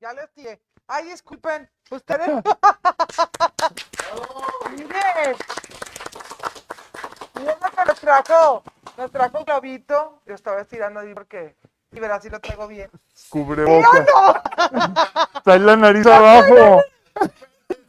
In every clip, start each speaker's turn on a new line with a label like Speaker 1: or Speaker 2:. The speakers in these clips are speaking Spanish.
Speaker 1: Ya les tiré. Ay, disculpen, ustedes. Miren. Miren lo que nos trajo. Nos trajo un globito. Yo estaba estirando ahí porque. Y verás si lo traigo bien.
Speaker 2: Cubre
Speaker 1: ¡No,
Speaker 2: boca.
Speaker 1: no!
Speaker 2: Trae la nariz abajo.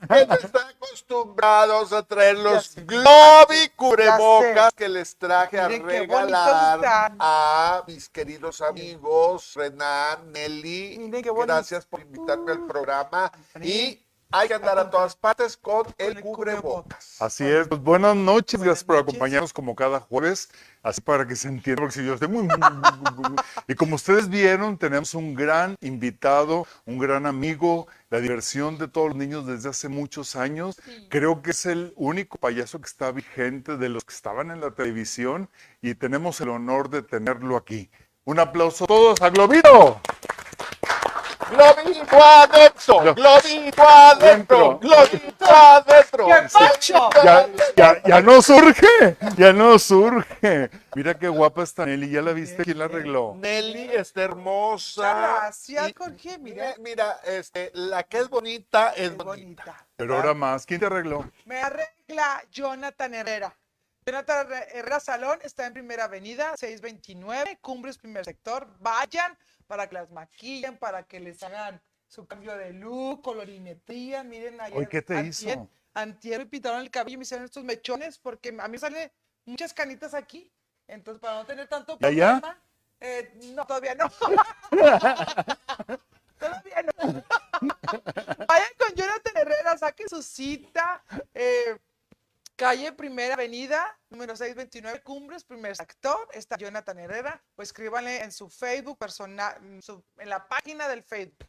Speaker 3: Ellos están acostumbrados a traer los
Speaker 1: Ya sé.
Speaker 3: globi cubrebocas que les traje a
Speaker 1: Miren qué bonitos
Speaker 3: regalar
Speaker 1: están.
Speaker 3: a mis queridos amigos Renan, Nelly.
Speaker 1: Miren qué bonitos.
Speaker 3: Gracias por invitarme al programa. Y hay que andar a todas partes con el
Speaker 1: el
Speaker 3: cubrebocas.
Speaker 2: Así es. Pues buenas noches. Gracias por
Speaker 1: noches.
Speaker 2: acompañarnos como cada jueves. Así para que se entienda, porque si yo estoy muy... Y como ustedes vieron, tenemos un gran invitado, un gran amigo, la diversión de todos los niños desde hace muchos años. Creo que es el único payaso que está vigente de los que estaban en la televisión y tenemos el honor de tenerlo aquí. Un aplauso a todos, a Globito.
Speaker 3: Globito adentro,
Speaker 2: No.
Speaker 3: globito adentro,
Speaker 2: Dentro.
Speaker 3: globito adentro.
Speaker 1: ¡Qué pacho!
Speaker 2: ya, ya, ya no surge, ya no surge. Mira qué guapa está Nelly, ¿ya la viste? ¿Quién la arregló?
Speaker 3: Nelly está hermosa.
Speaker 1: Gracias,
Speaker 3: Y-
Speaker 1: Jorge.
Speaker 3: Mira,
Speaker 1: Mira,
Speaker 3: mira, este, la que es bonita es
Speaker 1: qué
Speaker 3: bonita.
Speaker 1: bonita.
Speaker 2: Pero ahora más, ¿quién te arregló?
Speaker 1: Me arregla Jonathan Herrera. Jonathan Herre- Herrera Salón está en Primera Avenida, 629, Cumbres Primer Sector. Vayan para que las maquillen, para que les hagan su cambio de look, colorimetría. Miren ayer.
Speaker 2: Oye, ¿qué te
Speaker 1: antier-
Speaker 2: hizo?
Speaker 1: Antier me pintaron el cabello y me hicieron estos mechones porque a mí me salen muchas canitas aquí. Entonces, para no tener tanto
Speaker 2: ¿Y allá?
Speaker 1: problema. eh, no, todavía no. todavía no. Vayan con Jonathan Herrera, saquen su cita. eh, calle Primera Avenida, número 629, Cumbres, primer sector. Está Jonathan Herrera. O escríbanle en su Facebook personal, mm, su- en la página del Facebook.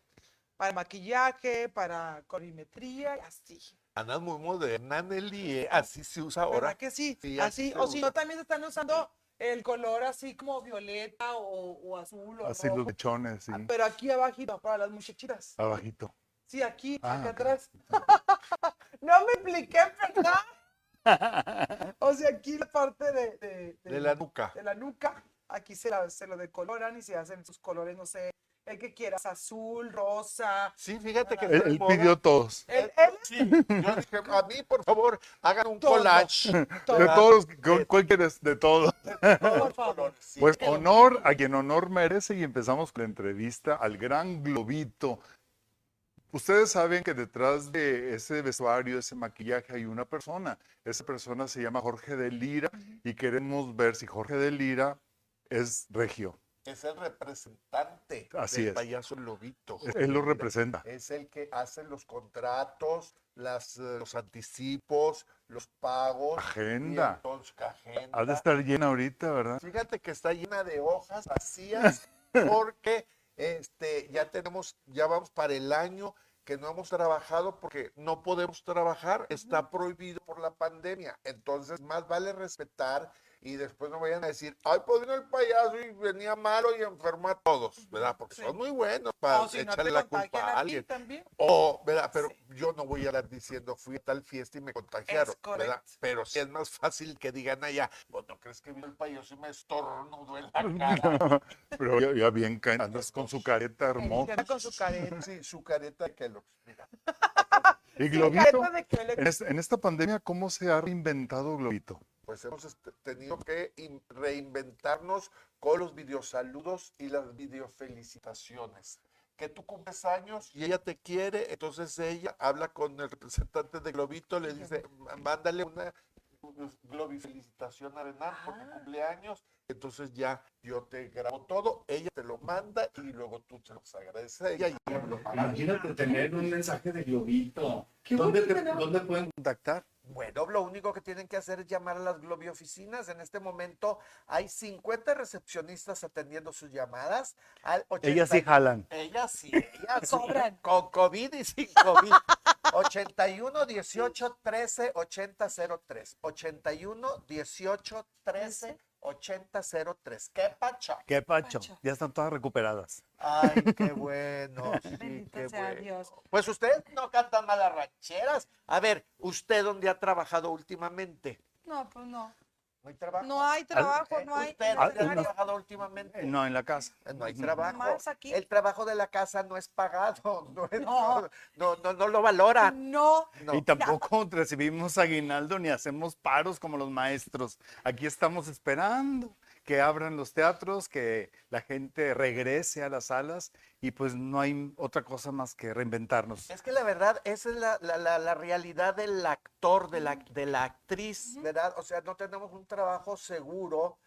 Speaker 1: Para maquillaje, para corimetría y así.
Speaker 3: Andas muy moderna, Nelly. eh, Así se usa ahora.
Speaker 1: ¿Verdad que sí?
Speaker 3: Sí, así
Speaker 1: así,
Speaker 3: se
Speaker 1: o si
Speaker 3: usa.
Speaker 1: no, también se están usando el color así como violeta o, o azul o
Speaker 2: Así los
Speaker 1: rojo.
Speaker 2: lechones, sí,
Speaker 1: Ah, Pero aquí abajito, para las muchachitas.
Speaker 2: abajito.
Speaker 1: Sí, aquí,
Speaker 2: Ah,
Speaker 1: acá
Speaker 2: ok.
Speaker 1: atrás. no me expliqué, ¿verdad? o sea, aquí la parte de, de- de-
Speaker 3: De la nuca.
Speaker 1: de la nuca, aquí se, la- se lo decoloran y se hacen sus colores, no sé, el que quieras, azul, rosa.
Speaker 3: Sí, fíjate que
Speaker 2: Él,
Speaker 3: está de
Speaker 2: él
Speaker 3: moda.
Speaker 2: pidió todos.
Speaker 1: El,
Speaker 3: Eh,
Speaker 1: el
Speaker 3: Sí, yo dije, a mí, por favor, hagan un
Speaker 1: Todo.
Speaker 3: collage.
Speaker 2: De
Speaker 1: todo,
Speaker 2: todos, con- ¿cuál quieres? De todos.
Speaker 1: por favor.
Speaker 3: Sí.
Speaker 2: Pues honor a quien honor merece y empezamos con la entrevista al gran globito. Ustedes saben que detrás de ese vestuario, ese maquillaje, hay una persona. Esa persona se llama Jorge de Lira y queremos ver si Jorge de Lira es regio.
Speaker 3: es el representante
Speaker 2: Así
Speaker 3: del
Speaker 2: es.
Speaker 3: payaso Lobito.
Speaker 2: Él lo representa.
Speaker 3: Es el que hace los contratos, las, eh, los anticipos, los pagos.
Speaker 2: Agenda.
Speaker 3: y entonces, agenda.
Speaker 2: Ha de estar llena ahorita, ¿verdad?
Speaker 3: Fíjate que está llena de hojas vacías porque este ya tenemos, ya vamos para el año que no hemos trabajado porque no podemos trabajar, está prohibido por la pandemia. Entonces, más vale respetar y después no vayan a decir, ay, pues vino el payaso y venía malo y enfermó a todos, ¿verdad? Porque
Speaker 1: Sí.
Speaker 3: son muy buenos para
Speaker 1: O si no te
Speaker 3: echarle la culpa
Speaker 1: contagian
Speaker 3: a
Speaker 1: ti
Speaker 3: alguien.
Speaker 1: también.
Speaker 3: O, Oh, ¿verdad? Pero
Speaker 1: Sí.
Speaker 3: yo no voy a andar diciendo, fui a tal fiesta y me contagiaron, ¿verdad?
Speaker 1: correcto.
Speaker 3: Pero sí es más fácil que digan allá, "Pues, ¿no crees que vino el payaso y me estornudó en
Speaker 1: Pues,
Speaker 3: la cara?
Speaker 2: Pero ya, ya bien, ca- andas con su careta hermosa.
Speaker 1: Con su careta.
Speaker 3: Sí, su careta de Kellogg's, mira.
Speaker 2: Y
Speaker 1: Sí,
Speaker 2: Globito,
Speaker 1: careta de que le-
Speaker 2: en, es- en esta pandemia, ¿cómo se ha reinventado Globito?
Speaker 3: Pues hemos este, tenido que in- reinventarnos con los videosaludos y las videofelicitaciones. Que tú cumples años y ella te quiere, entonces ella habla con el representante de Globito, le dice, "M- mándale una globifelicitación a Renan porque cumple años. Entonces ya yo te grabo todo, ella te lo manda y luego tú te los agradeces a ella y ella lo manda.
Speaker 4: Imagínate tener un mensaje de globito.
Speaker 1: Qué
Speaker 4: ¿Dónde, te-
Speaker 1: bonito, ¿no?
Speaker 4: dónde pueden contactar?
Speaker 3: Bueno, lo único que tienen que hacer es llamar a las globioficinas. En este momento hay 50 recepcionistas atendiendo sus llamadas. Al 80
Speaker 4: Ellas sí jalan.
Speaker 3: Ellas sí, ellas sí.
Speaker 1: Cobran.
Speaker 3: Con COVID y sin COVID. 81 18 13 80 03. 81 18 13 80 03. ¡Qué pacha!
Speaker 4: Qué pacho.
Speaker 1: Pacho.
Speaker 4: Ya están todas recuperadas.
Speaker 3: Ay, qué bueno. sí,
Speaker 1: Bendito
Speaker 3: qué
Speaker 1: sea
Speaker 3: bueno.
Speaker 1: Dios.
Speaker 3: Pues ustedes no cantan malas rancheras. A ver, ¿usted dónde ha trabajado últimamente?
Speaker 1: No, pues no.
Speaker 3: No hay trabajo.
Speaker 5: No hay trabajo,
Speaker 3: Eh,
Speaker 5: no hay.
Speaker 3: ¿Usted
Speaker 4: Ah,
Speaker 3: dónde ha
Speaker 4: unos-
Speaker 3: trabajado últimamente?
Speaker 4: Eh, No, en la casa.
Speaker 3: No hay
Speaker 4: Ujú.
Speaker 3: trabajo.
Speaker 5: Más aquí.
Speaker 3: El trabajo de la casa no es pagado. No, es-
Speaker 5: No.
Speaker 3: no, no, no lo valoran.
Speaker 5: No,
Speaker 3: No.
Speaker 4: Y tampoco recibimos aguinaldo ni hacemos paros como los maestros. Aquí estamos esperando que abran los teatros, que la gente regrese a las salas y pues no hay otra cosa más que reinventarnos.
Speaker 3: Es que la verdad, esa es la, la- la- la realidad del actor, de la, de la actriz, ¿verdad? O sea, no tenemos un trabajo seguro,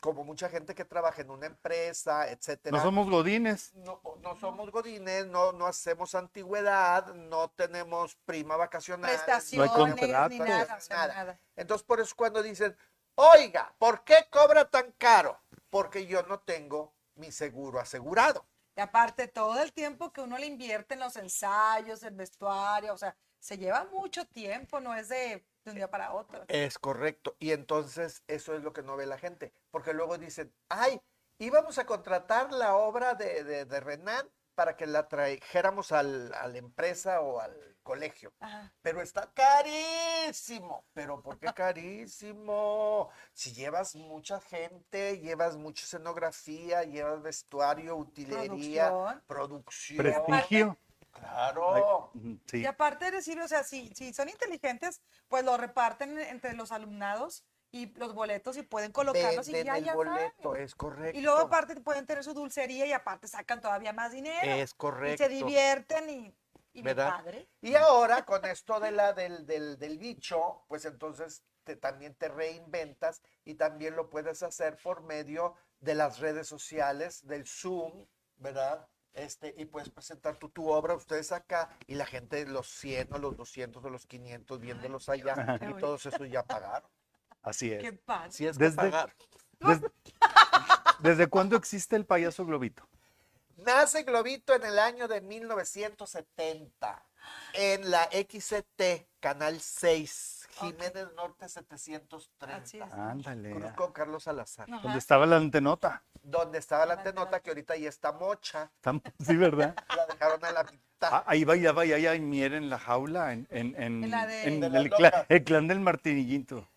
Speaker 3: como mucha gente que trabaja en una empresa, etcétera.
Speaker 4: No somos godines.
Speaker 3: no, no somos godines, no, no hacemos antigüedad, no tenemos prima vacacional.
Speaker 5: prestaciones
Speaker 4: contrato.
Speaker 5: ni nada, o sea,
Speaker 3: Nada.
Speaker 5: nada.
Speaker 3: Entonces, por eso cuando dicen, oiga, ¿por qué cobra tan caro? Porque yo no tengo mi seguro asegurado.
Speaker 5: Y aparte, todo el tiempo que uno le invierte en los ensayos, el vestuario, o sea, se lleva mucho tiempo, no es de, de un día para otro.
Speaker 3: Es correcto. Y entonces eso es lo que no ve la gente. Porque luego dicen, ay, íbamos a contratar la obra de, de- de Renan para que la trajéramos al- a la empresa o al colegio.
Speaker 5: Ajá.
Speaker 3: Pero está carísimo. ¿Pero por qué carísimo? Si llevas mucha gente, llevas mucha escenografía, llevas vestuario, utilería, producción.
Speaker 5: Producción.
Speaker 4: Prestigio.
Speaker 3: Claro.
Speaker 4: Ujú, Sí.
Speaker 5: Y aparte de decir, o sea, si, si son inteligentes, pues lo reparten entre los alumnados y los boletos y pueden colocarlos y
Speaker 3: Venden
Speaker 5: ya,
Speaker 3: el
Speaker 5: ya saben.
Speaker 3: boleto, es correcto.
Speaker 5: Y luego aparte pueden tener su dulcería y aparte sacan todavía más dinero.
Speaker 3: Es correcto.
Speaker 5: Y se divierten y, y mi
Speaker 3: ¿Verdad?
Speaker 5: padre.
Speaker 3: Y ahora con esto de la, del, del, del bicho, pues entonces te- también te reinventas y también lo puedes hacer por medio de las redes sociales, del Zoom, ¿verdad? Este, y puedes presentar tú tu obra, ustedes acá, y la gente, los 100 o los 200 o los 500 viéndolos allá,
Speaker 5: qué
Speaker 3: y
Speaker 5: bonito.
Speaker 3: todos esos ya pagaron.
Speaker 4: Así es.
Speaker 5: Qué padre.
Speaker 3: Si es que
Speaker 4: Desde-
Speaker 3: pagar.
Speaker 4: Des- ¿Desde, cuándo existe el payaso globito?
Speaker 3: Nace Globito en el año de 1970 en la XCT, Canal 6, Jiménez Norte 730.
Speaker 5: Así es.
Speaker 4: Ándale.
Speaker 3: Cruz con Carlos Salazar,
Speaker 5: Ajá.
Speaker 4: Donde estaba la antenota.
Speaker 3: donde estaba la
Speaker 5: Ándale,
Speaker 3: antenota
Speaker 5: ándale.
Speaker 3: que ahorita ya está mocha,
Speaker 4: Tam- Sí, ¿verdad?
Speaker 3: la dejaron a la
Speaker 4: Ah,
Speaker 3: mitad.
Speaker 4: ahí bailaba ya ya en Mier en la jaula, en, en, en-
Speaker 5: En la de-
Speaker 4: en
Speaker 3: De las
Speaker 4: el, cla-
Speaker 3: locas.
Speaker 4: el clan del martinillito.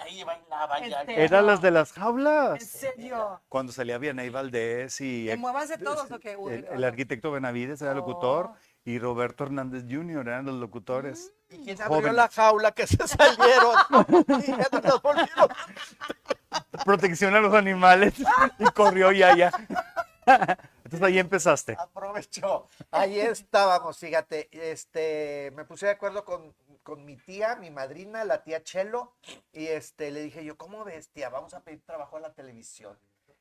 Speaker 3: Ahí bailaba
Speaker 5: El
Speaker 3: ya.
Speaker 5: té.
Speaker 4: Era
Speaker 5: Ajá.
Speaker 4: las de las
Speaker 5: En
Speaker 4: jaulas.
Speaker 5: serio.
Speaker 4: Cuando salía Vianney Valdés y
Speaker 5: Que
Speaker 4: el,
Speaker 5: muévanse todos lo que
Speaker 4: el- el arquitecto Benavides era locutor
Speaker 5: Oh.
Speaker 4: y Roberto Hernández Jr. eran los locutores.
Speaker 3: ¿Y quién abrió
Speaker 4: Jóvenes.
Speaker 3: la jaula que se salieron? Y ya no nos volvimos.
Speaker 4: Protección a los animales y corrió ya ya. Entonces ahí empezaste.
Speaker 3: Ah, Aprovechó. Ahí estábamos, fíjate. Este, me puse de acuerdo con, con mi tía, mi madrina, la tía Chelo, y este, le dije yo, ¿cómo ves, tía? Vamos a pedir trabajo a la televisión.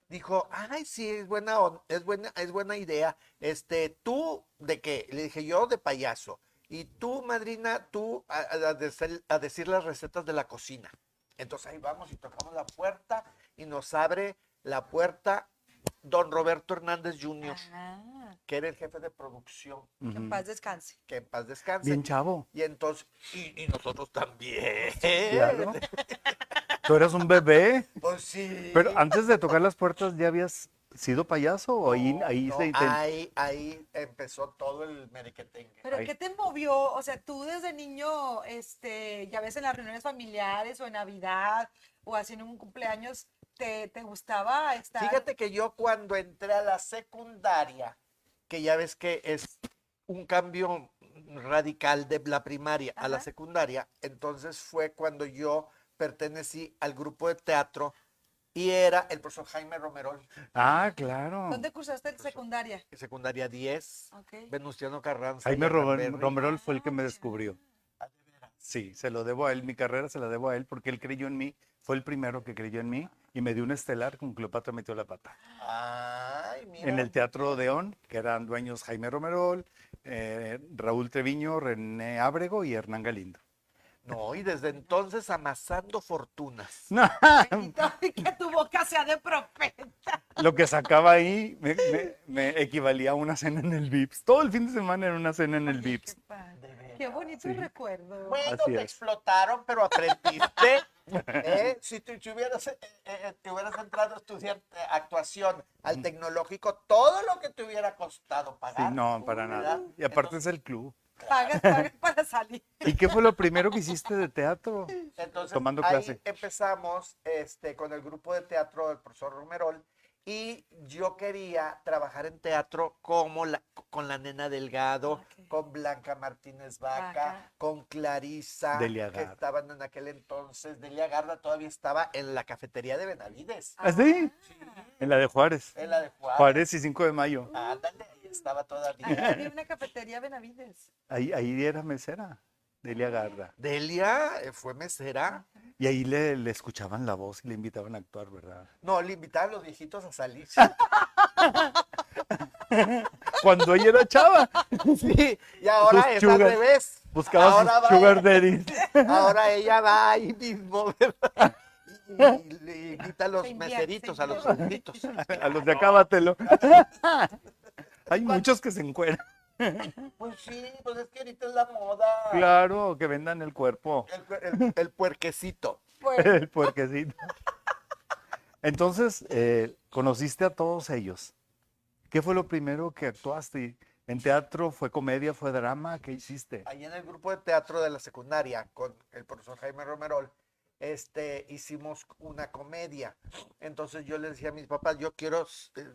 Speaker 3: Dijo, ay, sí, es buena, on- es buena, es buena idea. Este, ¿tú de qué? Le dije yo, de payaso. Y tú, madrina, tú a, a- a decir- a decir las recetas de la cocina. Entonces ahí vamos y tocamos la puerta y nos abre la puerta don Roberto Hernández Jr
Speaker 5: Ah,
Speaker 3: que era el jefe de producción,
Speaker 5: que en
Speaker 4: Ujú.
Speaker 5: paz descanse.
Speaker 3: que en paz descanse.
Speaker 4: Bien chavo.
Speaker 3: y entonces, y, y nosotros también.
Speaker 4: Claro. Tú eras un bebé.
Speaker 3: Pues sí.
Speaker 4: Pero ah, antes de tocar las puertas, ¿ya habías sido payaso o ahí,
Speaker 3: No,
Speaker 4: ahí
Speaker 3: no,
Speaker 4: se intentó?
Speaker 3: ahí, ahí empezó todo el merequetengue.
Speaker 5: Pero
Speaker 4: Ay.
Speaker 5: ¿qué te movió? O sea, tú desde niño, este, ya ves en las reuniones familiares o en Navidad o así en un cumpleaños, ¿te, te gustaba estar?
Speaker 3: Fíjate que yo cuando entré a la secundaria, que ya ves que es un cambio radical de la primaria a la
Speaker 5: Ajá.
Speaker 3: secundaria, entonces fue cuando yo pertenecí al grupo de teatro y era el profesor Jaime Romerol,
Speaker 4: Ah, claro.
Speaker 5: ¿Dónde cursaste el secundaria?
Speaker 3: secundaria 10.
Speaker 5: Okay.
Speaker 3: Venustiano Carranza.
Speaker 4: Jaime Romer-
Speaker 3: Roberto
Speaker 4: Romerol fue el que me
Speaker 5: Ah,
Speaker 4: descubrió. Sí, se lo debo a él, mi carrera se la debo a él porque él creyó en mí, fue el primero que creyó en mí y me dio un estelar con Cleopatra metió la pata.
Speaker 3: Ay, mira.
Speaker 4: En el Teatro Odeón, que eran dueños Jaime Romerol, eh, Raúl Treviño, René Ábrego y Hernán Galindo.
Speaker 3: No, y desde entonces amasando fortunas.
Speaker 4: No,
Speaker 5: Bendito, que tu boca sea de profeta.
Speaker 4: lo que sacaba ahí me, me- me equivalía a una cena en el Vips. Todo el fin de semana era una cena en el
Speaker 5: Oye,
Speaker 4: Vips.
Speaker 5: Qué, padre.
Speaker 3: De veras.
Speaker 5: Qué bonito
Speaker 4: Sí.
Speaker 5: recuerdo.
Speaker 3: Bueno,
Speaker 4: Así
Speaker 3: te
Speaker 4: es.
Speaker 3: explotaron, pero aprendiste. ¿eh? Si tú te hubieras, eh, eh, te hubieras entrado a estudiar eh, actuación al tecnológico, todo lo que te hubiera costado
Speaker 4: Mm. Sí,
Speaker 3: pagar.
Speaker 4: no, para
Speaker 3: ¿verdad?
Speaker 4: nada. Y aparte
Speaker 3: Entonces,
Speaker 4: es el club.
Speaker 5: Pagas, pagas para salir.
Speaker 4: ¿Y qué fue lo primero que hiciste de teatro?
Speaker 3: Entonces,
Speaker 4: Tomando
Speaker 3: ahí
Speaker 4: clase.
Speaker 3: empezamos este, con el grupo de teatro del profesor Romerol y yo quería trabajar en teatro como la, con la nena Delgado,
Speaker 5: Ah, Ok.
Speaker 3: con Blanca Martínez Vaca,
Speaker 5: Vaca.
Speaker 3: con Clarisa,
Speaker 4: Delia
Speaker 3: que
Speaker 4: Garda.
Speaker 3: estaban en aquel entonces. Delia Garda todavía estaba en la cafetería de Benavides,
Speaker 5: Ah,
Speaker 4: ¿Así? En la de Juárez.
Speaker 3: en la de Juárez.
Speaker 4: Juárez y 5 de mayo.
Speaker 3: Ándale, ahí estaba
Speaker 5: Ahí
Speaker 3: todavía.
Speaker 5: había una cafetería Benavides.
Speaker 4: Ahí, ahí era mesera, Delia Garda.
Speaker 3: Delia eh, fue mesera.
Speaker 4: Y ahí le, le escuchaban la voz y le invitaban a actuar, ¿verdad?
Speaker 3: No, le invitaban a los viejitos a salir.
Speaker 4: Cuando ella era chava,
Speaker 3: Sí, y ahora
Speaker 4: Sus
Speaker 3: es al
Speaker 4: sugar-
Speaker 3: revés.
Speaker 4: buscaba
Speaker 3: Ahora va
Speaker 4: sus sugar
Speaker 3: ella.
Speaker 4: daddies.
Speaker 3: Ahora ella va ahí mismo, ¿verdad? Y, y le invita a los
Speaker 5: Se invierte,
Speaker 3: meseritos,
Speaker 5: se
Speaker 3: a los
Speaker 5: invierte.
Speaker 3: adultitos.
Speaker 4: A los de acábatelo. Hay muchos que se encuentran.
Speaker 3: Pues sí, pues es que ahorita es la moda.
Speaker 4: Claro, que vendan el cuerpo,
Speaker 3: El, puer- el- el puerquecito.
Speaker 5: Pues,
Speaker 4: el puerquecito. Entonces, eh, conociste a todos ellos. ¿Qué fue lo primero que actuaste? ¿En teatro? ¿Fue comedia? ¿Fue drama? ¿Qué hiciste?
Speaker 3: Ahí en el grupo de teatro de la secundaria, con el profesor Jaime Romerol, este, hicimos una comedia. Entonces yo le decía a mis papás, yo quiero s- eh,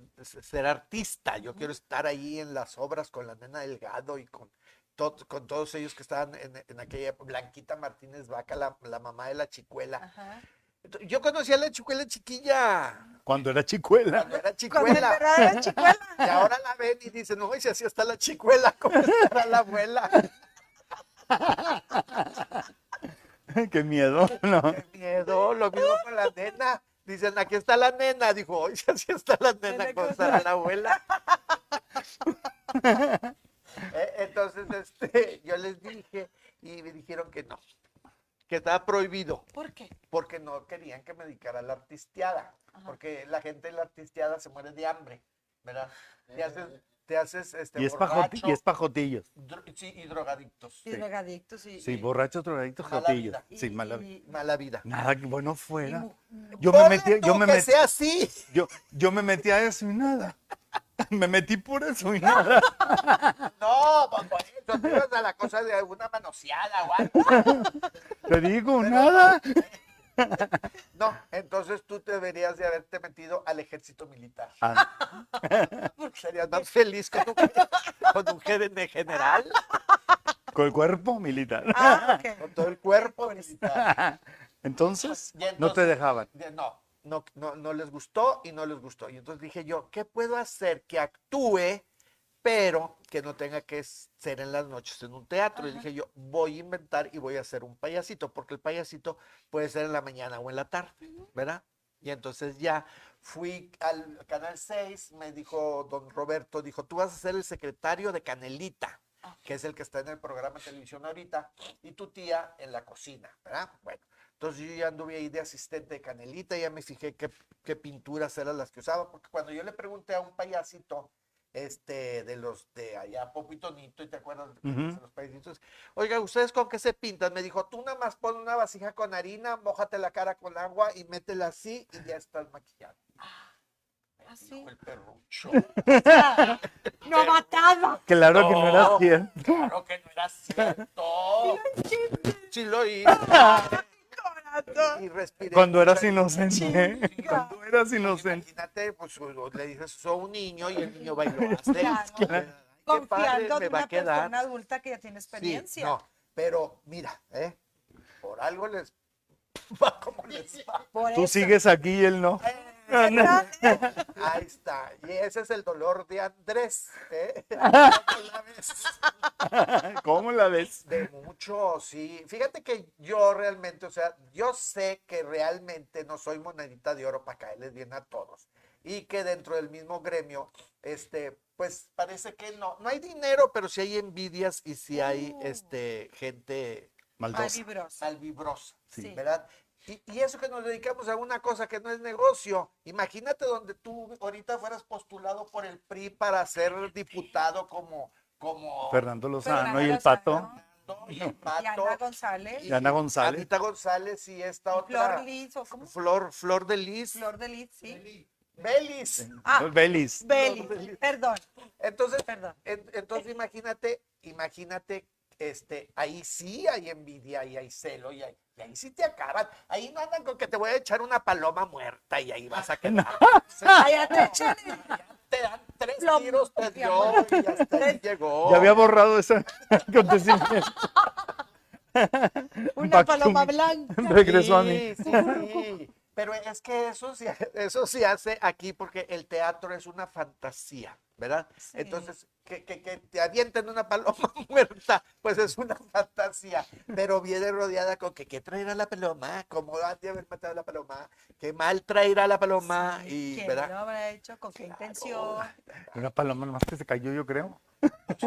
Speaker 3: ser artista, yo quiero estar ahí en las obras con la nena Delgado y con, to- con todos ellos que estaban en, en aquella época. Blanquita Martínez Vaca, la, la mamá de la chicuela.
Speaker 5: ajá.
Speaker 3: Ento- Yo conocí a la chicuela chiquilla.
Speaker 4: Cuando era chicuela.
Speaker 3: cuando Era
Speaker 5: Cuando en
Speaker 3: chicuela.
Speaker 5: verdad era chicuela.
Speaker 3: Y ahora la ven y dicen, no, si así está la chicuela, ¿cómo estará la abuela?
Speaker 4: Qué miedo, ¿no?
Speaker 3: Qué miedo, lo mismo con la nena. Dicen, aquí está la nena. Dijo, hoy si así está la nena, ¿cómo
Speaker 5: Nena, ¿cómo
Speaker 3: estará la abuela? Eh, Entonces, este, yo les dije y me dijeron que no, que estaba prohibido.
Speaker 5: ¿Por qué?
Speaker 3: porque no querían que me dedicara a la artisteada,
Speaker 5: Ajá.
Speaker 3: porque la gente en la artisteada se muere de hambre, ¿verdad? Te
Speaker 5: Eh.
Speaker 3: haces, te haces este,
Speaker 4: Y es, pajoti-
Speaker 3: borracho
Speaker 4: y es pajotillos.
Speaker 3: dro- sí, y drogadictos.
Speaker 5: Y drogadictos y,
Speaker 4: Sí,
Speaker 5: y-
Speaker 4: borrachos, drogadictos,
Speaker 3: Mala
Speaker 4: jotillos.
Speaker 3: vida.
Speaker 4: Sí, mala vida.
Speaker 5: y-
Speaker 3: Mala vida.
Speaker 4: Nada, que bueno
Speaker 5: y
Speaker 4: fuera.
Speaker 5: mu-
Speaker 4: Yo me
Speaker 3: Ponle
Speaker 4: metí, yo
Speaker 3: tú
Speaker 4: me
Speaker 3: que
Speaker 4: metí,
Speaker 3: sea así.
Speaker 4: yo, yo me metí a eso y nada. Me metí por eso y nada.
Speaker 3: No, papá, tú te ibas a la cosa de alguna manoseada o algo.
Speaker 4: Te digo, nada.
Speaker 3: No, entonces tú deberías de haberte metido al ejército militar.
Speaker 4: Ah,
Speaker 3: Serías más feliz con un, con un gerente general,
Speaker 4: con el cuerpo militar.
Speaker 5: Ah, ok.
Speaker 3: con todo el cuerpo militar.
Speaker 4: Entonces,
Speaker 3: Y
Speaker 4: no te
Speaker 3: entonces-
Speaker 4: dejaban.
Speaker 3: de- no, no, no, no les gustó y no les gustó. Y entonces dije yo, ¿qué puedo hacer que actúe, pero que no tenga que s- ser en las noches en un teatro? Y dije yo, voy a inventar y voy a hacer un payasito, porque el payasito puede ser en la mañana o en la tarde, ¿verdad? Y entonces ya fui al Canal 6, me dijo don Roberto, dijo, tú vas a ser el secretario de Canelita, que es el que está en el programa de televisión ahorita, y tu tía en la cocina, ¿verdad? Bueno, entonces yo ya anduve ahí de asistente de Canelita, ya me fijé qué, qué pinturas eran las que usaba, porque cuando yo le pregunté a un payasito, este, de los de allá, Popo y Tonito, y te acuerdas de
Speaker 4: Ujú.
Speaker 3: los payasitos, oiga, ¿ustedes con qué se pintan? Me dijo, tú nada más pon una vasija con harina, mojate la cara con agua y métela así y ya estás maquillado.
Speaker 5: Así.
Speaker 3: El perrucho.
Speaker 5: No mataba.
Speaker 4: Claro que no era
Speaker 3: No.
Speaker 4: cierto.
Speaker 3: Claro que no era cierto. Sí lo hice.
Speaker 1: Corazón.
Speaker 3: Y respiré.
Speaker 4: Cuando eras
Speaker 3: mucho.
Speaker 4: inocente. Cuando eras inocente.
Speaker 3: Imagínate, pues o- o le dices eso a un niño y el niño bailó así.
Speaker 5: Claro.
Speaker 3: Ay, Qué padre
Speaker 5: Confiando
Speaker 3: me
Speaker 5: en
Speaker 3: va
Speaker 5: una
Speaker 3: a quedar.
Speaker 5: persona adulta que ya tiene
Speaker 3: Sí,
Speaker 5: experiencia.
Speaker 3: no, pero mira, ¿eh? por algo les va como les va.
Speaker 5: Por
Speaker 4: Tú
Speaker 5: eso.
Speaker 4: sigues aquí y él no.
Speaker 3: Ahí está. Y ese es el dolor de Andrés. ¿eh?
Speaker 4: ¿Cómo la ves?
Speaker 3: De mucho, sí. Fíjate que yo realmente, o sea, yo sé que realmente no soy monedita de oro para caerles bien a todos. Y que dentro del mismo gremio, este, pues parece que no. No hay dinero, pero sí hay envidias y sí hay
Speaker 5: Oh.
Speaker 3: este, gente
Speaker 5: Ay,
Speaker 4: Maldosa.
Speaker 5: vibrosa.
Speaker 3: salvibrosa,
Speaker 5: Sí.
Speaker 3: ¿verdad? Y, y eso que nos dedicamos a una cosa que no es negocio. Imagínate donde tú ahorita fueras postulado por el PRI para ser diputado como, como
Speaker 4: Fernando Lozano
Speaker 5: Fernando
Speaker 4: y el
Speaker 5: Lozano.
Speaker 4: pato.
Speaker 3: Fernando y el
Speaker 5: Y Ana
Speaker 3: Pato.
Speaker 5: González.
Speaker 4: Y Ana González.
Speaker 3: Anita González y esta
Speaker 5: y Flor
Speaker 3: otra.
Speaker 5: Liz, ¿o cómo?
Speaker 3: Flor, Flor de Lis.
Speaker 5: Flor de Liz, sí.
Speaker 3: Belis.
Speaker 5: Ah,
Speaker 4: Belis.
Speaker 5: Belis, perdón.
Speaker 3: Entonces,
Speaker 5: Perdón.
Speaker 3: en- entonces imagínate, imagínate, este, ahí sí hay envidia y hay celo y, hay- y ahí sí te acaban. Ahí no andan con que te voy a echar una paloma muerta y ahí vas a quedar. Se-
Speaker 5: Cállate, Chani.
Speaker 3: Te dan tres
Speaker 5: Lo-
Speaker 3: tiros, te
Speaker 5: mi amor.
Speaker 3: dio y hasta ahí llegó.
Speaker 4: Ya había borrado ese acontecimiento.
Speaker 5: Una
Speaker 4: Back to
Speaker 5: paloma
Speaker 4: me.
Speaker 5: blanca.
Speaker 4: Regresó a mí.
Speaker 3: Sí, sí, sí. Pero es que eso se, eso se hace aquí porque el teatro es una fantasía, ¿verdad?
Speaker 5: Sí.
Speaker 3: Entonces, que, que- que te avienten una paloma muerta, pues es una fantasía. Pero viene rodeada con que qué traerá la paloma, cómo han de haber matado a la paloma, qué mal traerá la paloma,
Speaker 5: Sí,
Speaker 3: y
Speaker 5: ¿Quién
Speaker 3: ¿verdad?
Speaker 5: lo habrá hecho? ¿Con qué intención?
Speaker 4: Una paloma nomás que se cayó, yo creo.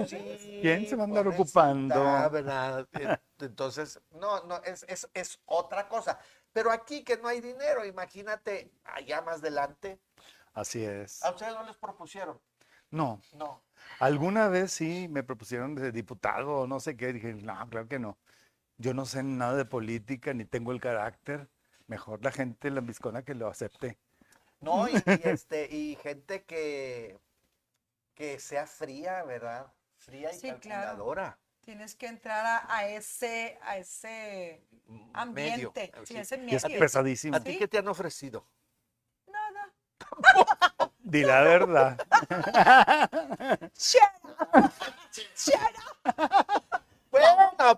Speaker 3: Sí,
Speaker 4: ¿Quién se va a andar
Speaker 3: pobrecita,
Speaker 4: ocupando?
Speaker 3: verdad? Eh, Entonces, no, no, es, es, es otra cosa. Pero aquí que no hay dinero, imagínate, allá más adelante,
Speaker 4: Así es.
Speaker 3: a ustedes no les propusieron,
Speaker 4: No,
Speaker 3: no.
Speaker 4: alguna vez sí me propusieron de diputado o no sé qué. Dije, no, claro que no. Yo no sé nada de política ni tengo el carácter. Mejor la gente lambiscona que lo acepte.
Speaker 3: No, y, y este, y gente que, que sea fría, ¿verdad? Fría y
Speaker 5: Sí, claro.
Speaker 3: calculadora.
Speaker 5: Tienes que entrar a, a ese, a ese
Speaker 3: M- Mm, medio,
Speaker 5: ambiente. Sí,
Speaker 3: sí.
Speaker 5: ese
Speaker 4: Y es
Speaker 5: medio.
Speaker 4: pesadísimo.
Speaker 3: ¿A ti qué te han ofrecido?
Speaker 5: Nada.
Speaker 4: Di la verdad.
Speaker 3: Bueno, bueno,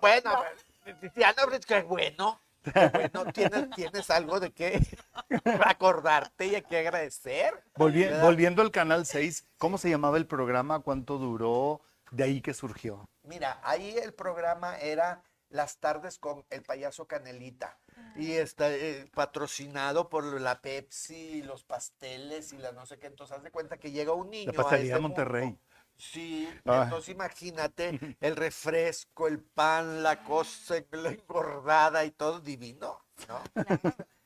Speaker 3: bueno. Diana Bridge, qué bueno. Qué bueno, tienes, tienes algo de qué acordarte y a qué agradecer.
Speaker 4: Volvi-
Speaker 3: ¿Verdad?
Speaker 4: volviendo al Canal 6, ¿cómo se llamaba el programa? ¿Cuánto duró? De ahí que surgió.
Speaker 3: Mira, ahí el programa era Las tardes con el payaso Canelita. Y está eh, patrocinado por la Pepsi, y los pasteles y la no sé qué. Entonces, haz de cuenta que llega un niño.
Speaker 4: La
Speaker 3: a
Speaker 4: pastelería
Speaker 3: ese
Speaker 4: de Monterrey.
Speaker 3: mundo. Sí,
Speaker 4: Ah.
Speaker 3: entonces imagínate el refresco, el pan, la cosa, la engordada y todo divino, ¿no?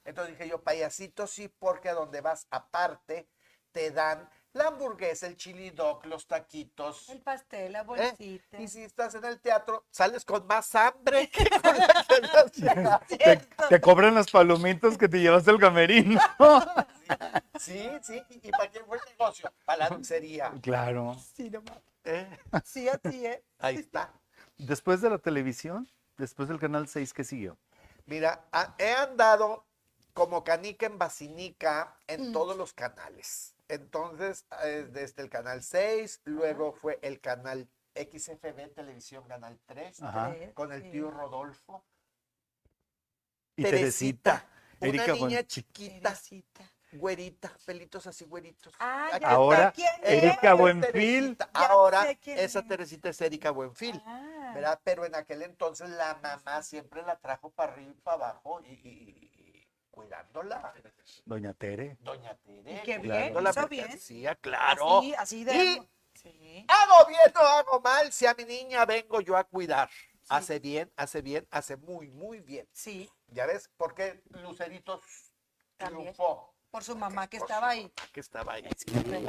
Speaker 3: Entonces dije yo, payasito sí, porque a donde vas aparte te dan la hamburguesa, el chili dog, los taquitos.
Speaker 5: El pastel, la
Speaker 3: ¿eh?
Speaker 5: bolsita.
Speaker 3: Y si estás en el teatro, sales con más hambre que con la que habías llegado.
Speaker 4: Te, te cobran las palomitas que te llevaste al camerino.
Speaker 3: Sí, sí, y, y para quién fue el negocio, para la dulcería.
Speaker 4: claro.
Speaker 5: Sí, no más.
Speaker 3: ¿eh?
Speaker 5: sí, así es.
Speaker 3: Ahí está.
Speaker 4: Después de la televisión, después del Canal 6, ¿qué siguió?
Speaker 3: Mira, a- he andado como canica en basinica
Speaker 5: Mm.
Speaker 3: en todos los canales. Entonces, eh, desde el canal 6, luego
Speaker 5: Ah.
Speaker 3: fue el canal XFB Televisión Canal 3,
Speaker 4: Ajá.
Speaker 5: Tres,
Speaker 3: con el
Speaker 5: sí.
Speaker 3: tío Rodolfo.
Speaker 4: Y Teresita.
Speaker 3: Una
Speaker 4: Erika
Speaker 3: niña
Speaker 4: Bon-
Speaker 3: chiquita,
Speaker 5: Teresita.
Speaker 3: güeritas, pelitos así güeritos.
Speaker 5: Ah,
Speaker 3: Aquí
Speaker 5: ya
Speaker 4: Ahora,
Speaker 5: sé quién es.
Speaker 4: Erika
Speaker 3: es
Speaker 4: Buenfil.
Speaker 3: Teresita.
Speaker 5: Ya
Speaker 3: Eh, Ahora,
Speaker 5: sé quién
Speaker 3: esa
Speaker 5: es.
Speaker 3: Teresita es Erika Buenfil.
Speaker 5: Ah,
Speaker 3: ¿verdad? Pero en aquel entonces la mamá siempre la trajo para arriba y para abajo y, y- y- y cuidándola,
Speaker 4: Doña Tere.
Speaker 3: doña Tere.
Speaker 5: Y qué bien,
Speaker 3: cuidándola,
Speaker 5: hizo
Speaker 3: porque
Speaker 5: bien. ¿Ah,
Speaker 3: hacía, claro.
Speaker 5: Así, así de.
Speaker 3: Y-
Speaker 5: Sí.
Speaker 3: Hago bien, no hago mal, si a mi niña vengo yo a cuidar. Hace bien, hace bien, hace muy, muy bien.
Speaker 5: Sí,
Speaker 3: Ya ves, porque Lucerito
Speaker 5: También.
Speaker 3: triunfó,
Speaker 5: por su mamá que
Speaker 3: por
Speaker 5: estaba
Speaker 3: su
Speaker 5: ahí.
Speaker 3: que estaba ahí.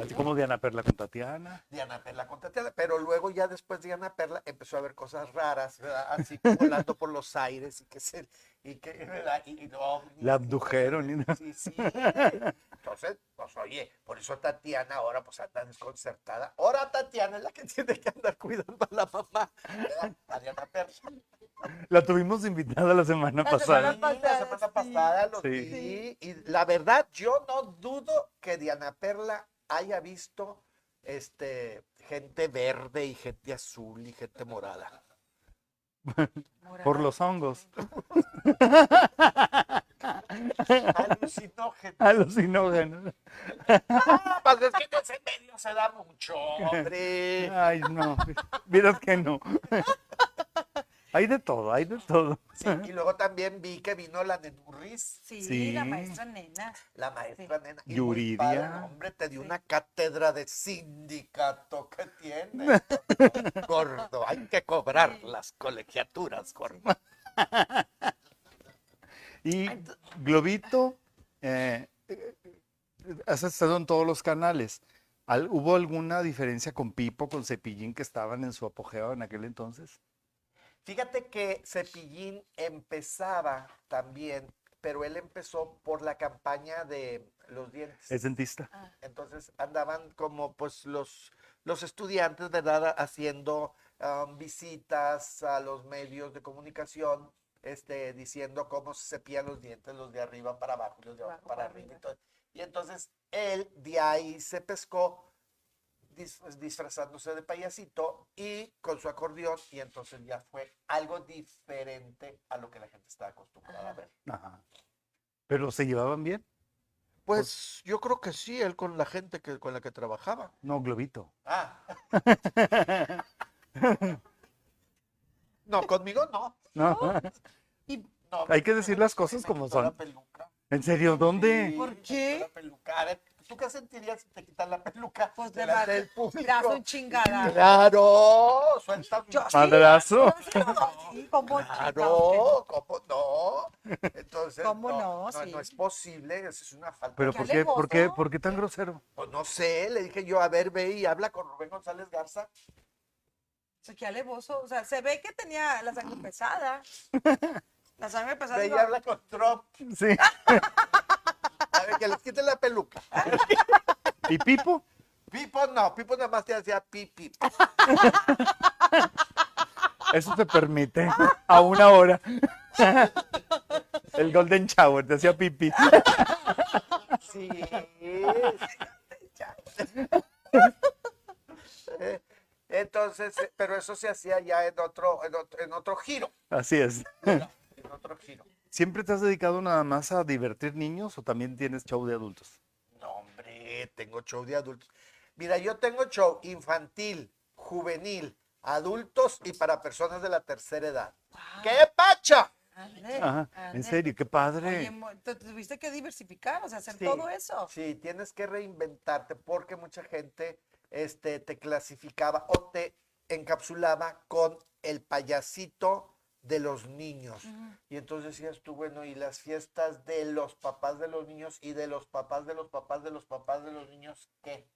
Speaker 4: Así como Diana Perla con Tatiana.
Speaker 3: Diana Perla con Tatiana, pero luego ya después Diana Perla empezó a ver cosas raras, ¿verdad? Así volando por los aires y que se y que ¿verdad? y, y los ovnis, y
Speaker 4: La
Speaker 3: cosas
Speaker 4: abdujeron. y-
Speaker 3: Sí, sí. Entonces, pues oye, por eso Tatiana ahora pues anda desconcertada. Ahora Tatiana es la que tiene que andar cuidando a la mamá. ¿verdad? A Diana Perla.
Speaker 4: La tuvimos invitada la semana
Speaker 5: La
Speaker 4: pasada.
Speaker 5: semana-
Speaker 3: Sí, la semana
Speaker 5: pasada, sí.
Speaker 3: pasada lo
Speaker 4: Sí.
Speaker 3: vi, y la verdad yo no dudo que Diana Perla haya visto este gente verde y gente azul y gente morada.
Speaker 4: Por los hongos.
Speaker 3: Alucinógeno.
Speaker 4: Alucinógenos.
Speaker 3: Ah, pues es que en ese medio se da mucho, hombre.
Speaker 4: Ay, no. Vieras que no. Hay de todo, hay de todo.
Speaker 3: Sí, y luego también vi que vino la Nenurris,
Speaker 5: Sí,
Speaker 4: Sí.
Speaker 5: la maestra nena.
Speaker 3: la maestra nena. y muy
Speaker 4: Yuridia.
Speaker 3: padre, hombre, te dio una cátedra de sindicato que tiene. gordo, hay que cobrar las colegiaturas, gordo.
Speaker 4: Y Globito, eh, eh, has estado en todos los canales. Al- ¿Hubo alguna diferencia con Pipo, con Cepillín, que estaban en su apogeo en aquel entonces?
Speaker 3: Fíjate que Cepillín empezaba también, pero él empezó por la campaña de los dientes.
Speaker 4: Es dentista.
Speaker 3: Entonces andaban como pues los, los estudiantes, ¿verdad? Haciendo um, visitas a los medios de comunicación, este, diciendo cómo se cepillan los dientes, los de arriba para abajo y los de abajo
Speaker 5: Abajo
Speaker 3: para
Speaker 5: para
Speaker 3: arriba.
Speaker 5: arriba.
Speaker 3: y todo. Y entonces él de ahí se pescó dis- disfrazándose de payasito y con su acordeón y entonces ya fue algo diferente a lo que la gente estaba acostumbrada a
Speaker 5: Ajá.
Speaker 3: ver.
Speaker 4: Ajá. Pero se llevaban bien.
Speaker 3: Pues yo creo que sí, él con la gente que, con la que trabajaba.
Speaker 4: No, Globito.
Speaker 3: Ah. no, conmigo no.
Speaker 4: No.
Speaker 5: Oh.
Speaker 3: No,
Speaker 4: Hay que decir las cosas
Speaker 3: me
Speaker 4: como
Speaker 3: quitó la
Speaker 4: son.
Speaker 3: peluca.
Speaker 4: ¿En serio?
Speaker 3: Sí,
Speaker 4: ¿Dónde?
Speaker 5: ¿Por
Speaker 3: me quitó
Speaker 5: qué?
Speaker 3: la peluca. A ver, ¿tú qué sentirías si te quitan la peluca?
Speaker 5: Pues de
Speaker 3: delante
Speaker 5: la-
Speaker 3: del público.
Speaker 5: Le hace un chingada.
Speaker 3: Claro, sueltas
Speaker 5: Yo sí,
Speaker 4: Madrazo.
Speaker 5: Sí, como
Speaker 3: Claro, ¿cómo no? Entonces,
Speaker 5: ¿Cómo
Speaker 3: no,
Speaker 5: no? Sí.
Speaker 3: no es posible, eso es una falta.
Speaker 4: ¿Pero
Speaker 5: Qué
Speaker 4: por qué, por, qué,
Speaker 5: alevoso.
Speaker 4: por qué tan grosero?
Speaker 3: Pues no sé, le dije yo, a ver, ve y habla con Rubén González Garza.
Speaker 5: Qué alevoso. O sea, se ve que tenía la sangre pesada. La sangre pesada.
Speaker 3: Ve y
Speaker 5: iba-
Speaker 3: habla con Trump.
Speaker 4: Sí.
Speaker 3: A ver, que les quiten la peluca.
Speaker 4: ¿Y Pipo?
Speaker 3: Pipo no, Pipo nada más te hacía pipi.
Speaker 4: Eso se permite a una hora. El Golden Shower te hacía pipí.
Speaker 3: Sí. Eh, Entonces, eh, pero eso se hacía ya en otro, en otro, en otro giro.
Speaker 4: Así es.
Speaker 3: En otro giro.
Speaker 4: ¿Siempre te has dedicado nada más a divertir niños o también tienes show de adultos?
Speaker 3: No, hombre, tengo show de adultos. Mira, yo tengo show infantil, juvenil, adultos y para personas de la tercera edad. ¡Qué pacha!
Speaker 5: Ande,
Speaker 4: Ajá. En
Speaker 5: ande.
Speaker 4: serio, qué
Speaker 5: ah, Oye,
Speaker 4: padre.
Speaker 5: mo- te tuviste que diversificar, o sea, hacer
Speaker 3: Sí.
Speaker 5: todo eso.
Speaker 3: Sí, tienes que reinventarte porque mucha gente este, te clasificaba o te encapsulaba con el payasito de los niños. Y entonces decías tú, bueno, y las fiestas de los papás de los niños y de los papás de los papás de los papás de los niños, ¿qué?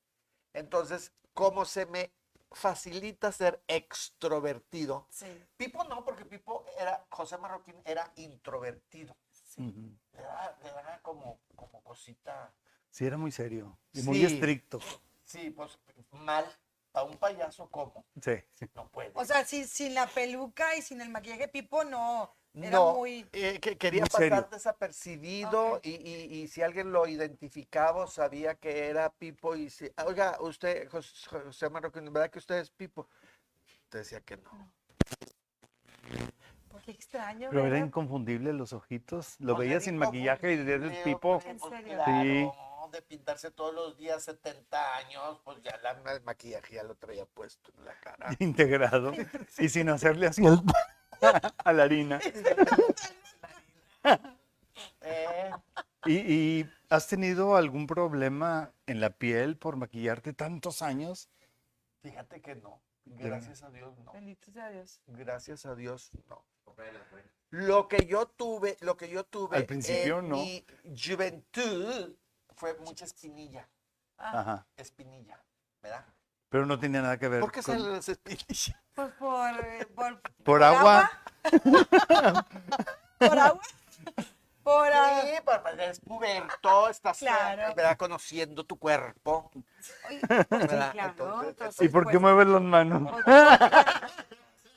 Speaker 3: Entonces, ¿cómo se me facilita ser extrovertido?
Speaker 5: Sí.
Speaker 3: Pipo no, porque Pipo era, José Marroquín era introvertido.
Speaker 4: Ujú.
Speaker 3: Le daba, le daba como, como cosita.
Speaker 4: Sí, era muy serio y muy
Speaker 3: Sí.
Speaker 4: estricto.
Speaker 3: Sí, pues mal. A un payaso, ¿cómo?
Speaker 4: Sí.
Speaker 3: No puede.
Speaker 5: O sea, sin, sin la peluca y sin el maquillaje Pipo, no. Era
Speaker 3: no,
Speaker 5: muy. Ah,
Speaker 3: eh, que quería
Speaker 4: muy
Speaker 3: pasar
Speaker 4: serio.
Speaker 3: desapercibido
Speaker 5: Ok.
Speaker 3: y, y- y si alguien lo identificaba o sabía que era Pipo y si, ah, oiga, usted, Jos- José, Marroquín, ¿verdad que usted es Pipo? Te decía que no.
Speaker 5: Porque pues, extraño.
Speaker 4: Pero era
Speaker 5: ¿verdad?
Speaker 4: inconfundible los ojitos. Lo
Speaker 3: Pues
Speaker 4: veía
Speaker 3: era
Speaker 4: sin maquillaje y
Speaker 3: inconfundible,
Speaker 4: dirías, Pipo.
Speaker 3: hombre,
Speaker 5: ¿En
Speaker 3: pues
Speaker 5: serio?
Speaker 3: claro,
Speaker 4: Sí.
Speaker 3: de pintarse todos los días 70 años, pues ya la, el maquillaje ya lo traía puesto en la cara.
Speaker 4: integrado y sin hacerle así al- a la harina.
Speaker 3: Eh,
Speaker 4: ¿Y, y has tenido algún problema en la piel por maquillarte tantos años?
Speaker 3: fíjate que no.
Speaker 4: Ya.
Speaker 3: Gracias a Dios, no.
Speaker 5: Bendito sea Dios.
Speaker 3: Gracias a Dios, no. Lo que yo tuve, lo que yo tuve
Speaker 4: Al principio,
Speaker 3: en
Speaker 4: no.
Speaker 3: mi juventud fue mucha espinilla,
Speaker 4: Ajá.
Speaker 3: espinilla, ¿verdad?
Speaker 4: Pero no tenía nada que ver
Speaker 3: ¿Por qué
Speaker 4: con-
Speaker 3: salen las espinillas?
Speaker 5: Pues por. eh, Por,
Speaker 4: por agua.
Speaker 5: Por agua. Por agua.
Speaker 3: Sí, papá, eres puberto, estás
Speaker 5: Claro.
Speaker 3: eh, ¿verdad? conociendo tu cuerpo.
Speaker 5: Oye, pues,
Speaker 3: ¿verdad?
Speaker 5: claro,
Speaker 3: Entonces,
Speaker 5: entonces,
Speaker 4: ¿Y por qué
Speaker 5: pues,
Speaker 4: mueves las manos?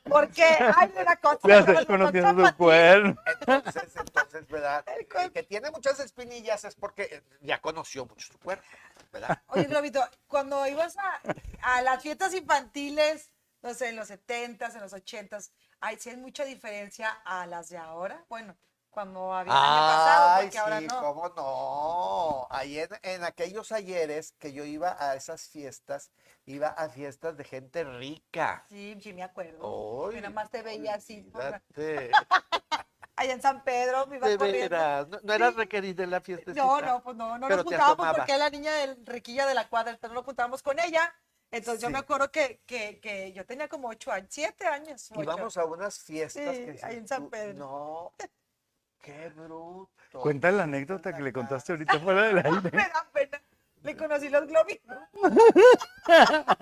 Speaker 5: Porque, ay, de la cosa.
Speaker 4: Le haces conociendo su cuerpo.
Speaker 3: Entonces, entonces, ¿verdad?
Speaker 5: El cuerpo.
Speaker 3: El que tiene muchas espinillas es porque eh, ya conoció mucho su cuerpo, ¿verdad?
Speaker 5: Oye, Globito, cuando ibas a, a las fiestas infantiles, no sé, en los 70s, en los 80s, ¿hay, sí hay mucha diferencia a las de ahora? Bueno, cuando había el año pasado,
Speaker 3: Ay,
Speaker 5: porque ahora
Speaker 3: sí,
Speaker 5: no.
Speaker 3: cómo no. Ahí en, en aquellos ayeres que yo iba a esas fiestas, iba a fiestas de gente rica.
Speaker 5: Sí, sí, me acuerdo.
Speaker 3: Ay,
Speaker 5: que nada más te veía así. por la-
Speaker 3: olvídate,
Speaker 5: Allá en San Pedro me iba
Speaker 3: de
Speaker 5: corriendo.
Speaker 3: veras, no, no eras requerida en la fiesta.
Speaker 5: No, no, pues no, no
Speaker 3: Pero
Speaker 5: nos
Speaker 3: te
Speaker 5: juntábamos
Speaker 3: asomabas.
Speaker 5: porque era la niña del riquilla de la cuadra, entonces no nos juntábamos con ella. Entonces yo
Speaker 3: Sí.
Speaker 5: me acuerdo que, que, que yo tenía como ocho años, siete años. ocho.
Speaker 3: Íbamos a unas fiestas
Speaker 5: Sí,
Speaker 3: que
Speaker 5: ahí
Speaker 3: dices
Speaker 5: en San
Speaker 3: tú,
Speaker 5: Pedro.
Speaker 3: No, qué bruto.
Speaker 4: Cuenta la anécdota que le contaste ahorita fuera del aire.
Speaker 5: Me da pena. Le conocí los globitos.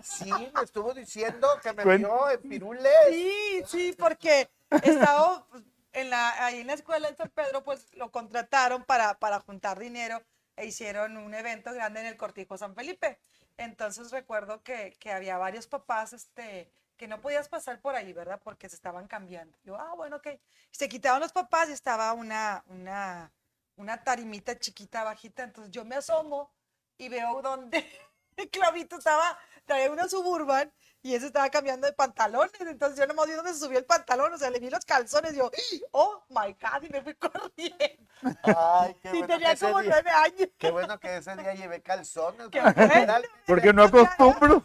Speaker 3: Sí, me estuvo diciendo que me
Speaker 4: Cuen-
Speaker 3: vio en pirules.
Speaker 5: Sí, sí, porque estaba pues, en la, ahí en la escuela en San Pedro, pues lo contrataron para, para juntar dinero e hicieron un evento grande en el Cortijo San Felipe. Entonces recuerdo que, que había varios papás este, que no podías pasar por ahí, ¿verdad? Porque se estaban cambiando. Yo, ah, bueno, ok. Se quitaban los papás y estaba una, una, una tarimita chiquita, bajita. Entonces yo me asomo y veo donde Clavito estaba, traía una suburban y ese estaba cambiando de pantalones. Entonces yo nomás vi dónde se subió el pantalón, o sea, le vi los calzones y yo, oh my God, y me fui corriendo.
Speaker 3: Ay, qué
Speaker 5: y
Speaker 3: bueno que
Speaker 5: tenía
Speaker 3: ese
Speaker 5: como
Speaker 3: día-
Speaker 5: nueve años.
Speaker 3: Qué bueno que ese día llevé calzones.
Speaker 5: Qué
Speaker 3: porque
Speaker 5: bueno.
Speaker 3: realmente
Speaker 4: Porque no acostumbro.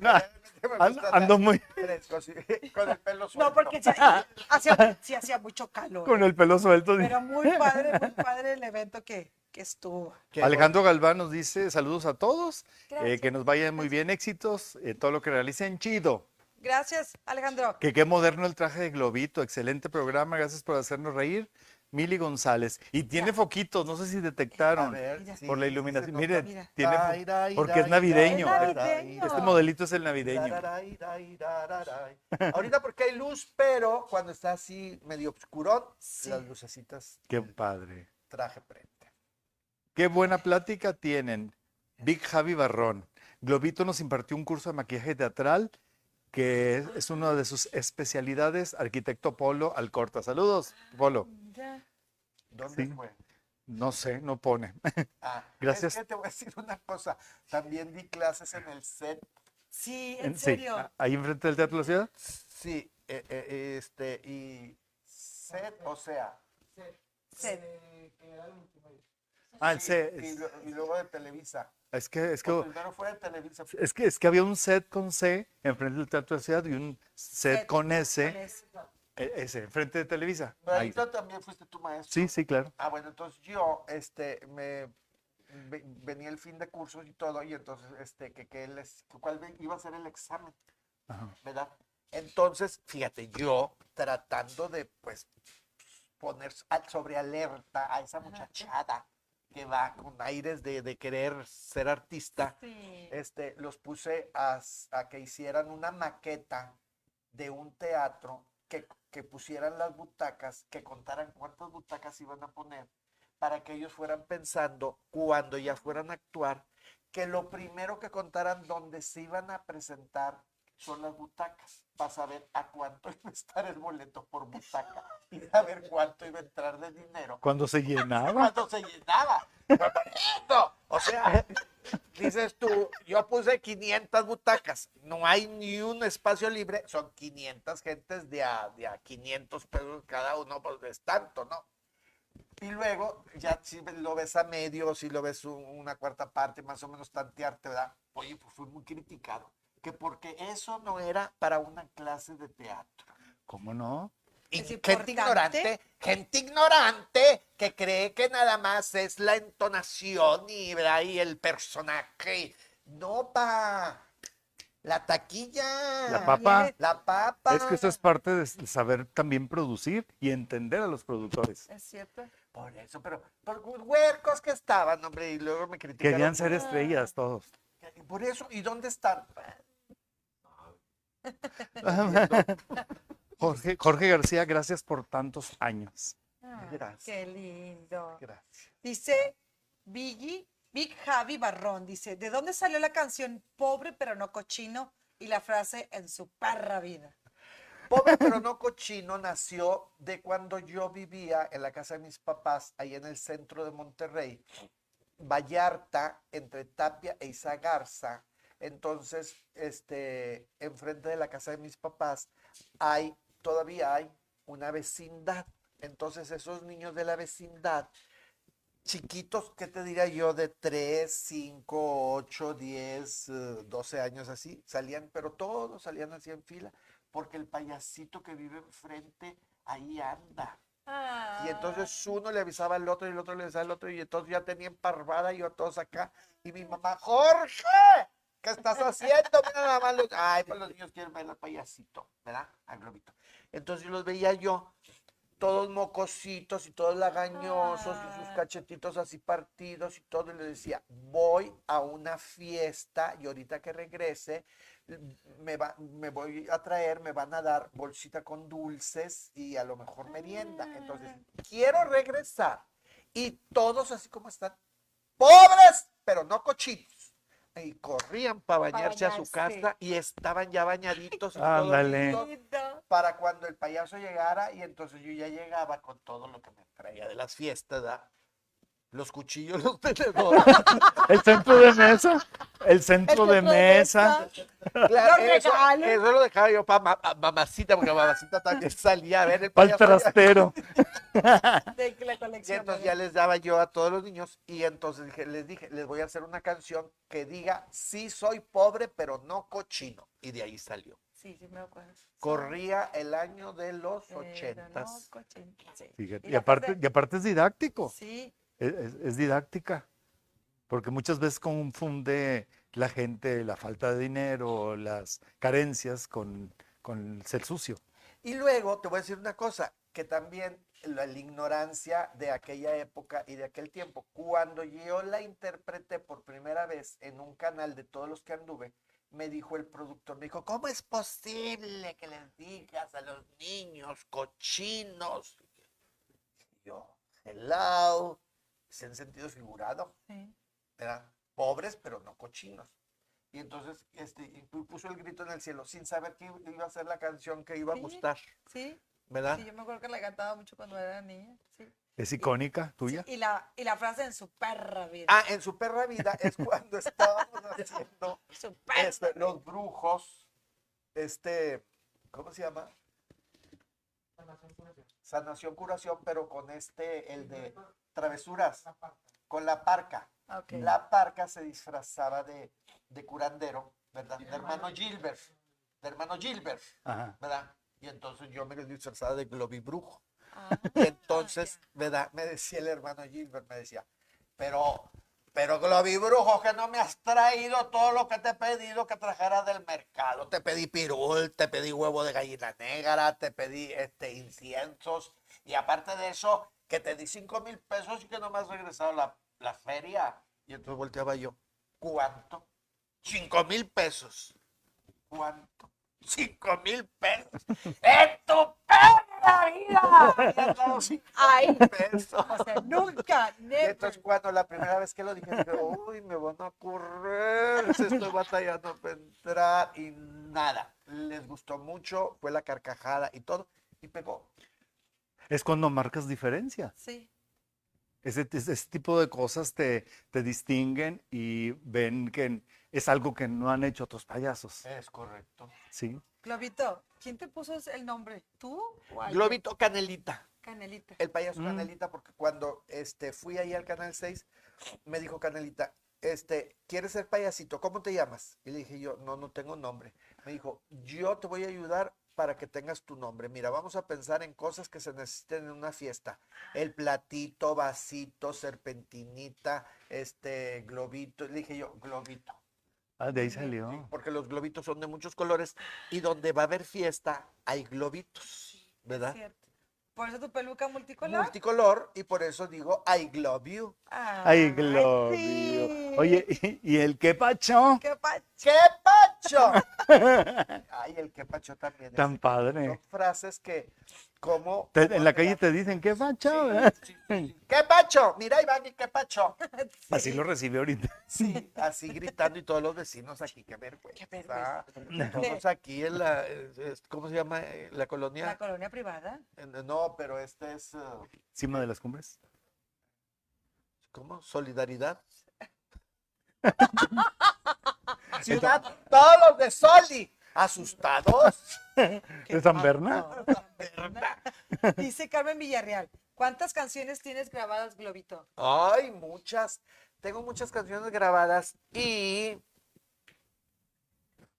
Speaker 4: Nah,
Speaker 3: me gusta
Speaker 4: ando- ando
Speaker 3: andar
Speaker 4: muy
Speaker 3: fresco, sí, con el pelo suelto.
Speaker 5: No, porque se- hacía, sí hacía mucho calor.
Speaker 4: con el pelo suelto.
Speaker 5: Pero muy padre, muy padre el evento que, que estuvo.
Speaker 3: Qué
Speaker 4: Alejandro Galván nos dice saludos a todos, eh,
Speaker 5: Gracias.
Speaker 4: que nos vayan muy bien, éxitos, en todo lo que realicen, chido.
Speaker 5: Gracias, Alejandro.
Speaker 4: Que qué moderno el traje de globito, excelente programa, gracias por hacernos reír. Mili González. Y tiene foquitos, no sé si
Speaker 3: bueno. A
Speaker 4: detectaron
Speaker 3: ver,
Speaker 5: Mira.
Speaker 3: sí,
Speaker 4: por la
Speaker 3: sí se
Speaker 4: iluminación.
Speaker 3: nota.
Speaker 4: Miren,
Speaker 5: mira.
Speaker 4: tiene fo-
Speaker 3: Ay, ay,
Speaker 4: porque
Speaker 3: ay,
Speaker 4: es
Speaker 3: ay,
Speaker 4: navideño.
Speaker 5: Es
Speaker 3: ay,
Speaker 5: navideño.
Speaker 4: Este modelito es el navideño.
Speaker 3: Tararay, ray, tararay. Ahorita porque hay luz, pero cuando está así medio oscurón,
Speaker 5: Sí.
Speaker 3: las lucecitas
Speaker 4: Qué padre.
Speaker 3: traje frente.
Speaker 4: Qué buena plática tienen. Big Javi Barrón. Globito nos impartió un curso de maquillaje teatral que es- es una de sus especialidades, arquitecto Polo Alcorta. Saludos, Polo.
Speaker 5: Mira.
Speaker 3: ¿Dónde
Speaker 4: Sí.
Speaker 3: fue?
Speaker 4: No sé, no pone.
Speaker 3: Ah,
Speaker 4: Gracias.
Speaker 3: Es que te voy a decir una cosa. También di clases en el set.
Speaker 5: Sí, en
Speaker 4: Sí,
Speaker 5: serio.
Speaker 3: Ah,
Speaker 4: a- ahí enfrente del Teatro de la Ciudad.
Speaker 3: Sí, eh, eh, este, y set, o sea.
Speaker 5: Set.
Speaker 3: eh, que era el último.
Speaker 4: Ah, el
Speaker 3: Sí,
Speaker 4: set,
Speaker 3: Y,
Speaker 4: es-
Speaker 3: lo- y luego de Televisa.
Speaker 4: Es que, es
Speaker 3: O
Speaker 4: que,
Speaker 3: Primero fue de Televisa.
Speaker 4: es que, es que había un set con C enfrente del Teatro de la Ciudad y un set
Speaker 5: Set
Speaker 4: con
Speaker 5: Con E.
Speaker 4: S,
Speaker 5: ese.
Speaker 4: eh, ese, enfrente de Televisa.
Speaker 3: Pero
Speaker 4: Ahí.
Speaker 3: ahí tú también fuiste tu maestro.
Speaker 4: Sí, sí, claro.
Speaker 3: Ah, bueno, entonces yo, este, me ve- venía el fin de cursos y todo, y entonces, este, que, que les, que cuál ve- iba a ser el examen,
Speaker 4: Ajá.
Speaker 3: ¿verdad? Entonces, fíjate, yo tratando de, pues, poner s- a- sobre alerta a esa muchachada que va con aires de, de querer ser artista,
Speaker 5: Sí.
Speaker 3: este, los puse a, s- a que hicieran una maqueta de un teatro, que, que pusieran las butacas, que contaran cuántas butacas iban a poner, para que ellos fueran pensando cuando ya fueran a actuar, que lo primero que contaran donde se iban a presentar son las butacas, para saber a cuánto iba a estar el boleto por butaca y saber cuánto iba a entrar de dinero
Speaker 4: Cuando se llenaba.
Speaker 3: cuando se llenaba. ¡Papayito! O sea, dices tú, yo puse 500 butacas, no hay ni un espacio libre, son 500 gentes de a, de a 500 pesos cada uno, pues es tanto, ¿no? Y luego, ya si ve- lo ves a medio, si lo ves un- una cuarta parte, más o menos tantearte, ¿verdad? Oye, pues fui muy criticado, que porque eso no era para una clase de teatro.
Speaker 4: ¿Cómo no?
Speaker 3: Y
Speaker 5: Es
Speaker 3: gente
Speaker 5: importante.
Speaker 3: ignorante, gente ignorante que cree que nada más es la entonación y, ¿verdad? y el personaje. No, pa. La taquilla.
Speaker 4: La papa.
Speaker 3: La papa.
Speaker 4: Es que eso es parte de s- saber también producir y entender a los productores.
Speaker 5: Es cierto.
Speaker 3: Por eso, pero por huercos que estaban, hombre, y luego me criticaron.
Speaker 4: Querían ser estrellas todos.
Speaker 3: Por eso, ¿y dónde están?
Speaker 4: Jorge, Jorge García, gracias por tantos años.
Speaker 5: Ah,
Speaker 3: Gracias.
Speaker 5: Qué lindo.
Speaker 3: Gracias.
Speaker 5: Dice Biggie, Big Javi Barrón, dice, ¿de dónde salió la canción Pobre pero no cochino? Y la frase en su parra vida.
Speaker 3: Pobre pero no cochino nació de cuando yo vivía en la casa de mis papás, ahí en el centro de Monterrey, Vallarta, entre Tapia e Izagarza. Entonces, este, enfrente de la casa de mis papás hay, todavía hay una vecindad. Entonces, esos niños de la vecindad, chiquitos, ¿qué te diría yo? De 3, 5, 8, 10, eh, 12 años así, salían, pero todos salían así en fila porque el payasito que vive enfrente ahí anda. Y entonces uno le avisaba al otro y el otro le avisaba al otro y entonces ya tenían parvada y yo todos acá. Y mi mamá, Jorge, ¿qué estás haciendo? Mira nada más los... Ay, pues los niños quieren ver al payasito, ¿verdad? Al globito. Entonces yo los veía yo, todos mocositos y todos lagañosos y sus
Speaker 5: Ah.
Speaker 3: cachetitos así partidos y todo. Y les decía, voy a una fiesta y ahorita que regrese me, va- me voy a traer, me van a dar bolsita con dulces y a lo mejor merienda.
Speaker 5: Ah.
Speaker 3: Entonces, quiero regresar. Y todos así como están, pobres, pero no cochinos. y corrían para bañarse a su
Speaker 5: bañarse.
Speaker 3: casa y estaban ya bañaditos. y todo
Speaker 4: Ándale.
Speaker 3: listo para cuando el payaso llegara y entonces yo ya llegaba con todo lo que me traía de las fiestas, ¿verdad? Los cuchillos, los tenedores,
Speaker 4: El centro de mesa. El centro de mesa.
Speaker 3: claro,
Speaker 5: Los
Speaker 3: eso,
Speaker 5: regalos.
Speaker 3: eso lo dejaba yo para mamacita, porque mamacita también salía a ver el
Speaker 4: Para el
Speaker 3: payaso.
Speaker 4: trastero.
Speaker 5: De que la
Speaker 3: Y
Speaker 5: colección.
Speaker 3: entonces
Speaker 5: ¿no?
Speaker 3: ya les daba yo a todos los niños y entonces dije, les dije, les voy a hacer una canción que diga, sí soy pobre, pero no cochino. Y de ahí salió.
Speaker 5: Sí, sí, me acuerdo. Sí,
Speaker 3: Corría el año de los
Speaker 5: pero no,
Speaker 3: ochentas.
Speaker 5: ochenta, sí.
Speaker 4: Fíjate, Y
Speaker 5: la
Speaker 4: aparte,
Speaker 5: parte-
Speaker 4: y aparte es didáctico.
Speaker 5: Sí,
Speaker 4: es, es- es didáctica, porque muchas veces confunde la gente la falta de dinero, las carencias con, con el ser sucio.
Speaker 3: Y luego te voy a decir una cosa, que también la, la ignorancia de aquella época y de aquel tiempo. Cuando yo la interpreté por primera vez en un canal de todos los que anduve, me dijo el productor, me dijo, ¿cómo es posible que les digas a los niños cochinos? Y yo, hello, es en sentido figurado
Speaker 5: sí.
Speaker 3: eran pobres, pero no cochinos. Y entonces este, y pu- puso el grito en el cielo sin saber que i- iba a ser la canción que iba a
Speaker 5: Sí.
Speaker 3: gustar,
Speaker 5: Sí,
Speaker 3: ¿verdad?
Speaker 5: sí, yo me acuerdo que la cantaba mucho cuando era niña. Sí.
Speaker 4: Es icónica tuya.
Speaker 5: Y la, y la frase en su perra vida.
Speaker 3: Ah, en su perra vida es cuando estábamos haciendo
Speaker 5: su perra.
Speaker 3: este, los brujos, este, ¿cómo se llama? Sanación, curación, pero con este, el de travesuras, con la parca.
Speaker 5: Ok.
Speaker 3: La parca se disfrazaba de, de curandero, ¿verdad? De hermano Gilbert, de hermano Gilbert.
Speaker 4: Ajá.
Speaker 3: ¿verdad? Y entonces yo me disfrazaba de globibrujo.
Speaker 5: Ah,
Speaker 3: Y entonces, ¿verdad? Me decía el hermano Gilbert, me decía, pero, pero globibrujo, que no me has traído todo lo que te he pedido que trajeras del mercado. Te pedí pirul, te pedí huevo de gallina negra, te pedí este, inciensos. Y aparte de eso, que te di cinco mil pesos y que no me has regresado la, la feria. Y entonces volteaba yo, ¿cuánto? Cinco mil pesos. ¿Cuánto? Cinco mil pesos. ¡En tu perra vida! Me habían dado cinco
Speaker 5: Ay,
Speaker 3: mil pesos.
Speaker 5: o sea, nunca,
Speaker 3: Y
Speaker 5: never.
Speaker 3: entonces cuando la primera vez que lo dije, dije, uy, me van a correr, se estoy batallando para entrar y nada. Les gustó mucho, fue la carcajada y todo, y pegó.
Speaker 4: Es cuando marcas diferencia.
Speaker 5: Sí,
Speaker 4: Ese, ese- ese tipo de cosas te, te distinguen y ven que es algo que no han hecho otros payasos.
Speaker 3: Es correcto.
Speaker 4: ¿sí?
Speaker 5: Globito, ¿quién te puso ese- el nombre? ¿Tú? o alguien?
Speaker 3: Globito Canelita.
Speaker 5: Canelita.
Speaker 3: El payaso
Speaker 4: Mm.
Speaker 3: Canelita, porque cuando este, fui ahí al Canal 6, me dijo Canelita, este, ¿quieres ser payasito? ¿Cómo te llamas? Y le dije yo, no, no tengo nombre. Me dijo, yo te voy a ayudar para que tengas tu nombre. Mira, vamos a pensar en cosas que se necesiten en una fiesta. El platito, vasito, serpentinita, este, globito. Le dije yo, globito.
Speaker 4: Ah, de ahí
Speaker 3: Sí,
Speaker 4: salió.
Speaker 3: porque los globitos son de muchos colores y donde va a haber fiesta hay globitos, ¿verdad?
Speaker 5: Cierto. Por eso tu peluca multicolor. Ah,
Speaker 3: multicolor y por eso digo I love you.
Speaker 4: Ay,
Speaker 5: sí.
Speaker 4: Globo. Oye, ¿y, y el qué pacho?
Speaker 5: Qué pa-
Speaker 3: ¡Qué pacho! Ay, el qué pacho también.
Speaker 4: Tan
Speaker 3: es- Son
Speaker 4: padre.
Speaker 3: frases que como
Speaker 4: Te- en la calle te dicen qué pacho. ¿verdad?
Speaker 3: ¡Qué pacho! Mira Iván, y qué pacho.
Speaker 4: Así lo recibí ahorita.
Speaker 3: Sí, así gritando y todos los vecinos aquí, qué vergüenza.
Speaker 5: Qué vergüenza.
Speaker 3: Todos aquí en la es- ¿cómo se llama eh, la
Speaker 5: La
Speaker 3: colonia?
Speaker 5: colonia privada.
Speaker 3: En- No, pero este es eh,
Speaker 4: Cima de las cumbres.
Speaker 3: ¿cómo? Solidaridad. Ciudad, todos los de Soli, asustados.
Speaker 5: Qué
Speaker 4: ¿De San
Speaker 5: pato,
Speaker 4: Berna?
Speaker 5: San Berna. Dice Carmen Villarreal. ¿Cuántas canciones tienes grabadas, Globito?
Speaker 3: Ay, muchas. Tengo muchas canciones grabadas y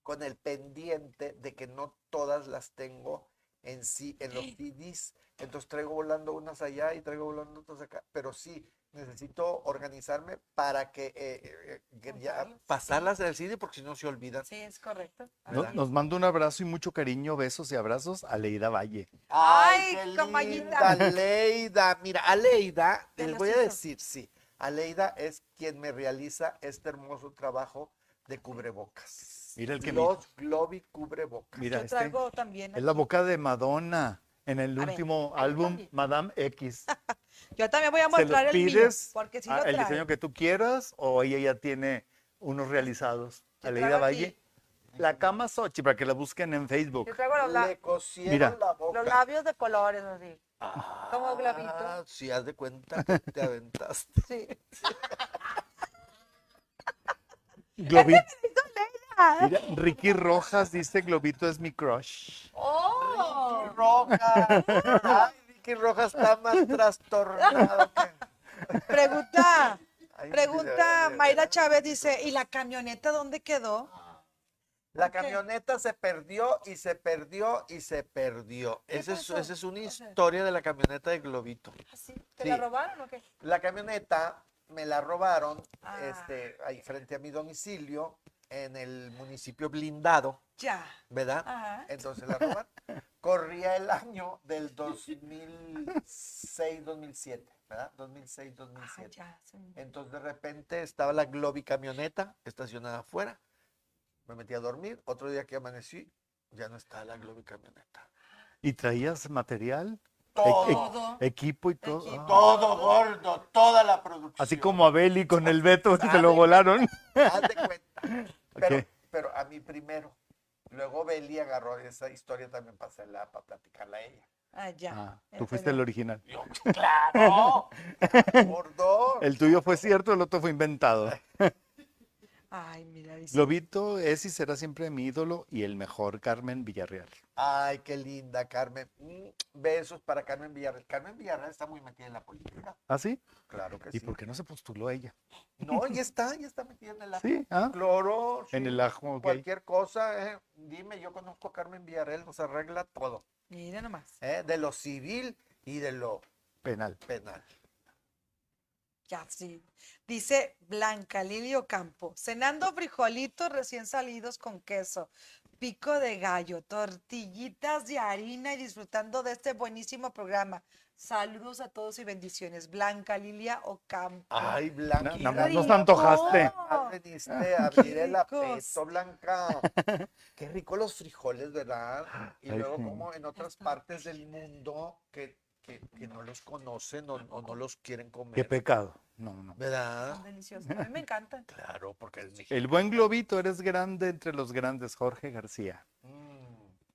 Speaker 3: con el pendiente de que no todas las tengo en sí, en los CDs. Entonces traigo volando unas allá y traigo volando otras acá. Pero sí, necesito organizarme para que, eh, eh, que ya
Speaker 5: Juntarlas,
Speaker 3: pasarlas en el CD porque si no se olvidan.
Speaker 5: Sí, es correcto.
Speaker 4: No-
Speaker 3: ¿Verdad?
Speaker 4: nos manda un abrazo y mucho cariño, besos y abrazos a Leida Valle.
Speaker 5: Ay,
Speaker 3: qué linda,
Speaker 5: compañita.
Speaker 3: Aleida. Mira, Aleida,
Speaker 5: De
Speaker 3: les
Speaker 5: los
Speaker 3: voy a
Speaker 5: hijos.
Speaker 3: decir, sí. Aleida es quien me realiza este hermoso trabajo de cubrebocas.
Speaker 4: Mira el que me
Speaker 3: Los Globi cubrebocas.
Speaker 4: Mira,
Speaker 5: Yo
Speaker 4: este
Speaker 5: traigo también.
Speaker 4: es la
Speaker 5: aquí.
Speaker 4: boca de Madonna en el
Speaker 5: A ver,
Speaker 4: último
Speaker 5: ahí
Speaker 4: álbum
Speaker 5: también.
Speaker 4: Madame X.
Speaker 5: Yo también voy a
Speaker 4: ¿Se lo
Speaker 5: mostrar el mío,
Speaker 4: pides
Speaker 5: porque si
Speaker 4: Ah,
Speaker 5: lo
Speaker 4: el
Speaker 5: trae.
Speaker 4: diseño que tú quieras o ella ya tiene unos realizados.
Speaker 5: Yo
Speaker 4: Aleida
Speaker 5: traigo aquí.
Speaker 4: Valle. La cama Sochi, para que la busquen en Facebook.
Speaker 5: Yo traigo los, la-
Speaker 3: Le cosieron
Speaker 4: Mira.
Speaker 3: la boca.
Speaker 5: los labios de colores, así. Como
Speaker 3: Ah,
Speaker 5: glavitos.
Speaker 3: si haz de cuenta que te aventaste.
Speaker 5: Sí.
Speaker 4: Globito. Mira, Ricky Rojas dice Globito es mi crush.
Speaker 5: ¡Oh!
Speaker 3: Rojas. Ay, Vicky Rojas está más trastornado que.
Speaker 5: Pregunta,
Speaker 3: Ay, mira,
Speaker 5: pregunta
Speaker 3: mira.
Speaker 5: Mayra Chávez dice, ¿y la camioneta dónde quedó?
Speaker 3: La
Speaker 5: Ok.
Speaker 3: camioneta se perdió y se perdió y se perdió.
Speaker 5: ¿Qué
Speaker 3: Esa es,
Speaker 5: pasó?
Speaker 3: esa es una
Speaker 5: O sea-
Speaker 3: historia de la camioneta de Globito.
Speaker 5: ¿Así? ¿Te
Speaker 3: Sí.
Speaker 5: la robaron o qué?
Speaker 3: La camioneta me la robaron
Speaker 5: Ah.
Speaker 3: este, ahí frente a mi domicilio en el municipio blindado,
Speaker 5: Ya.
Speaker 3: ¿verdad?
Speaker 5: Ajá.
Speaker 3: Entonces la robaron. Corría el año del 2006-2007, ¿verdad?
Speaker 5: Ah,
Speaker 3: 2006-2007.
Speaker 5: ya. se me-
Speaker 3: Entonces de repente estaba la Globi camioneta estacionada afuera. Me metí a dormir. Otro día que amanecí, ya no estaba la Globi camioneta.
Speaker 4: ¿Y traías material?
Speaker 5: eh,
Speaker 3: Todo,
Speaker 4: Ec-
Speaker 5: Todo.
Speaker 4: Equipo y todo.
Speaker 5: Equipo.
Speaker 4: Ah.
Speaker 3: todo gordo, toda la producción.
Speaker 4: Así como a Beli con el Beto que se lo volaron.
Speaker 3: Haz de cuenta. Pero,
Speaker 4: Ok.
Speaker 3: pero a mí primero. Luego Beli agarró esa historia también para hacerla, para platicarla a ella.
Speaker 5: Ah, ya.
Speaker 4: Ah, tú
Speaker 5: Entonces,
Speaker 4: fuiste el original.
Speaker 3: Yo, claro. gordo.
Speaker 4: El tuyo fue cierto, el otro fue inventado.
Speaker 5: Ay, mira, dice.
Speaker 4: Globito es y será siempre mi ídolo y el mejor Carmen Villarreal.
Speaker 3: Ay, qué linda, Carmen. Mm, Besos para Carmen Villarreal. Carmen Villarreal está muy metida en la política.
Speaker 4: ¿Ah, sí?
Speaker 3: Claro
Speaker 5: Pues
Speaker 3: que
Speaker 4: ¿Y
Speaker 3: sí.
Speaker 4: por qué no se postuló ella?
Speaker 3: No, ya está, ya está metida en el ajo.
Speaker 4: Sí, ah,
Speaker 3: Cloro,
Speaker 4: en
Speaker 3: sí,
Speaker 4: el ajo, ok.
Speaker 3: cualquier cosa, eh, dime, yo conozco a Carmen Villarreal, nos arregla todo,
Speaker 5: Mira nomás.
Speaker 3: eh, de lo civil y de lo
Speaker 4: penal.
Speaker 3: penal.
Speaker 5: Ya, sí. Dice Blanca Lilio Campo, cenando frijolitos recién salidos con queso, pico de gallo, tortillitas de harina y disfrutando de este buenísimo programa. Saludos a todos y bendiciones. Blanca Lilia Ocampo.
Speaker 3: Ay, Blanca.
Speaker 4: Na- Ah, nada más nos
Speaker 5: rico!
Speaker 4: antojaste.
Speaker 3: Ah, veniste a abrir el
Speaker 5: ricos.
Speaker 3: apeto, Blanca. Qué rico los frijoles, ¿verdad? Y
Speaker 4: Ay,
Speaker 3: luego
Speaker 4: sí.
Speaker 3: como en otras partes del mundo que, que, que no los conocen o, o no los quieren
Speaker 4: Qué
Speaker 3: comer.
Speaker 4: pecado. No, no.
Speaker 5: Son
Speaker 3: ¿Verdad?
Speaker 5: deliciosos. A mí me encantan.
Speaker 3: Claro, porque es mexicano.
Speaker 4: El buen globito, eres grande entre los grandes, Jorge García.
Speaker 3: Mm.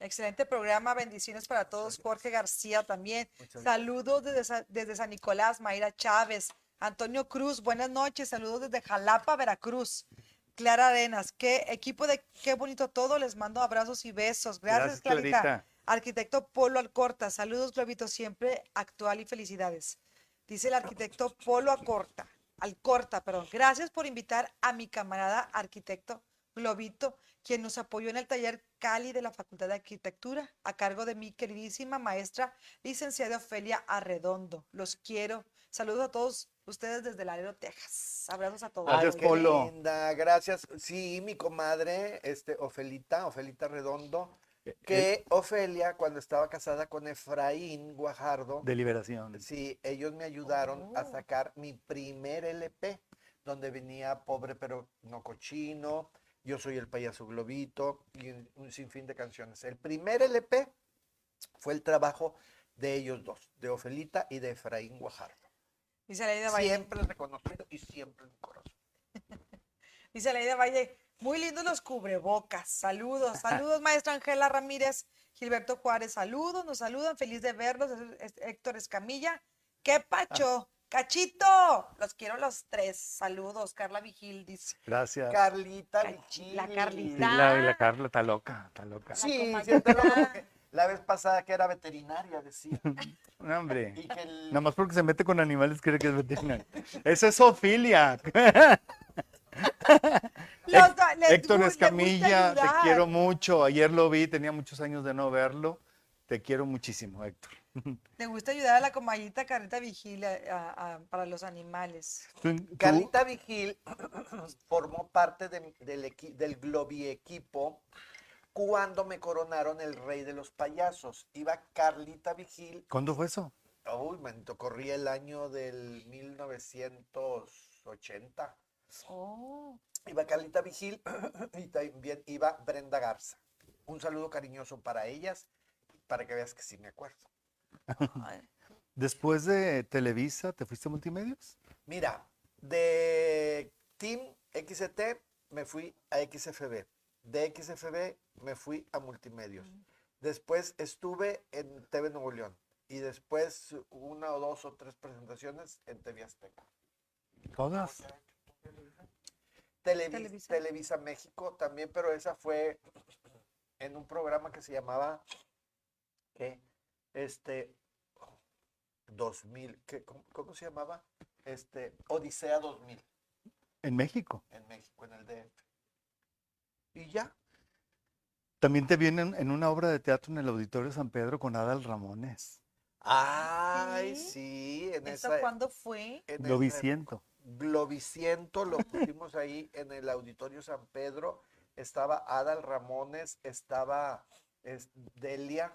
Speaker 5: Excelente programa. Bendiciones para todos. Jorge García también.
Speaker 3: Muchas
Speaker 5: Saludos desde, Sa- desde San Nicolás, Mayra Chávez. Antonio Cruz, buenas noches. Saludos desde Jalapa, Veracruz. Clara Arenas, qué equipo de qué bonito todo. Les mando abrazos y besos.
Speaker 4: Gracias,
Speaker 5: Gracias, Clarita.
Speaker 4: Clarita.
Speaker 5: Arquitecto Polo Alcorta, saludos, Globito, siempre actual y felicidades. Dice el arquitecto Polo Alcorta, Alcorta, perdón. Gracias por invitar a mi camarada arquitecto Globito, quien nos apoyó en el taller Cali de la Facultad de Arquitectura, a cargo de mi queridísima maestra, licenciada Ofelia Arredondo. Los quiero. Saludos a todos ustedes desde Laredo, Texas. Abrazos a todos.
Speaker 4: Gracias,
Speaker 3: Qué
Speaker 4: Polo.
Speaker 3: linda, gracias. Sí, mi comadre, este, Ofelita, Ofelita Redondo,
Speaker 4: Eh,
Speaker 3: que Ofelia, cuando estaba casada con Efraín Guajardo,
Speaker 4: De liberación.
Speaker 3: sí, ellos me ayudaron a sacar mi primer LP, donde venía Pobre pero no cochino, Yo soy el payaso globito y un, un sinfín de canciones. El primer LP fue el trabajo de ellos dos, de Ofelita y de Efraín Guajardo.
Speaker 5: Dice Aleida Valle.
Speaker 3: Siempre reconocido y siempre en mi corazón.
Speaker 5: Dice Leida Valle, muy lindos los cubrebocas. Saludos, saludos, maestra Ángela Ramírez, Gilberto Juárez, saludos, nos saludan, feliz de verlos. Es- es Héctor Escamilla, qué
Speaker 4: Ah.
Speaker 5: pacho, cachito, los quiero los tres. Saludos, Carla Vigil dice.
Speaker 4: Gracias.
Speaker 3: Carlita,
Speaker 5: Ay,
Speaker 3: Vigil.
Speaker 5: la
Speaker 4: Sí,
Speaker 5: Carlita.
Speaker 4: la, la Carla está loca, está loca.
Speaker 3: Sí,
Speaker 5: compañera.
Speaker 3: siento lo que la vez pasada que era veterinaria, decía.
Speaker 4: No, hombre.
Speaker 3: Y que el-
Speaker 4: Nada más porque se mete con animales cree que es veterinario. Esa es Ofilia.
Speaker 5: Los da- les
Speaker 4: Héctor
Speaker 5: gu- les gusta
Speaker 4: Escamilla, te
Speaker 5: ayudar.
Speaker 4: quiero mucho. Ayer lo vi, tenía muchos años de no verlo. Te quiero muchísimo, Héctor.
Speaker 5: Le gusta ayudar a la comayita Carlita Vigil a- a- a- para los animales.
Speaker 4: Tú- tú-
Speaker 3: Carlita Vigil formó parte de- del, equi- del Globi equipo cuando me coronaron el rey de los payasos. Iba Carlita Vigil,
Speaker 4: ¿Cuándo fue eso?
Speaker 3: uy, manito, corría el año del 1980.
Speaker 5: Oh,
Speaker 3: Iba Carlita Vigil y también iba Brenda Garza. Un saludo cariñoso para ellas, para que veas que sí me acuerdo.
Speaker 5: ay.
Speaker 4: Después de Televisa, ¿te fuiste a Multimedios?
Speaker 3: Mira, de Team XT E me fui a XFB. De XFB me fui a Multimedios. Después estuve en TV Nuevo León. Y después una o dos o tres presentaciones en TV Azteca.
Speaker 4: Todas.
Speaker 3: Televis-
Speaker 5: Televisa.
Speaker 3: Televisa. México también, pero esa fue en un programa que se llamaba ¿qué? Este 2000, ¿qué? ¿Cómo, cómo se llamaba? Este Odisea 2000
Speaker 4: En México.
Speaker 3: en México, en el DF. Y ya,
Speaker 4: También te vienen en una obra de teatro en el Auditorio San Pedro con Adal Ramones.
Speaker 3: ay,
Speaker 5: Sí.
Speaker 3: sí, en
Speaker 5: ¿Eso
Speaker 3: esa
Speaker 5: cuándo fue?
Speaker 3: en
Speaker 4: Lo
Speaker 3: esa-
Speaker 4: viciento.
Speaker 3: Globiciento lo pusimos ahí en el Auditorio San Pedro. Estaba Adal Ramones, estaba es- Delia,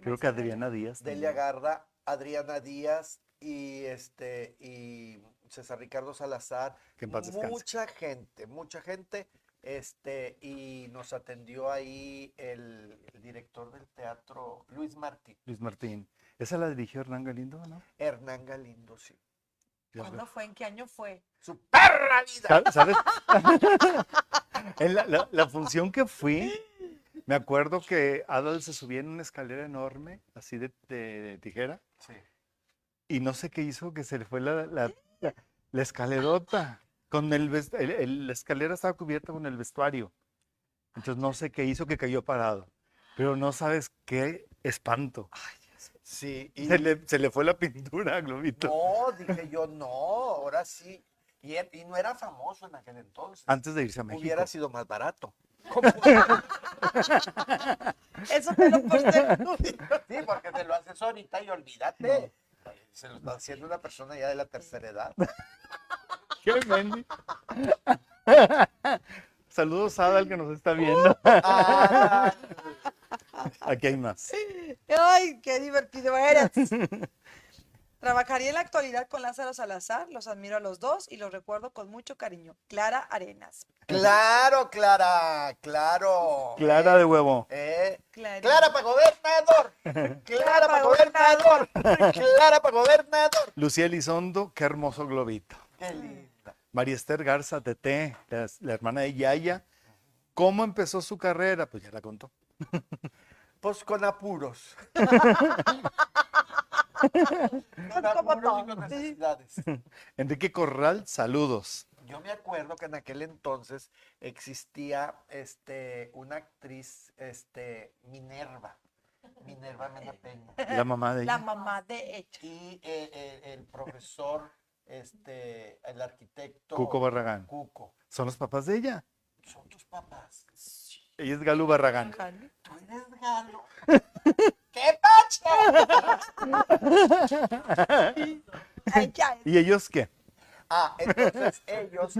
Speaker 4: Creo que Adriana Díaz.
Speaker 3: Delia
Speaker 4: también.
Speaker 3: Garda, Adriana Díaz y este y César Ricardo Salazar.
Speaker 4: Que en paz descanse.
Speaker 3: mucha gente, mucha gente. Este, y nos atendió ahí el, el director del teatro, Luis Martí,
Speaker 4: Luis Martín. Esa la dirigió Hernán Galindo, ¿no?
Speaker 3: Hernán Galindo, sí.
Speaker 4: Ya
Speaker 5: ¿Cuándo fue? ¿En qué año fue?
Speaker 3: ¡Su perra vida!
Speaker 4: Sa- ¿Sabes? En la, la- la función que fui, me acuerdo que Adal se subía en una escalera enorme, así de, de- de tijera,
Speaker 3: Sí.
Speaker 4: y no sé qué hizo, que se le fue la, la, la- la escalerota. Con el, vest- el- el- la escalera estaba cubierta con el vestuario. Entonces no sé qué hizo, que cayó parado. Pero no sabes qué espanto.
Speaker 3: Sí, y-
Speaker 4: Se le, se le fue la pintura, Globito.
Speaker 3: No, dije yo, no, ahora sí. Y, él- y no era famoso en aquel entonces.
Speaker 4: Antes de irse a Ah, México.
Speaker 3: Hubiera sido más barato.
Speaker 5: Eso te lo posté.
Speaker 3: Sí, porque te lo haces ahorita y olvídate. Se lo está haciendo una persona ya de la tercera edad.
Speaker 4: ¿Qué, Mendy? Saludos a Adal que nos está viendo.
Speaker 3: Ah,
Speaker 4: Aquí hay más.
Speaker 5: Ay, qué divertido eres. Trabajaría en la actualidad con Lázaro Salazar, los admiro a los dos y los recuerdo con mucho cariño. Clara Arenas.
Speaker 3: claro, Clara, claro.
Speaker 4: Clara de huevo.
Speaker 3: Eh,
Speaker 5: Clarín.
Speaker 3: Clara para gobernador. Clara para gobernador. Clara para gobernador.
Speaker 4: Lucía Elizondo, qué hermoso globito.
Speaker 3: Qué linda.
Speaker 4: María Esther Garza, Tete, la, la hermana de Yaya. ¿Cómo empezó su carrera? Pues ya la contó.
Speaker 3: Pues con apuros. con
Speaker 5: como
Speaker 3: apuros y
Speaker 5: todo.
Speaker 3: con necesidades.
Speaker 4: Enrique Corral, saludos.
Speaker 3: Yo me acuerdo que en aquel entonces existía este, una actriz, este, Minerva, Minerva Mena Peña,
Speaker 4: La mamá de
Speaker 5: La
Speaker 4: ella.
Speaker 5: mamá de ella.
Speaker 3: y eh, eh, el profesor, este, el arquitecto
Speaker 4: Cuco Barragán.
Speaker 3: Cuco.
Speaker 4: Son los papás de ella.
Speaker 3: Son tus papás.
Speaker 4: Ella es Galú Barragán.
Speaker 3: Tú eres galo. ¡Qué pacho!
Speaker 5: Ay, ya,
Speaker 4: ¿Y ellos qué?
Speaker 3: Ah, entonces ellos,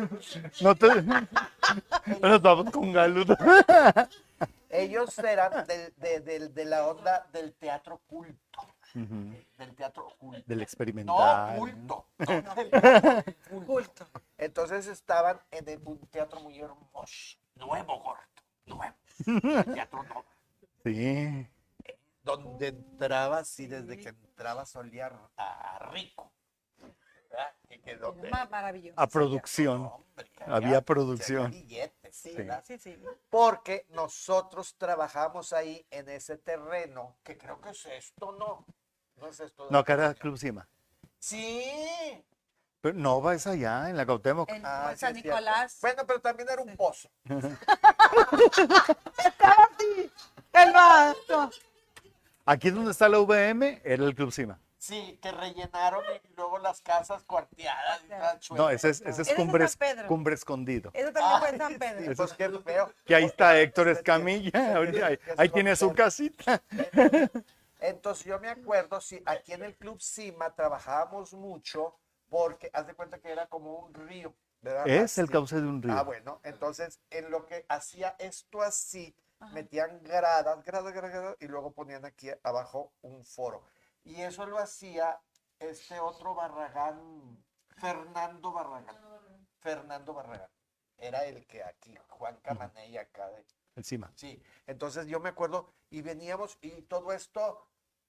Speaker 4: No te... Nos vamos con Galú.
Speaker 3: ellos eran del- de, del- de la onda del teatro culto,
Speaker 4: Ujú.
Speaker 3: del teatro culto.
Speaker 4: Del
Speaker 3: No,
Speaker 4: experimental.
Speaker 3: culto.
Speaker 5: culto.
Speaker 3: Entonces estaban en el- un teatro muy hermoso, nuevo, gordo, nuevo. El teatro no-
Speaker 4: Sí.
Speaker 3: donde entrabas y desde que entrabas olía a a rico. ¿verdad? Que, que donde-
Speaker 5: Ma- Maravilloso.
Speaker 4: A producción.
Speaker 3: hombre, que
Speaker 4: Había
Speaker 3: había-
Speaker 4: producción.
Speaker 3: que había billetes,
Speaker 5: Sí,
Speaker 3: ¿verdad?
Speaker 5: sí, sí.
Speaker 3: Porque nosotros trabajamos ahí en ese terreno, que creo que es esto, ¿no? No es esto.
Speaker 4: No, acá era Club Cima.
Speaker 3: Sí.
Speaker 4: Pero Nova es allá, en la Cuauhtémoc.
Speaker 5: En
Speaker 3: Ah, sí
Speaker 5: San
Speaker 3: es cierto.
Speaker 5: Nicolás.
Speaker 3: Bueno, pero también era un pozo.
Speaker 5: El vato.
Speaker 4: Aquí es donde está la VM, era el Club Cima.
Speaker 3: Sí, que rellenaron y luego las casas cuarteadas. y las
Speaker 4: No,
Speaker 3: chuecas.
Speaker 4: ese es, ese es
Speaker 5: Ese es
Speaker 4: cumbre,
Speaker 5: San Pedro. Eh,
Speaker 4: Cumbre Escondido.
Speaker 5: Eso también
Speaker 4: Ah,
Speaker 5: fue en San Pedro.
Speaker 3: Sí, pues qué feo.
Speaker 4: Que ahí está Héctor
Speaker 3: Ese- ese-
Speaker 4: Escamilla. ahorita ahí,
Speaker 3: ese-
Speaker 4: ahí tiene su casita.
Speaker 3: Entonces yo me acuerdo, si aquí en el Club Cima trabajábamos mucho porque haz de cuenta que era como un río, ¿verdad?
Speaker 4: Es el
Speaker 3: Así.
Speaker 4: cauce de un
Speaker 3: Ah,
Speaker 4: río.
Speaker 3: bueno, entonces en lo que hacía esto así, metían gradas, gradas, gradas, gradas, y luego ponían aquí abajo un foro. Y eso lo hacía este otro Barragán, Fernando Barragán. Fernando Barragán. Era el que aquí, Juan Camaney acá de
Speaker 4: Encima.
Speaker 3: Sí, entonces yo me acuerdo y veníamos y todo esto,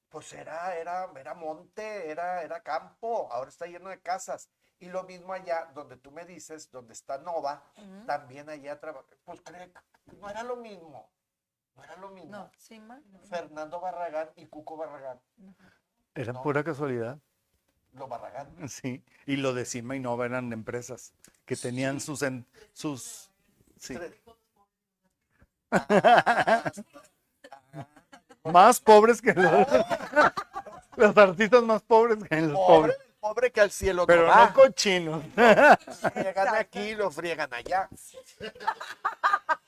Speaker 3: pues era, era, era monte, era, era campo, ahora está lleno de casas. Y lo mismo allá, donde tú me dices, donde está Nova, también allá trabaja. Pues cree, no era lo mismo. No era lo mismo.
Speaker 5: No, sí, ma. no.
Speaker 3: Fernando Barragán y Cuco Barragán.
Speaker 4: Era
Speaker 3: No.
Speaker 4: pura casualidad.
Speaker 3: Los Barragán.
Speaker 4: Sí. Y lo de Cima y Nova eran empresas que tenían sus. en- sus sí.
Speaker 3: Ah,
Speaker 4: más pobres que los, los artistas más pobres que los
Speaker 3: Pobre,
Speaker 4: pobres.
Speaker 3: pobre que al cielo
Speaker 4: Pero
Speaker 3: no va.
Speaker 4: no cochinos.
Speaker 3: Friegan aquí, lo friegan allá.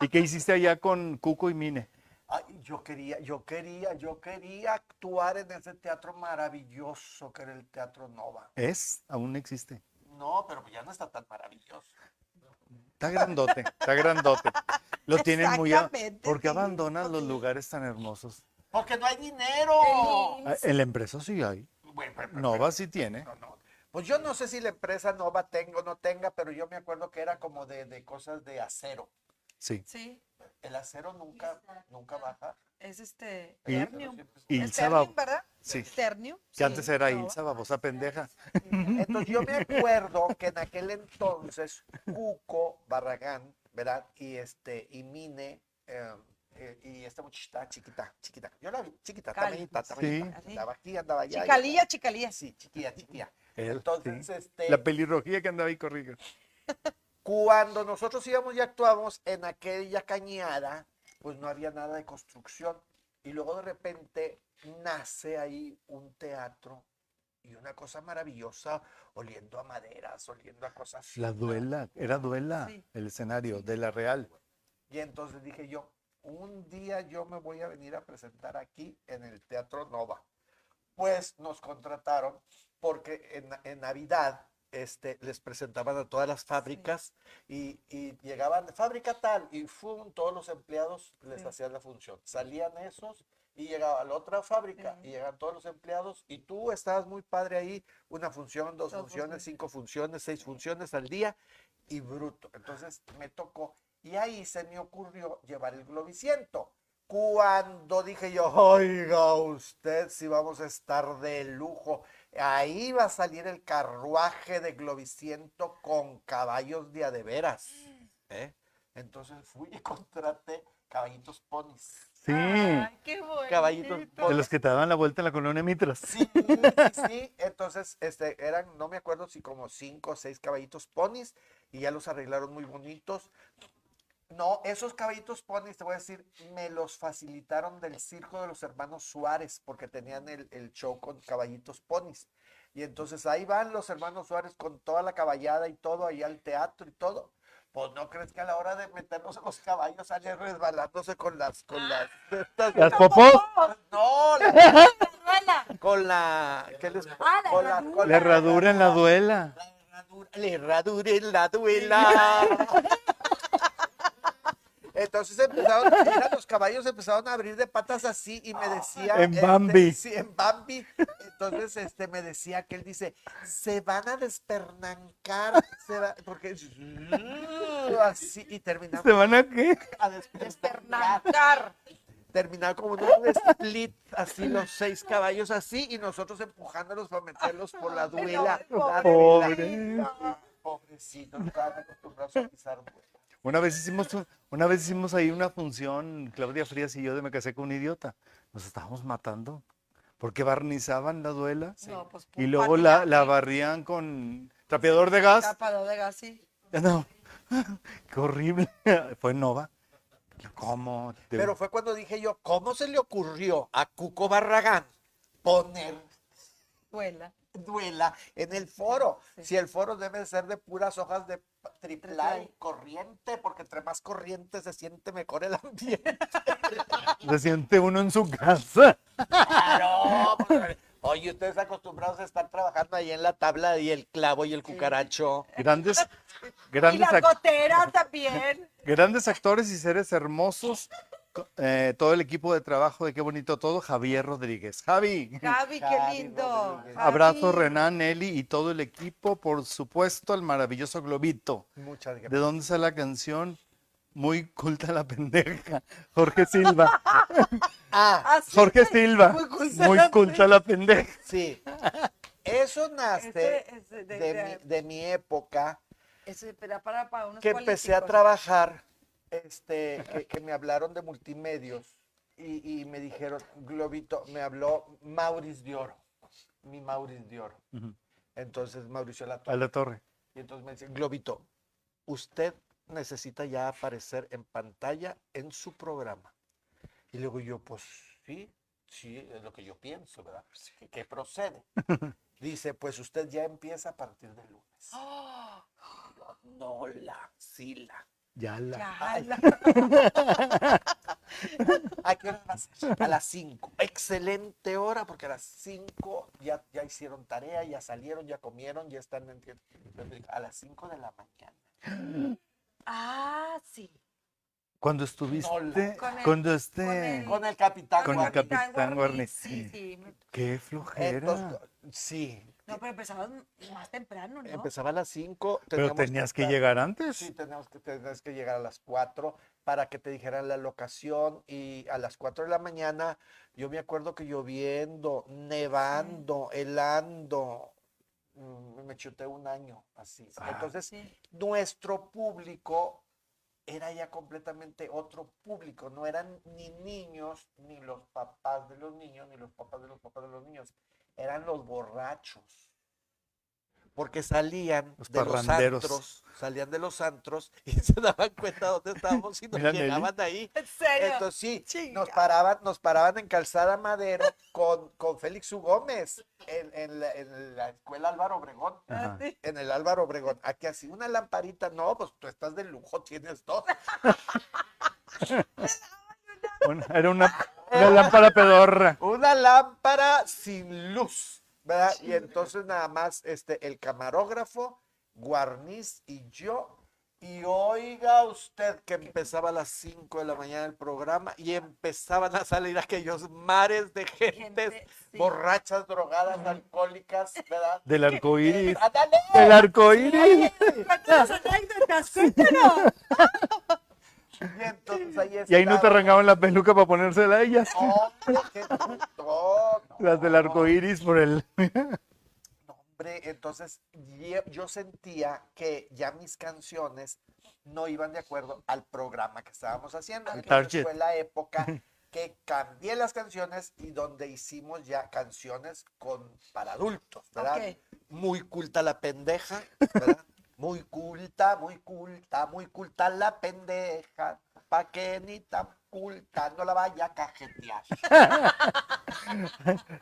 Speaker 4: ¿Y qué hiciste allá con Cuco y Mine?
Speaker 3: Ay, yo quería, yo quería, yo quería actuar en ese teatro maravilloso que era el Teatro Nova.
Speaker 4: Es, aún existe.
Speaker 3: No, pero pues ya no está tan maravilloso.
Speaker 4: Está grandote, está grandote. Lo tienen muy... a-
Speaker 5: Exactamente,
Speaker 4: Porque
Speaker 5: sí.
Speaker 4: abandonan los lugares tan hermosos.
Speaker 3: Porque no hay dinero.
Speaker 4: Ah, En la empresa sí hay.
Speaker 3: Bueno, pero- pero-
Speaker 4: Nova sí tiene.
Speaker 3: no, no. Pues yo no sé si la empresa Nova tenga o no tenga, pero yo me acuerdo que era como de, de cosas de acero.
Speaker 4: Sí.
Speaker 5: Sí,
Speaker 3: El acero nunca, nunca baja.
Speaker 5: es este.
Speaker 4: Y-
Speaker 5: Ternium.
Speaker 4: y
Speaker 5: Es
Speaker 4: Saba-
Speaker 5: Ternium, ¿verdad?
Speaker 4: Sí.
Speaker 5: Ternium.
Speaker 4: Que antes era
Speaker 5: no.
Speaker 4: Ilsa Babosa Pendeja.
Speaker 3: Entonces yo me acuerdo que en aquel entonces Cuco Barragán, ¿verdad? Y este, y Mine, eh, eh, y esta muchachita chiquita, chiquita. Yo la vi chiquita,
Speaker 5: Cali.
Speaker 3: tamañita,
Speaker 4: Sí.
Speaker 3: tamañita. Andaba aquí, andaba allá. y-
Speaker 5: Chicalía, chicalía.
Speaker 3: Sí, chiquilla, chiquilla.
Speaker 4: Él,
Speaker 3: Entonces,
Speaker 4: sí.
Speaker 3: este,
Speaker 4: La pelirrojilla que andaba ahí corriendo.
Speaker 3: cuando nosotros íbamos y actuábamos en aquella cañada, pues no había nada de construcción. Y luego de repente nace ahí un teatro y una cosa maravillosa, oliendo a maderas, oliendo a cosas.
Speaker 4: La
Speaker 3: finas.
Speaker 4: duela, era duela
Speaker 5: Sí.
Speaker 4: el escenario de la Real.
Speaker 3: Y entonces dije yo, un día yo me voy a venir a presentar aquí en el Teatro Nova. Pues nos contrataron porque en, en Navidad este, les presentaban a todas las fábricas y, y llegaban, fábrica tal, y fum, todos los empleados les
Speaker 5: Sí.
Speaker 3: hacían la función. Salían esos y llegaba la otra fábrica
Speaker 5: Sí.
Speaker 3: y llegaban todos los empleados y tú estabas muy padre ahí, una función, dos
Speaker 5: Dos
Speaker 3: funciones,
Speaker 5: funciones.
Speaker 3: cinco funciones, seis funciones al día y bruto. Entonces me tocó. Y ahí se me ocurrió llevar el globiciento. Cuando dije yo, oiga usted, si vamos a estar de lujo, ahí va a salir el carruaje de globiciento con caballos de a de veras. ¿eh? Entonces fui y contraté caballitos ponis.
Speaker 4: Sí.
Speaker 5: Ay, qué bonito.
Speaker 3: Caballitos
Speaker 4: De los que te daban la vuelta en la colonia Mitras.
Speaker 3: Sí, sí, sí. Entonces, este, eran, no me acuerdo si como cinco o seis caballitos ponis y ya los arreglaron muy bonitos. No, esos caballitos ponis, te voy a decir, me los facilitaron del circo de los hermanos Suárez, porque tenían el, el show con caballitos ponis. Y entonces ahí van los hermanos Suárez con toda la caballada y todo, ahí al teatro y todo. Pues no crees que a la hora de meternos en los caballos salen resbalándose con las, con las, estas-
Speaker 4: Las popós,
Speaker 3: no, las-
Speaker 5: Ruela.
Speaker 3: con la ¿qué les-
Speaker 5: Ah, la
Speaker 3: con la,
Speaker 5: herradura.
Speaker 3: con
Speaker 4: la herradura en la duela.
Speaker 3: la herradura, la herradura en la duela. Entonces empezaron, mira, los caballos empezaron a abrir de patas así y me decía.
Speaker 4: En
Speaker 3: este,
Speaker 4: Bambi.
Speaker 3: sí, en Bambi. Entonces este, me decía que él dice: se van a despernancar. se va-", porque. Así. Y terminamos
Speaker 4: ¿Se van a qué?
Speaker 3: a despernancar
Speaker 5: Pernancar.
Speaker 3: terminar como en un split, así los seis caballos así, y nosotros empujándolos para meterlos por la duela. la
Speaker 4: Pobre.
Speaker 3: duela. Pobrecito, estaban acostumbrados a pisar duela.
Speaker 4: Una vez hicimos, un- una vez hicimos ahí una función, Claudia Frías y yo, de Me casé con un idiota. Nos estábamos matando. Porque barnizaban la duela
Speaker 5: No, pues,
Speaker 4: y luego la, la barrían con trapeador de gas.
Speaker 5: Tapado de gas, sí.
Speaker 4: No. Qué horrible. Fue Nova. ¿Cómo? Te-
Speaker 3: Pero fue cuando dije yo, ¿cómo se le ocurrió a Cuco Barragán poner
Speaker 5: Duela.
Speaker 3: duela en el foro?
Speaker 5: Sí.
Speaker 3: Si el foro debe ser de puras hojas de pa- triplay,
Speaker 5: Triplay.
Speaker 3: corriente, porque entre más corriente se siente mejor el ambiente.
Speaker 4: Se siente uno en su casa.
Speaker 3: Claro, pues, oye, ustedes acostumbrados a estar trabajando ahí en la tabla y el clavo y el cucaracho.
Speaker 4: Grandes,
Speaker 5: Y
Speaker 4: grandes,
Speaker 5: las
Speaker 4: ac-
Speaker 5: goteras también.
Speaker 4: grandes actores y seres hermosos. Co- eh, todo el equipo de trabajo de Qué Bonito Todo, Javier Rodríguez. Javi.
Speaker 3: Gaby
Speaker 5: Gaby, qué lindo.
Speaker 3: Rodríguez.
Speaker 4: Abrazo,
Speaker 5: Javi.
Speaker 4: Renan, Nelly y todo el equipo, por supuesto, al maravilloso Globito.
Speaker 3: Muchas
Speaker 4: ¿De dónde sale la canción? Muy culta la pendeja. Jorge Silva.
Speaker 3: Ah,
Speaker 5: Así
Speaker 4: Jorge
Speaker 5: que-
Speaker 4: Silva.
Speaker 5: Muy culta
Speaker 4: Muy
Speaker 5: la
Speaker 4: culta la pendeja.
Speaker 3: sí. Eso nace
Speaker 5: Ese- ese de-
Speaker 3: de,
Speaker 5: de-
Speaker 3: mi, de mi época
Speaker 5: ese era para, para unos
Speaker 3: que empecé a
Speaker 5: políticos.
Speaker 3: trabajar, este, que, que me hablaron de multimedios y, y me dijeron, Globito, me habló Maurice de Oro, mi Maurice de Oro.
Speaker 4: Ujú.
Speaker 3: Entonces Mauricio Lato.
Speaker 4: A la torre.
Speaker 3: Y entonces me dicen, Globito, usted necesita ya aparecer en pantalla en su programa. Y luego yo, pues sí, sí, es lo que yo pienso, ¿verdad? ¿Qué que procede. Dice, pues usted ya empieza a partir del lunes.
Speaker 5: ¡Oh!
Speaker 3: Yo, No la, sí la.
Speaker 4: Ya la.
Speaker 5: Ya,
Speaker 3: Ay.
Speaker 5: la-
Speaker 3: ¿A qué hora va a ser? A las 5. Excelente hora, porque a las 5 ya, ya hicieron tarea, ya salieron, ya comieron, ya están en tie- A las 5 de la mañana.
Speaker 5: Ah, sí.
Speaker 4: Cuando estuviste,
Speaker 5: Con el-
Speaker 4: cuando esté,
Speaker 3: Con el capitán.
Speaker 4: Con el
Speaker 3: Juan.
Speaker 4: cap- capitán Guarniz.
Speaker 5: Sí, sí. me-
Speaker 4: qué flojera.
Speaker 5: pues,
Speaker 3: Entonces, sí,
Speaker 5: No, pero empezaban más temprano, ¿no?
Speaker 3: empezaba a las 5.
Speaker 4: Pero tenías que llegar antes.
Speaker 3: Sí, teníamos que, tenías que llegar a las 4 para que te dijeran la locación y a las 4 de la mañana yo me acuerdo que lloviendo, nevando, helando, mm, me chuté un año así. Entonces,
Speaker 5: Sí.
Speaker 3: nuestro público era ya completamente otro público, no eran ni niños, ni los papás de los niños, ni los papás de los papás de los niños, eran los borrachos. Porque salían
Speaker 4: Los
Speaker 3: de los
Speaker 4: parranderos.
Speaker 3: antros, salían de los antros y se daban cuenta dónde estábamos y nos
Speaker 4: Mira, Nelly.
Speaker 3: llegaban ahí.
Speaker 5: En serio.
Speaker 3: Entonces sí,
Speaker 5: Chinga.
Speaker 3: nos paraban, nos paraban en Calzada Madero con, con Félix U. Gómez en, en la, en la escuela Álvaro Obregón
Speaker 4: Ajá.
Speaker 5: Así.
Speaker 3: en el Álvaro Obregón, aquí así, una lamparita, no, pues tú estás de lujo, tienes dos.
Speaker 4: Una- era una, una lámpara pedorra.
Speaker 3: Una lámpara sin luz, ¿verdad? Y entonces nada más este, el camarógrafo, Guarniz y yo. Y oiga usted que empezaba a las 5 de la mañana el programa y empezaban a salir aquellos mares de gentes
Speaker 5: Gente, sí.
Speaker 3: borrachas, drogadas, alcohólicas, ¿verdad?
Speaker 4: Del arco iris.
Speaker 3: ¡Ándale!
Speaker 4: Del arco iris.
Speaker 5: Oye, cuéntanos anécdotas, cuéntanos.
Speaker 3: Y entonces ahí
Speaker 4: Y ahí no te
Speaker 3: estaba.
Speaker 4: arrancaban la peluca para ponérsela a ellas.
Speaker 3: Hombre, qué bruto, no.
Speaker 4: Las del arco iris por el.
Speaker 3: No, hombre, entonces ye- yo sentía que ya mis canciones no iban de acuerdo al programa que estábamos haciendo.
Speaker 5: Al
Speaker 3: Entonces
Speaker 4: target.
Speaker 3: fue la época que cambié las canciones y donde hicimos ya canciones con, para adultos, ¿verdad?
Speaker 5: Ok.
Speaker 3: Muy culta la pendeja, ¿verdad? Muy culta, muy culta, muy culta la pendeja, pa' que ni tan culta no la vaya a cajetear.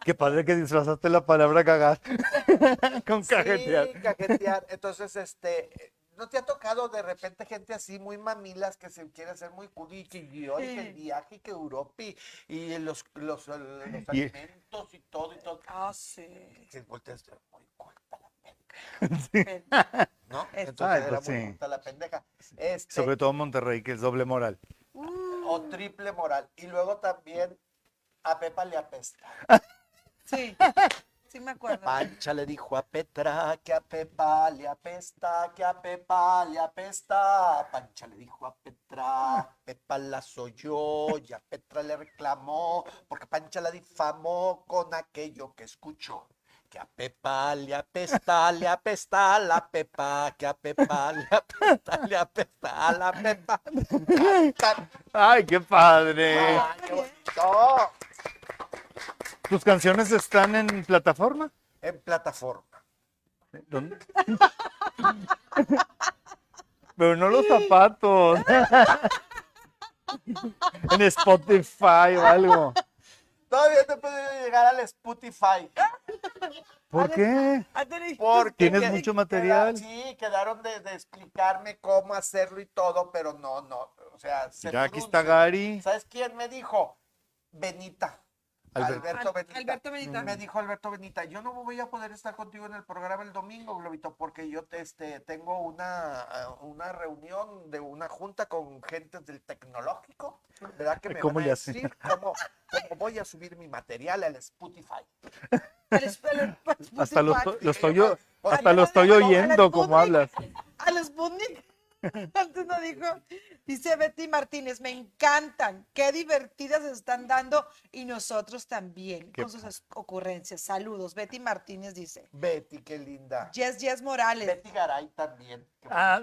Speaker 4: Qué padre que disfrazaste la palabra cagar. Con cajetear.
Speaker 3: Sí, cajetear. Entonces, este, ¿no te ha tocado de repente gente así muy mamilas que se quiere hacer muy cool y que guión y que el
Speaker 5: Sí.
Speaker 3: viaje y que Europa y, y los, los, eh, los
Speaker 4: Y-
Speaker 3: alimentos y todo y todo?
Speaker 5: Ah, sí.
Speaker 3: Que volteas, muy culta la pendeja,
Speaker 5: Ven.
Speaker 3: ¿no?
Speaker 5: Es-
Speaker 3: Entonces
Speaker 4: Ah,
Speaker 3: era
Speaker 4: pues
Speaker 3: muy
Speaker 4: sí.
Speaker 3: culta la pendeja. Este,
Speaker 4: Sobre todo en Monterrey, que es doble moral.
Speaker 3: O triple moral. Y luego también a Pepa le apesta.
Speaker 5: Sí. Sí me acuerdo.
Speaker 3: Pancha le dijo a Petra que a Pepa le apesta, que a Pepa le apesta. Pancha le dijo a Petra, Pepa la soyó y a Petra le reclamó porque Pancha la difamó con aquello que escuchó. Que a Pepa le apesta, le apesta a la Pepa, que a Pepa le apesta, le apesta a la Pepa. Canta.
Speaker 4: ¡Ay, qué padre!
Speaker 3: Ay, qué bonito.
Speaker 4: ¿Tus canciones están en plataforma?
Speaker 3: En plataforma.
Speaker 4: ¿Dónde? Pero no los zapatos. en Spotify o algo.
Speaker 3: Todavía no he podido llegar al Spotify.
Speaker 4: ¿Por qué?
Speaker 5: Anthony,
Speaker 3: Porque
Speaker 4: Tienes
Speaker 3: queda-
Speaker 4: mucho
Speaker 3: queda-
Speaker 4: material.
Speaker 3: sí, quedaron de, de explicarme cómo hacerlo y todo, pero no, no. O sea, se
Speaker 4: Mira, aquí
Speaker 3: pronuncia.
Speaker 4: está Gary.
Speaker 3: ¿Sabes quién me dijo? Benita.
Speaker 4: Albert-
Speaker 3: Alberto
Speaker 5: Al-
Speaker 3: Benita.
Speaker 5: Alberto Benita.
Speaker 3: Me dijo Alberto Benita, yo no voy a poder estar contigo en el programa el domingo, Globito, porque yo este, tengo una, ah, una reunión de una junta con gente del tecnológico, ¿verdad? Que me
Speaker 4: ¿Cómo
Speaker 3: van a
Speaker 4: le hace?
Speaker 3: decir cómo, cómo voy a subir mi material al Spotify.
Speaker 5: el- el- el-
Speaker 4: Hasta lo, estoy- lo estoy yo-
Speaker 3: Oye,
Speaker 4: hasta lo estoy oyendo como hablas.
Speaker 1: A los Sputnik.
Speaker 5: Antes no dijo. Dice Betty Martínez, me encantan. Qué divertidas se están dando y nosotros también
Speaker 4: Qué
Speaker 5: con sus as- ocurrencias. Saludos. Betty Martínez dice.
Speaker 3: Betty, qué linda.
Speaker 5: Jess Jess Morales.
Speaker 3: Betty Garay también. Qué
Speaker 4: Ah,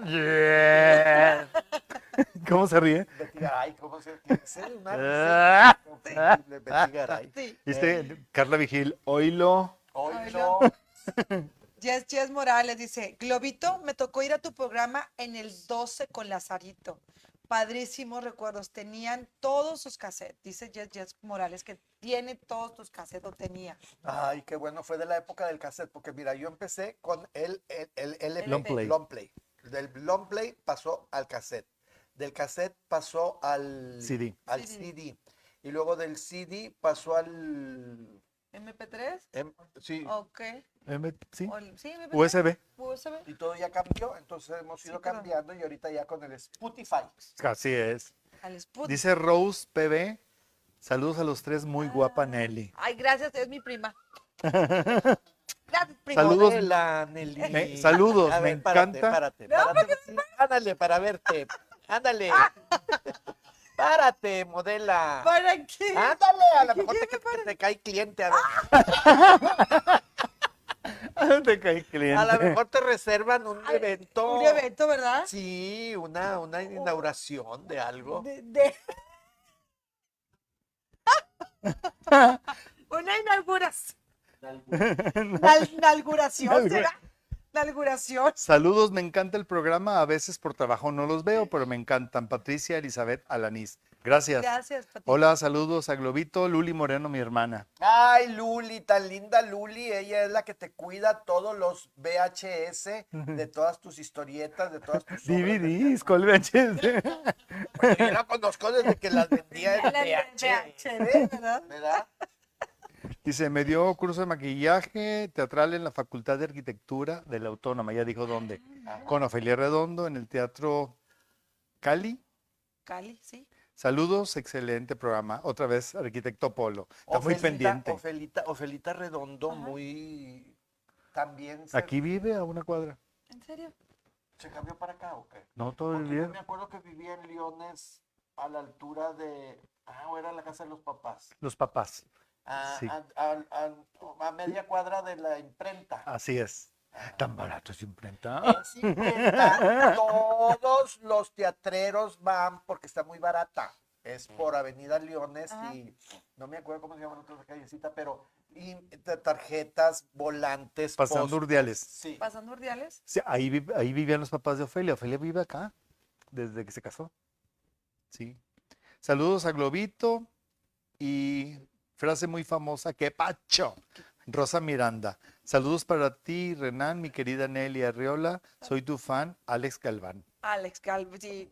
Speaker 4: yeah. ¿Cómo se ríe?
Speaker 3: Betty Garay, ¿cómo se tiene que ser una
Speaker 4: Ah.
Speaker 3: receta inconfundible, Betty Garay.
Speaker 5: Sí.
Speaker 4: ¿Viste? Carla Vigil, oílo.
Speaker 3: Oílo.
Speaker 5: Jess Jess Morales dice, Globito, me tocó ir a tu programa en el 12 con Lazarito. Padrísimos recuerdos. Tenían todos sus cassettes. Dice Jess Jess Morales que tiene todos tus cassettes o tenía.
Speaker 3: Ay, qué bueno, fue de la época del cassette, porque mira, yo empecé con el, el, el, LP,
Speaker 4: Long play.
Speaker 3: long play. Del long play pasó al cassette. Del cassette pasó al
Speaker 4: CD.
Speaker 3: Al
Speaker 5: CD.
Speaker 3: CD. Y luego del CD pasó al...
Speaker 5: ¿MP3?
Speaker 3: em- sí,
Speaker 5: Ok.
Speaker 4: M- Sí.
Speaker 5: O el- sí, MP3.
Speaker 4: USB.
Speaker 5: USB.
Speaker 3: y todo ya cambió, entonces hemos
Speaker 5: Sí,
Speaker 3: ido
Speaker 5: claro.
Speaker 3: cambiando y ahorita ya con el Spotify.
Speaker 4: Así es.
Speaker 5: Al Sput.
Speaker 4: Dice Rose PB. Saludos a los tres, muy guapa Nelly.
Speaker 5: Ay, gracias, es mi prima. Gracias, prima.
Speaker 4: Saludos.
Speaker 3: Hola, Nelly.
Speaker 4: Me- saludos,
Speaker 3: Eh, A
Speaker 4: me
Speaker 3: ver, párate,
Speaker 4: encanta.
Speaker 3: Párate, párate. sí, ándale, para verte. Ándale. párate, modela.
Speaker 5: ¿Para qué?
Speaker 3: Pues
Speaker 4: Ah,
Speaker 3: Ándale, a lo mejor te, que te cae cliente. A,
Speaker 4: Te cae cliente.
Speaker 3: a lo mejor te reservan un
Speaker 5: Ay,
Speaker 3: evento.
Speaker 5: Un evento, ¿verdad?
Speaker 3: Sí, una, una inauguración de algo.
Speaker 5: De- de- Una inauguración. La inauguración, ¿será? La inauguración.
Speaker 4: Saludos, me encanta el programa. A veces por trabajo no los veo, pero me encantan. Patricia Elizabeth Alanís. Gracias.
Speaker 5: Gracias, Pati.
Speaker 4: Hola, saludos a Globito, Luli Moreno, mi hermana.
Speaker 3: Ay, Luli, tan linda Luli. Ella es la que te cuida todos los VHS de todas tus historietas, de todas tus. obras.
Speaker 4: DVDs, col VHS.
Speaker 3: Bueno, yo la conozco desde que las vendía
Speaker 5: La- la-
Speaker 3: en ¿eh?
Speaker 5: VHS, ¿verdad?
Speaker 3: ¿Verdad?
Speaker 4: Dice, me dio curso de maquillaje teatral en la Facultad de Arquitectura de la Autónoma. Ya dijo dónde. Con Ofelia Redondo en el Teatro Cali.
Speaker 5: Cali, sí.
Speaker 4: Saludos, excelente programa. Otra vez, arquitecto Polo. Está muy
Speaker 3: Ofelita-
Speaker 4: pendiente.
Speaker 3: Ofelita, Ofelita Redondo, muy. También se,
Speaker 4: Aquí vive a una cuadra.
Speaker 5: ¿En serio?
Speaker 3: se cambió para acá, ¿o qué?
Speaker 4: No, todo el
Speaker 3: Porque yo me
Speaker 4: día.
Speaker 3: acuerdo que vivía en Liones a la altura de. Ah, o era la casa de los papás.
Speaker 4: Los papás.
Speaker 3: A,
Speaker 4: Sí.
Speaker 3: a, a- a- a media cuadra de la imprenta.
Speaker 4: Así es. Tan barato es imprenta.
Speaker 3: En 50, todos los teatreros van porque está muy barata. Es por Avenida Leones
Speaker 5: Ajá.
Speaker 3: y no me acuerdo cómo se llama la otra callecita, pero y de tarjetas, volantes,
Speaker 4: Pasando
Speaker 3: post-
Speaker 4: Urdiales.
Speaker 3: Sí.
Speaker 5: Pasando Urdiales.
Speaker 4: Sí, ahí, vi- ahí vivían los papás de Ofelia. Ofelia vive acá, desde que se casó. Sí. Saludos a Globito y frase muy famosa, que pacho, Rosa Miranda. Saludos para ti, Renan, mi querida Nelly Arriola. Soy tu fan, Alex Galván.
Speaker 5: Alex Galván, sí,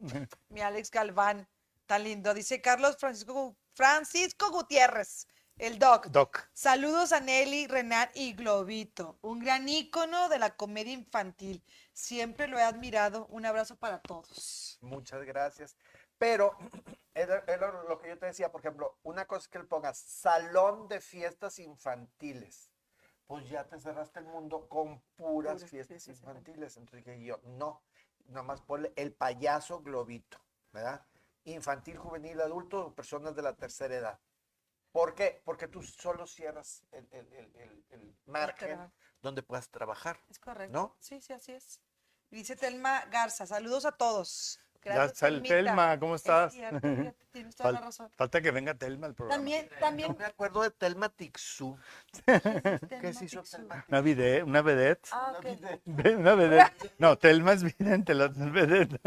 Speaker 5: mi Alex Galván, tan lindo. Dice Carlos Francisco, Gu- Francisco Gutiérrez, el doc.
Speaker 4: Doc.
Speaker 5: Saludos a Nelly, Renan y Globito, un gran ícono de la comedia infantil. Siempre lo he admirado. Un abrazo para todos.
Speaker 3: Muchas gracias. Pero es lo- es lo lo que yo te decía, por ejemplo, una cosa es que le pongas salón de fiestas infantiles. Pues ya te cerraste el mundo con puras
Speaker 5: Puras
Speaker 3: fiestas,
Speaker 5: fiestas
Speaker 3: infantiles, Enrique y yo. No, nomás ponle el payaso globito, ¿verdad? Infantil, juvenil, adulto, personas de la tercera edad. ¿Por qué? Porque tú solo cierras el, el- el- el- el margen
Speaker 5: trabajo.
Speaker 3: donde puedas trabajar.
Speaker 5: Es correcto.
Speaker 3: ¿No?
Speaker 5: Sí, sí, así es. Dice Telma Garza, saludos a todos. Gracias,
Speaker 4: sal-
Speaker 5: Telmita.
Speaker 4: Telma, ¿cómo
Speaker 5: Es
Speaker 4: estás?
Speaker 5: cierto, fíjate, tienes toda la
Speaker 4: Fal-
Speaker 5: razón.
Speaker 4: Falta que venga Telma al programa.
Speaker 5: También,
Speaker 3: Yo
Speaker 5: también.
Speaker 3: me acuerdo de Telma Tixú. ¿Qué
Speaker 5: Telma
Speaker 3: se hizo
Speaker 5: Tixu.
Speaker 3: Telma
Speaker 4: Una vedette. Una vedette.
Speaker 5: Ah, ok.
Speaker 3: Tixú?
Speaker 4: Una vedette. No, Telma es vidente, la otra es vedette.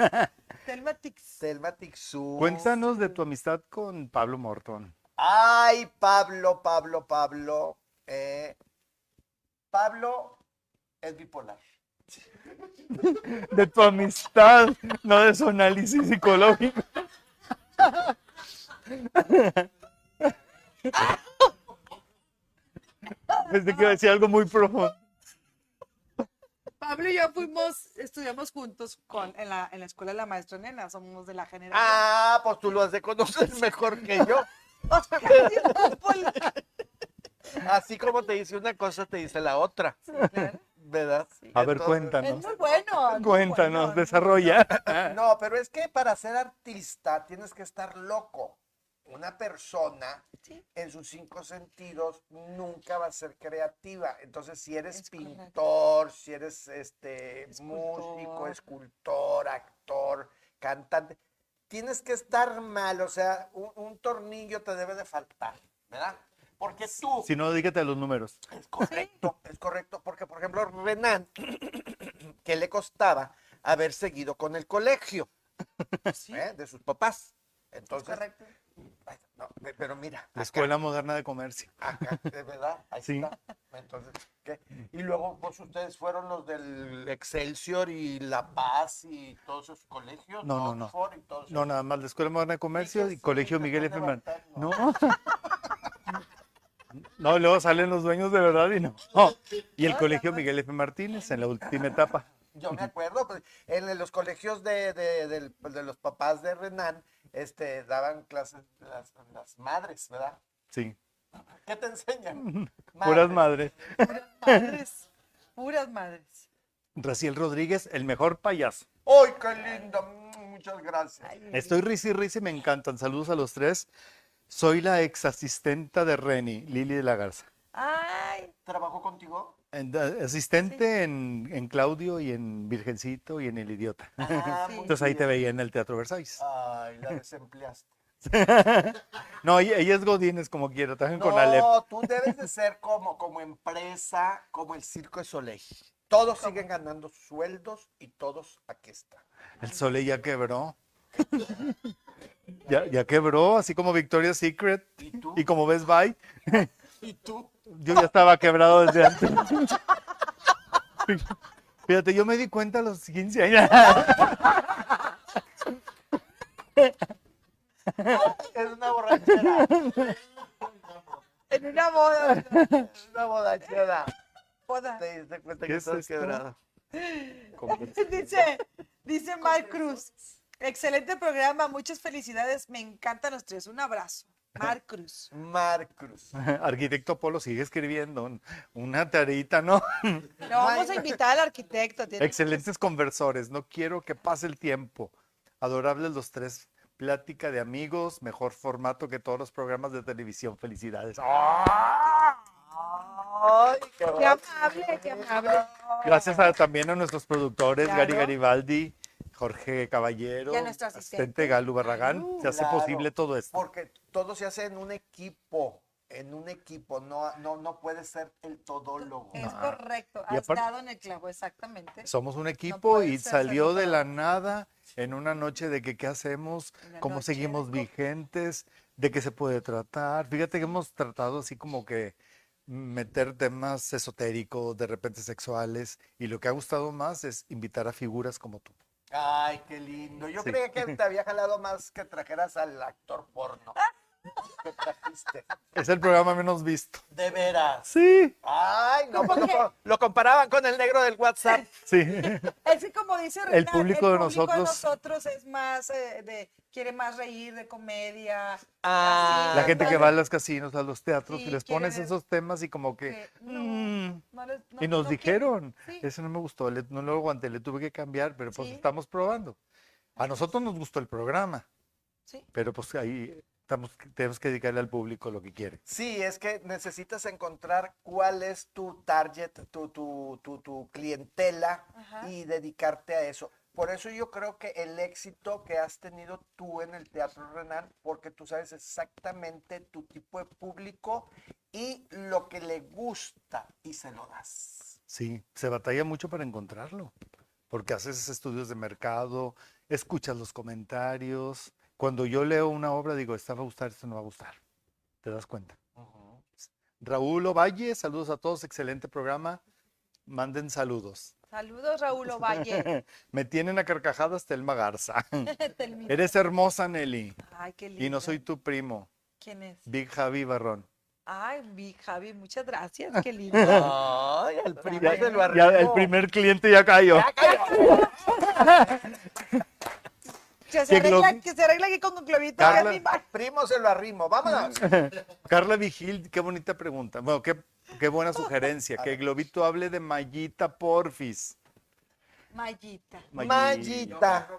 Speaker 5: Telma Tixu.
Speaker 3: Selva
Speaker 5: Oh.
Speaker 3: Tixú.
Speaker 4: Cuéntanos de tu amistad con Pablo Morton.
Speaker 3: Ay, Pablo, Pablo, Pablo. eh, Pablo es bipolar.
Speaker 4: de tu amistad, no de su análisis psicológico. Pensé que iba a decir algo muy profundo.
Speaker 5: Pablo y yo fuimos, estudiamos juntos con, en, la, en la escuela de la maestra nena, somos de la generación.
Speaker 3: Ah, pues tú lo has de conocer mejor que yo.
Speaker 5: O sea, casi nos pol-
Speaker 3: Así como te dice una cosa, te dice la otra.
Speaker 5: Sí, claro.
Speaker 3: ¿Verdad?
Speaker 4: A ver,
Speaker 3: Entonces,
Speaker 4: cuéntanos.
Speaker 5: Es muy bueno, no, no,
Speaker 4: Cuéntanos,
Speaker 5: no,
Speaker 4: desarrolla.
Speaker 3: No, pero es que para ser artista tienes que estar loco. Una persona
Speaker 5: Sí.
Speaker 3: en sus cinco sentidos nunca va a ser creativa. Entonces, si eres
Speaker 5: Es correcto.
Speaker 3: pintor, si eres este músico,
Speaker 5: Escultor.
Speaker 3: escultor, actor, cantante, tienes que estar mal, o sea, un, un tornillo te debe de faltar, ¿verdad? Porque tú
Speaker 4: Si no, dígate a los números.
Speaker 3: es correcto, es correcto, porque por ejemplo Renan, que le costaba haber seguido con el colegio ¿eh? de sus papás. Entonces,
Speaker 5: correcto.
Speaker 3: ay, no, pe- pero mira,
Speaker 4: La
Speaker 3: acá,
Speaker 4: Escuela Moderna de Comercio.
Speaker 3: acá, de verdad, ahí
Speaker 4: Sí.
Speaker 3: está. Entonces, ¿qué? Y luego pues ustedes fueron los del Excelsior y La Paz y todos esos colegios.
Speaker 4: No, no, no.
Speaker 3: Oxford y todos
Speaker 4: No,
Speaker 3: esos-
Speaker 4: nada más la Escuela Moderna de Comercio y
Speaker 3: Dije,
Speaker 4: Colegio
Speaker 3: sí,
Speaker 4: Miguel
Speaker 3: José
Speaker 4: Efferman.
Speaker 3: Baltán,
Speaker 4: No. No, luego salen los dueños de verdad y no. Y el Colegio Miguel F. Martínez en la última etapa.
Speaker 3: Yo me acuerdo, pues, en el- los colegios de, de- del- pues, de los papás de Renan, este, daban clases las, las madres, ¿verdad?
Speaker 4: Sí,
Speaker 3: ¿Qué te enseñan?
Speaker 4: puras madres.
Speaker 5: Puras madres. Puras madres.
Speaker 4: Raciel Rodríguez, el mejor payaso.
Speaker 3: ¡Ay, qué lindo! Mm, Muchas gracias.
Speaker 5: Ay,
Speaker 4: Estoy risi risi, me encantan. Saludos a los tres. Soy la ex asistenta de Reni, Lili de la Garza.
Speaker 5: Ay,
Speaker 3: ¿Trabajó contigo?
Speaker 4: En- da- Asistente en, en Claudio y en Virgencito y en El Idiota.
Speaker 3: Ah, muy
Speaker 4: Entonces ahí te
Speaker 3: bien.
Speaker 4: veía en el Teatro Versalles.
Speaker 3: Ay, la desempleaste.
Speaker 4: No, ella, ella es Godínez como quiera, trabajan con Alep.
Speaker 3: No, tú debes de ser como, como empresa, como el Circo de Soleil. Todos siguen ganando sueldos y todos aquí están.
Speaker 4: El Sole ya quebró. ya, ya quebró, así como Victoria's Secret
Speaker 3: ¿Y tú?
Speaker 4: y como Best Buy.
Speaker 3: ¿Y tú?
Speaker 4: Yo ya estaba quebrado desde antes. Fíjate, yo me di cuenta a los 15 años.
Speaker 3: Es una borrachera.
Speaker 5: en una boda.
Speaker 3: Es una borrachera.
Speaker 5: boda.
Speaker 3: Te diste cuenta
Speaker 4: ¿Qué
Speaker 3: que
Speaker 4: es
Speaker 3: estás
Speaker 4: esto?
Speaker 3: quebrada.
Speaker 5: dice, dice Mar Cruz. Excelente programa, muchas felicidades. Me encantan los tres. Un abrazo. Mar Cruz.
Speaker 3: Marcruz.
Speaker 4: Arquitecto Polo sigue escribiendo una tarita, ¿no?
Speaker 5: Lo vamos a invitar al arquitecto. tiene-
Speaker 4: Excelentes conversores, no quiero que pase el tiempo. Adorables los tres. Plática de amigos, mejor formato que todos los programas de televisión. Felicidades. Ah.
Speaker 3: Ay, qué
Speaker 5: Qué amable, qué amable.
Speaker 4: Gracias a- también a nuestros productores, Gary
Speaker 5: Claro.
Speaker 4: Garibaldi, Jorge Caballero,
Speaker 5: Y a nuestro asistente.
Speaker 4: Galo Barragán. Se hace
Speaker 3: Claro.
Speaker 4: posible todo esto.
Speaker 3: Porque todo se hace en un equipo. En un equipo. No, no, no puede ser el todólogo.
Speaker 5: Es correcto,
Speaker 4: Ah. Y
Speaker 5: has
Speaker 4: aparte-
Speaker 5: dado en el clavo, exactamente.
Speaker 4: Somos un equipo
Speaker 5: puede
Speaker 4: y
Speaker 5: ser
Speaker 4: salió de la
Speaker 5: separado.
Speaker 4: nada en una noche de que qué hacemos,
Speaker 5: Una
Speaker 4: cómo
Speaker 5: noche de
Speaker 4: seguimos
Speaker 5: co-
Speaker 4: vigentes, de qué se puede tratar. Fíjate que hemos tratado así como que meter temas esotéricos, de repente sexuales, y lo que ha gustado más es invitar a figuras como tú.
Speaker 3: Ay, qué lindo. Yo
Speaker 4: Sí.
Speaker 3: creía que te había jalado más que trajeras al actor porno. Te trajiste.
Speaker 4: Es el programa menos visto.
Speaker 3: De veras.
Speaker 4: Sí,
Speaker 3: Ay, no,
Speaker 5: ¿Cómo
Speaker 3: lo,
Speaker 5: que?
Speaker 3: co- lo comparaban con el negro del WhatsApp.
Speaker 4: sí.
Speaker 5: Es que como dice Renan,
Speaker 4: público de nosotros-
Speaker 5: nosotros es más eh, de, quiere más reír, de comedia.
Speaker 3: Ah,
Speaker 5: así,
Speaker 4: La gente que
Speaker 5: entonces,
Speaker 4: va a los casinos, a los teatros,
Speaker 5: Sí,
Speaker 4: y les
Speaker 5: quiere
Speaker 4: pones
Speaker 5: ver
Speaker 4: esos temas y como que...
Speaker 5: que no,
Speaker 4: "Mm".
Speaker 5: no les- no-
Speaker 4: y nos
Speaker 5: no quiere-
Speaker 4: dijeron,
Speaker 5: sí.
Speaker 4: ese no me gustó, le- no lo aguanté, le tuve que cambiar, pero pues
Speaker 5: Sí.
Speaker 4: estamos probando. A nosotros nos gustó el programa,
Speaker 5: Sí.
Speaker 4: pero pues ahí estamos, tenemos que dedicarle al público lo que quiere.
Speaker 3: Sí, es que necesitas encontrar cuál es tu target, tu, tu, tu, tu clientela
Speaker 5: Ajá.
Speaker 3: y dedicarte a eso. Por eso yo creo que el éxito que has tenido tú en el Teatro Renan, porque tú sabes exactamente tu tipo de público y lo que le gusta y se lo das.
Speaker 4: Sí, se batalla mucho para encontrarlo, porque haces estudios de mercado, escuchas los comentarios. Cuando yo leo una obra digo, esta va a gustar, esta no va a gustar. Te das cuenta. Raúl Ovalle, saludos a todos, excelente programa. Manden saludos.
Speaker 5: Saludos, Raúl Ovalle.
Speaker 4: Me tienen a carcajadas Telma Garza.
Speaker 5: Telmita.
Speaker 4: Eres hermosa, Nelly.
Speaker 5: Ay, qué lindo.
Speaker 4: Y no soy tu primo,
Speaker 5: ¿Quién es?
Speaker 4: Big Javi Barrón.
Speaker 5: Ay, mi Javi, muchas gracias, qué lindo.
Speaker 3: Ay, al primero se lo
Speaker 4: Ya el
Speaker 3: arrimo.
Speaker 4: primer cliente ya cayó.
Speaker 5: Que se,
Speaker 4: Que lo-
Speaker 5: arregla, que se arregla aquí con un clavito. que
Speaker 4: Carla-
Speaker 5: es mi ma-
Speaker 3: Primo se lo arrimo, vámonos.
Speaker 4: Carla Vigil, qué bonita pregunta. Bueno, qué, qué buena sugerencia. Que Globito hable de Mayita Porfis.
Speaker 5: Mallita.
Speaker 3: Mayita.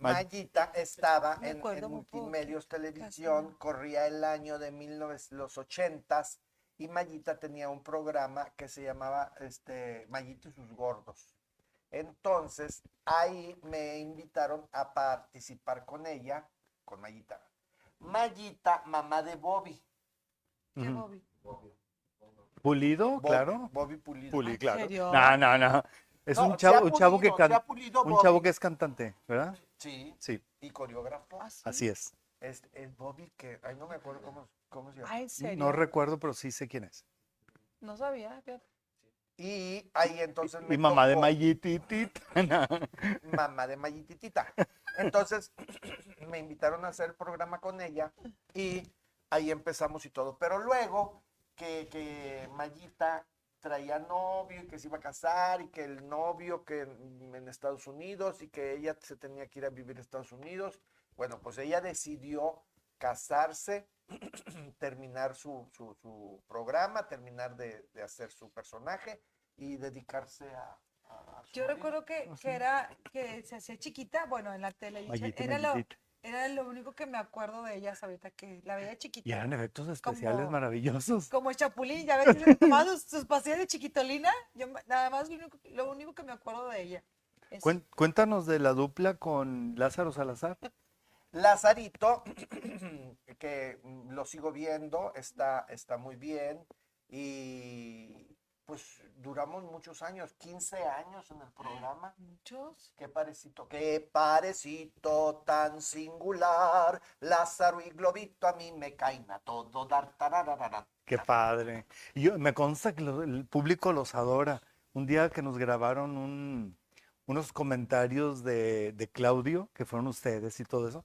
Speaker 4: May-
Speaker 3: Mayita estaba
Speaker 5: Me
Speaker 3: en,
Speaker 5: acuerdo
Speaker 3: en
Speaker 5: muy poco,
Speaker 3: Multimedios
Speaker 5: no.
Speaker 3: Televisión, corría el año de 1900, los 80s y Mayita tenía un programa que se llamaba este, Mayita y sus gordos. Entonces, ahí me invitaron a participar con ella, con Mayita. Mayita, mamá de Bobby.
Speaker 5: ¿Qué,
Speaker 4: Ujú.
Speaker 5: Bobby?
Speaker 4: Pulido,
Speaker 3: Bobby-
Speaker 4: claro.
Speaker 3: Bobby Pulido.
Speaker 4: Puli, claro.
Speaker 5: serio?
Speaker 4: No, no, no. Es
Speaker 3: Ah, No,
Speaker 4: un
Speaker 3: se
Speaker 4: chavo,
Speaker 3: ha
Speaker 4: un chavo que
Speaker 3: pulido, se ha
Speaker 4: canta.
Speaker 3: pulido
Speaker 4: Un
Speaker 3: Bobby.
Speaker 4: chavo que es cantante, ¿verdad?
Speaker 3: Sí,
Speaker 4: Sí,
Speaker 3: y coreógrafo.
Speaker 5: Ah, sí.
Speaker 4: así es.
Speaker 3: Es, es Este, Bobby que, ay, no me acuerdo cómo, cómo se llama.
Speaker 5: Ah, ¿en serio?
Speaker 4: No recuerdo, pero sí sé quién es.
Speaker 5: No sabía. fíjate.
Speaker 3: Y ahí entonces
Speaker 4: Y mamá de
Speaker 3: tocó
Speaker 4: Mayititita.
Speaker 3: Mamá de Mayititita. Entonces me invitaron a hacer el programa con ella y ahí empezamos y todo. Pero luego que, que Mayita traía novio y que se iba a casar y que el novio que en en Estados Unidos y que ella se tenía que ir a vivir a Estados Unidos. Bueno, pues ella decidió casarse, terminar su, su- su programa, terminar de, de hacer su personaje y dedicarse a... a- a su
Speaker 5: Yo
Speaker 3: marido.
Speaker 5: recuerdo
Speaker 4: Ah,
Speaker 5: que, que era que se hacía chiquita, bueno, en la televisión.
Speaker 4: Mayita,
Speaker 5: Era lo,
Speaker 4: Mayitita.
Speaker 5: era lo único que me acuerdo de ellas ahorita, que la veía chiquita.
Speaker 4: Y eran efectos especiales
Speaker 5: Como-
Speaker 4: maravillosos.
Speaker 5: Como el Chapulín, ya ves que se tomaba sus, sus pastillas de chiquitolina. Yo me- nada más lo único, lo único que me acuerdo de ella. Es-
Speaker 4: Cuen- Cuéntanos de la dupla con Lázaro Salazar.
Speaker 3: Lazarito, que mm, lo sigo viendo, está, está muy bien. Y pues duramos muchos años, 15 años en el programa.
Speaker 5: Muchos.
Speaker 3: Qué parecito, qué parecito tan singular. Lázaro y Globito a mí me caen a todo dar. tarararara.
Speaker 4: Qué padre. Y yo, me consta que lo- el público los adora. Un día que nos grabaron un- unos comentarios de, de Claudio, que fueron ustedes y todo eso,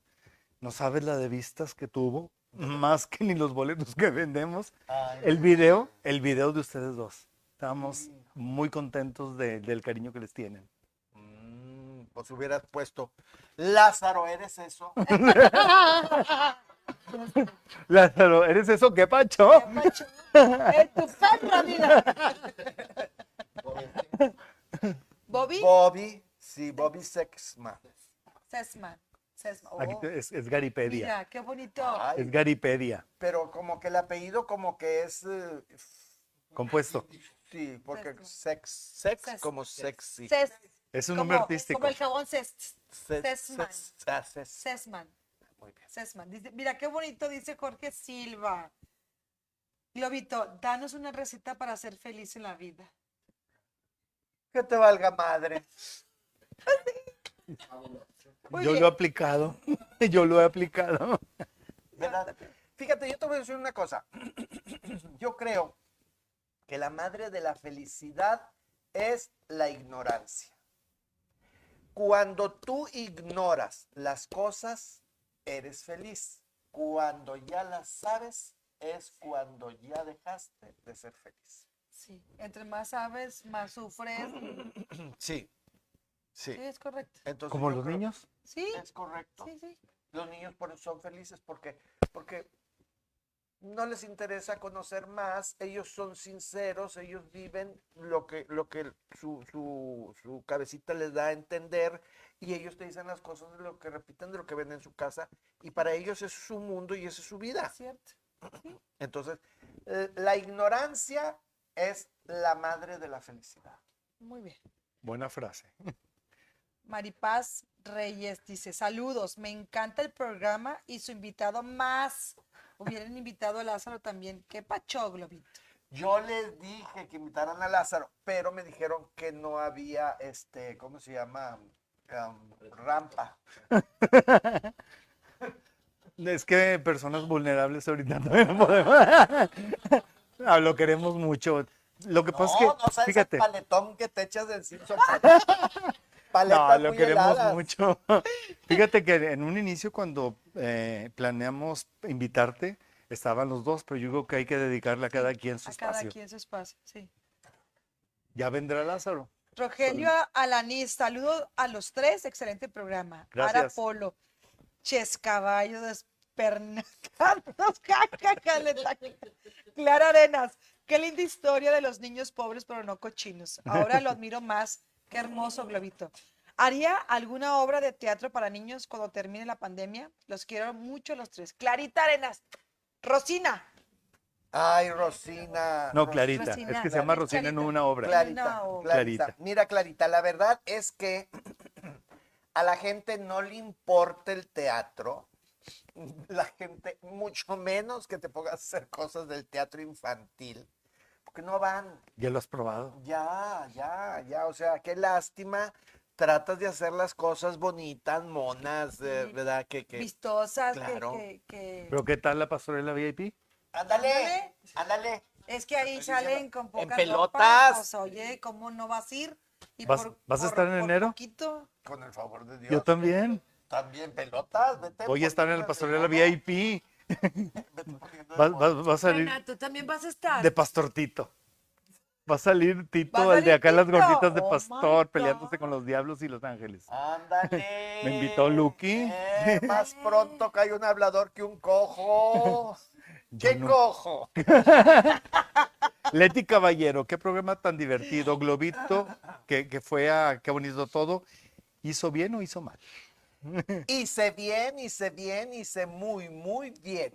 Speaker 4: no sabes la de vistas que tuvo, más que ni los boletos que vendemos.
Speaker 3: Ay,
Speaker 4: El video, el video de ustedes dos. Estamos muy contentos de- del cariño que les tienen.
Speaker 3: mm, pues hubieras puesto, Lázaro, ¿eres eso?
Speaker 4: Lázaro, ¿eres eso? ¿Qué pacho?
Speaker 5: Qué macho. ¡Eh, tu perra, mira! Bobby
Speaker 3: Bobby, sí, Bobby Sexman.
Speaker 5: Sesman. Sesman.
Speaker 4: Aquí
Speaker 5: Oh,
Speaker 4: te- es, es Garipedia.
Speaker 5: mira, qué bonito.
Speaker 3: Ay,
Speaker 4: Es Garipedia,
Speaker 3: pero como que el apellido como que es eh,
Speaker 4: compuesto.
Speaker 3: sí porque
Speaker 5: Sexo.
Speaker 3: sex sex
Speaker 5: Sexo.
Speaker 3: como sexy
Speaker 5: Ses-
Speaker 4: Es un
Speaker 5: como-
Speaker 4: nombre artístico.
Speaker 5: Como el jabón Ses-
Speaker 3: Se-
Speaker 5: sexman.
Speaker 3: sex- ah, sex-
Speaker 5: Sesman.
Speaker 3: muy bien.
Speaker 5: Sesman. Dice, mira, qué bonito, dice Jorge Silva. Globito, danos una receta para ser feliz en la vida.
Speaker 3: que te valga madre
Speaker 5: Muy
Speaker 4: Yo
Speaker 5: bien.
Speaker 4: lo he aplicado. Yo lo he aplicado.
Speaker 3: ¿verdad? fíjate yo te voy a decir una cosa yo creo que la madre de la felicidad es la ignorancia cuando tú ignoras las cosas eres feliz cuando ya las sabes es cuando ya dejaste de ser feliz
Speaker 5: Sí, entre más sabes, más sufres.
Speaker 3: Sí, sí.
Speaker 5: Sí, es correcto.
Speaker 3: Entonces,
Speaker 4: Como
Speaker 3: yo
Speaker 4: los
Speaker 3: creo-
Speaker 4: niños.
Speaker 5: Sí,
Speaker 3: Es correcto.
Speaker 5: sí, sí.
Speaker 3: Los niños por eso son felices porque, porque no les interesa conocer más, ellos son sinceros, ellos viven lo que, lo que su, su, su cabecita les da a entender y ellos te dicen las cosas de lo que repiten, de lo que ven en su casa y para ellos ese es su mundo y esa es su vida.
Speaker 5: Es cierto.
Speaker 3: Entonces, eh, la ignorancia es la madre de la felicidad.
Speaker 5: Muy bien.
Speaker 4: Buena frase.
Speaker 5: Maripaz Reyes dice, saludos, me encanta el programa y su invitado más. Hubieran invitado a Lázaro también. Qué pacho, Globito.
Speaker 3: Yo les dije que invitaran a Lázaro, pero me dijeron que no había, este, ¿cómo se llama? Am, rampa.
Speaker 4: Es que personas vulnerables ahorita no podemos. Ah, lo queremos mucho. Lo que
Speaker 3: No,
Speaker 4: pasa
Speaker 3: no
Speaker 4: es que,
Speaker 3: sabes
Speaker 4: fíjate,
Speaker 3: el paletón que te echas de encima. son
Speaker 4: no,
Speaker 3: paletas
Speaker 4: lo
Speaker 3: muy
Speaker 4: queremos
Speaker 3: heladas.
Speaker 4: mucho. Fíjate que en un inicio cuando eh, planeamos invitarte, estaban los dos, pero yo creo que hay que dedicarle a cada quien su
Speaker 5: A cada
Speaker 4: espacio.
Speaker 5: quien su espacio, sí.
Speaker 4: Ya vendrá Lázaro.
Speaker 5: Rogelio Alanís, saludos a los tres, excelente programa. Ara
Speaker 4: Gracias.
Speaker 5: Polo, Chescaballo, Despernacados, jaja, caleta. Clara Arenas, qué linda historia de los niños pobres pero no cochinos. Ahora lo admiro más. Qué hermoso, Globito. ¿Haría alguna obra de teatro para niños cuando termine la pandemia? Los quiero mucho los tres. Clarita Arenas. Rosina.
Speaker 3: Ay, Rosina.
Speaker 4: No,
Speaker 3: Ros-
Speaker 4: Clarita.
Speaker 5: Rosina,
Speaker 4: es que se llama
Speaker 5: Clarita.
Speaker 4: Rosina en una obra.
Speaker 3: Clarita,
Speaker 5: No.
Speaker 3: Clarita.
Speaker 4: Clarita.
Speaker 3: Mira, Clarita, la verdad es que a la gente no le importa el teatro. La gente, mucho menos que te pongas a hacer cosas del teatro infantil, porque no van.
Speaker 4: Ya lo has probado.
Speaker 3: Ya, ya, ya. O sea, qué lástima. Tratas de hacer las cosas bonitas, monas, eh,
Speaker 5: Sí.
Speaker 3: ¿verdad? Que, que...
Speaker 5: Vistosas. que-
Speaker 3: Claro.
Speaker 5: que- que-
Speaker 4: ¿Pero qué tal la pastorela VIP?
Speaker 3: Ándale,
Speaker 5: Ándale.
Speaker 3: ándale.
Speaker 5: Es que ahí salen con poca
Speaker 3: en
Speaker 5: ropa,
Speaker 3: pelotas.
Speaker 5: pues, oye, ¿cómo no vas a ir? Y
Speaker 4: ¿Vas- vas a estar en
Speaker 5: por
Speaker 4: enero?
Speaker 5: poquito.
Speaker 3: Con el favor de Dios.
Speaker 4: Yo también.
Speaker 3: También pelotas, vete.
Speaker 4: Voy a estar en la
Speaker 3: poniendo
Speaker 4: pastorela
Speaker 3: de mono,
Speaker 4: VIP.
Speaker 3: vete poniendo de
Speaker 4: Va,
Speaker 3: mono.
Speaker 4: va- va a salir
Speaker 5: Ana, tú también vas a estar.
Speaker 4: de pastor Tito. Va a salir Tito,
Speaker 5: Va a
Speaker 4: el de
Speaker 5: salir
Speaker 4: acá las
Speaker 5: Tito.
Speaker 4: gorditas de
Speaker 5: Oh, my
Speaker 4: pastor,
Speaker 5: God.
Speaker 4: peleándose con los diablos y los ángeles.
Speaker 3: Ándale.
Speaker 4: Me invitó Lucky.
Speaker 3: Eh, más pronto cae un hablador que un cojo.
Speaker 4: Yo
Speaker 3: ¿Qué
Speaker 4: no-
Speaker 3: cojo?
Speaker 4: Leti Caballero, qué programa tan divertido. Globito, que, que fue a Qué bonito todo. ¿Hizo bien o hizo mal?
Speaker 3: Hice bien, hice bien, hice muy, muy bien.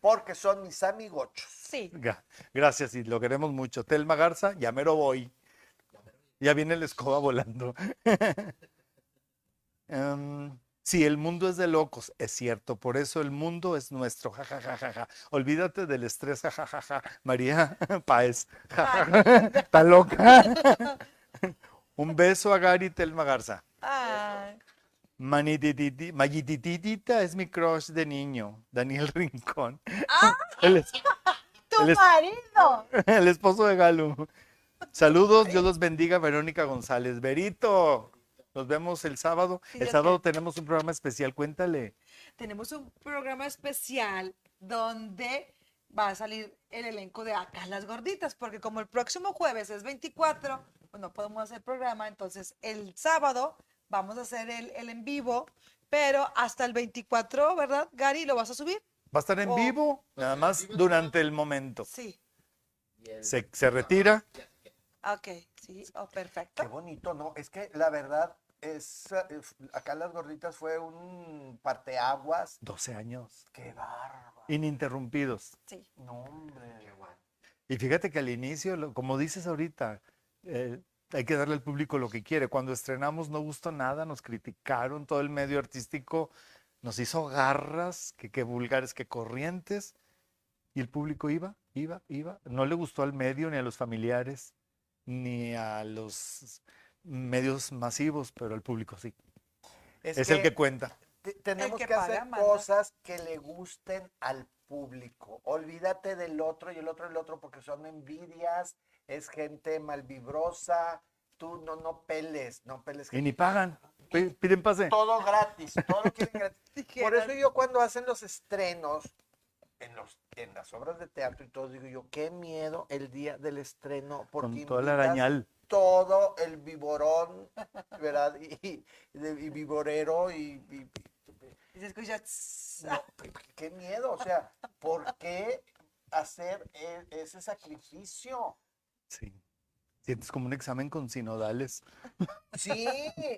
Speaker 3: Porque son mis amigochos.
Speaker 5: Sí.
Speaker 4: Ga- Gracias y lo queremos mucho. Telma Garza, ya mero voy. Ya viene la escoba volando. Em, sí, el mundo es de locos, es cierto. Por eso el mundo es nuestro. Ja, ja, ja, ja, ja. Olvídate del estrés. Ja, ja, ja, ja. María Páez. Ja, ja, ja. Está loca. Un beso a Gary Telma Garza.
Speaker 5: Ay,
Speaker 4: Manitititi- Mayitititita es mi crush de niño. Daniel Rincón. El es-
Speaker 5: ¡Tu
Speaker 4: Él es-
Speaker 5: marido!
Speaker 4: El esposo de Galo. Saludos, Dios los bendiga, Verónica González. Verito, nos vemos el sábado. El
Speaker 5: Fíjate.
Speaker 4: sábado tenemos un programa especial, cuéntale.
Speaker 5: Tenemos un programa especial donde va a salir el elenco de Acá las Gorditas, porque como el próximo jueves es 24, pues no podemos hacer programa, entonces el sábado vamos a hacer el, el en vivo, pero hasta el 24, ¿verdad, Gary? ¿Lo vas a subir?
Speaker 4: Va a estar en
Speaker 5: Oh.
Speaker 4: vivo, nada más durante el momento.
Speaker 5: Sí.
Speaker 4: Se, se retira.
Speaker 5: Ok, sí, oh,
Speaker 3: Qué
Speaker 5: perfecto.
Speaker 3: bonito, ¿no? Es que la verdad es. eh, Acá las gorditas fue un parteaguas.
Speaker 4: 12 años,
Speaker 3: Qué barba.
Speaker 4: ininterrumpidos.
Speaker 5: Sí.
Speaker 3: No, hombre.
Speaker 4: Y fíjate que al inicio, lo- como dices ahorita, eh, hay que darle al público lo que quiere. Cuando estrenamos no gustó nada, nos criticaron, todo el medio artístico nos hizo garras, que qué vulgares, que corrientes. Y el público iba, iba, iba. No le gustó al medio, ni a los familiares, ni a los medios masivos, pero al público sí. Es, el que cuenta.
Speaker 3: Te- Tenemos que,
Speaker 5: que
Speaker 3: hacer
Speaker 5: paga manda.
Speaker 3: cosas que le gusten al público. Olvídate del otro y el otro y el otro porque son envidias, es gente malvibrosa. Tú no, no peles, no peles.
Speaker 4: Y ni pagan. Pi- Piden pase.
Speaker 3: Todo gratis, todo lo quieren gratis. Por
Speaker 5: Dijeron,
Speaker 3: eso yo cuando hacen los estrenos en, los, en las obras de teatro y todo, digo yo, qué miedo el día del estreno. Porque
Speaker 4: Con todo el
Speaker 3: invitan
Speaker 4: arañal.
Speaker 3: todo el viborón, ¿verdad? Y, y- y viborero y- y
Speaker 5: y se escucha, tss,
Speaker 3: no, qué- qué miedo, o sea, ¿por qué hacer e- ese sacrificio?
Speaker 4: Sí. Sientes como un examen con sinodales.
Speaker 3: Sí,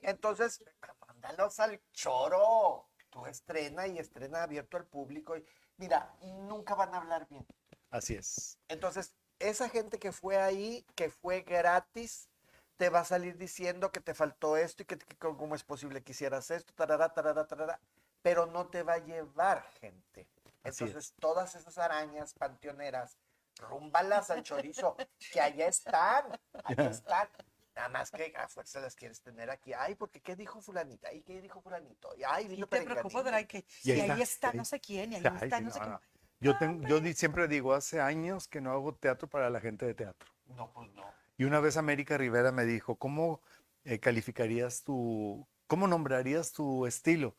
Speaker 3: entonces, mándalos al choro. Tú estrena y estrena abierto al público. y- mira, nunca van a hablar bien.
Speaker 4: Así es.
Speaker 3: Entonces, esa gente que fue ahí, que fue gratis, te va a salir diciendo que te faltó esto y que, que cómo es posible que hicieras esto, tarara, tarara, tarara, pero no te va a llevar gente.
Speaker 4: Así
Speaker 3: Entonces, todas esas arañas panteoneras, rúmbalas al chorizo, que allá están, allá están. Nada más que a fuerza las quieres tener aquí. Ay, porque ¿qué dijo fulanita? Ay, ¿qué dijo fulanito? Y, Ay,
Speaker 5: y
Speaker 3: vino
Speaker 5: te
Speaker 3: perenganito.
Speaker 5: preocupas, ¿verdad? Que,
Speaker 4: Y
Speaker 5: y
Speaker 4: ahí
Speaker 5: ahí,
Speaker 4: está,
Speaker 5: está,
Speaker 4: ahí-
Speaker 5: no sé Ah, quién, y ahí
Speaker 4: Ay,
Speaker 5: está,
Speaker 4: sí,
Speaker 5: no sé
Speaker 4: no,
Speaker 5: quién.
Speaker 4: no. Yo, ten- yo di- siempre digo, hace años que no hago teatro para la gente de teatro.
Speaker 3: No, pues no.
Speaker 4: Y una vez América Rivera me dijo, ¿cómo eh, calificarías tu, cómo nombrarías tu estilo?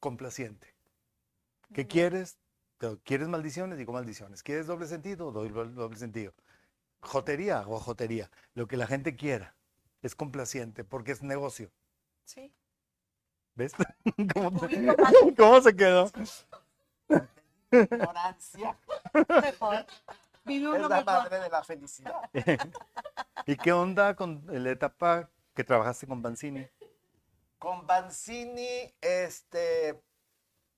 Speaker 4: Complaciente. ¿Qué quieres? Te- ¿Quieres maldiciones? Digo maldiciones. ¿Quieres doble sentido? Doy do- doble sentido. Jotería o jotería. Lo que la gente quiera es complaciente porque es negocio.
Speaker 5: Sí.
Speaker 4: ¿Ves? ¿Cómo, te- cómo se quedó?
Speaker 3: Ignorancia
Speaker 5: mejor. Vive
Speaker 3: es
Speaker 5: uno
Speaker 3: la
Speaker 5: mejor.
Speaker 3: madre de la felicidad.
Speaker 4: ¿Y qué onda con la etapa que trabajaste con Banzini.
Speaker 3: Con Banzini, este,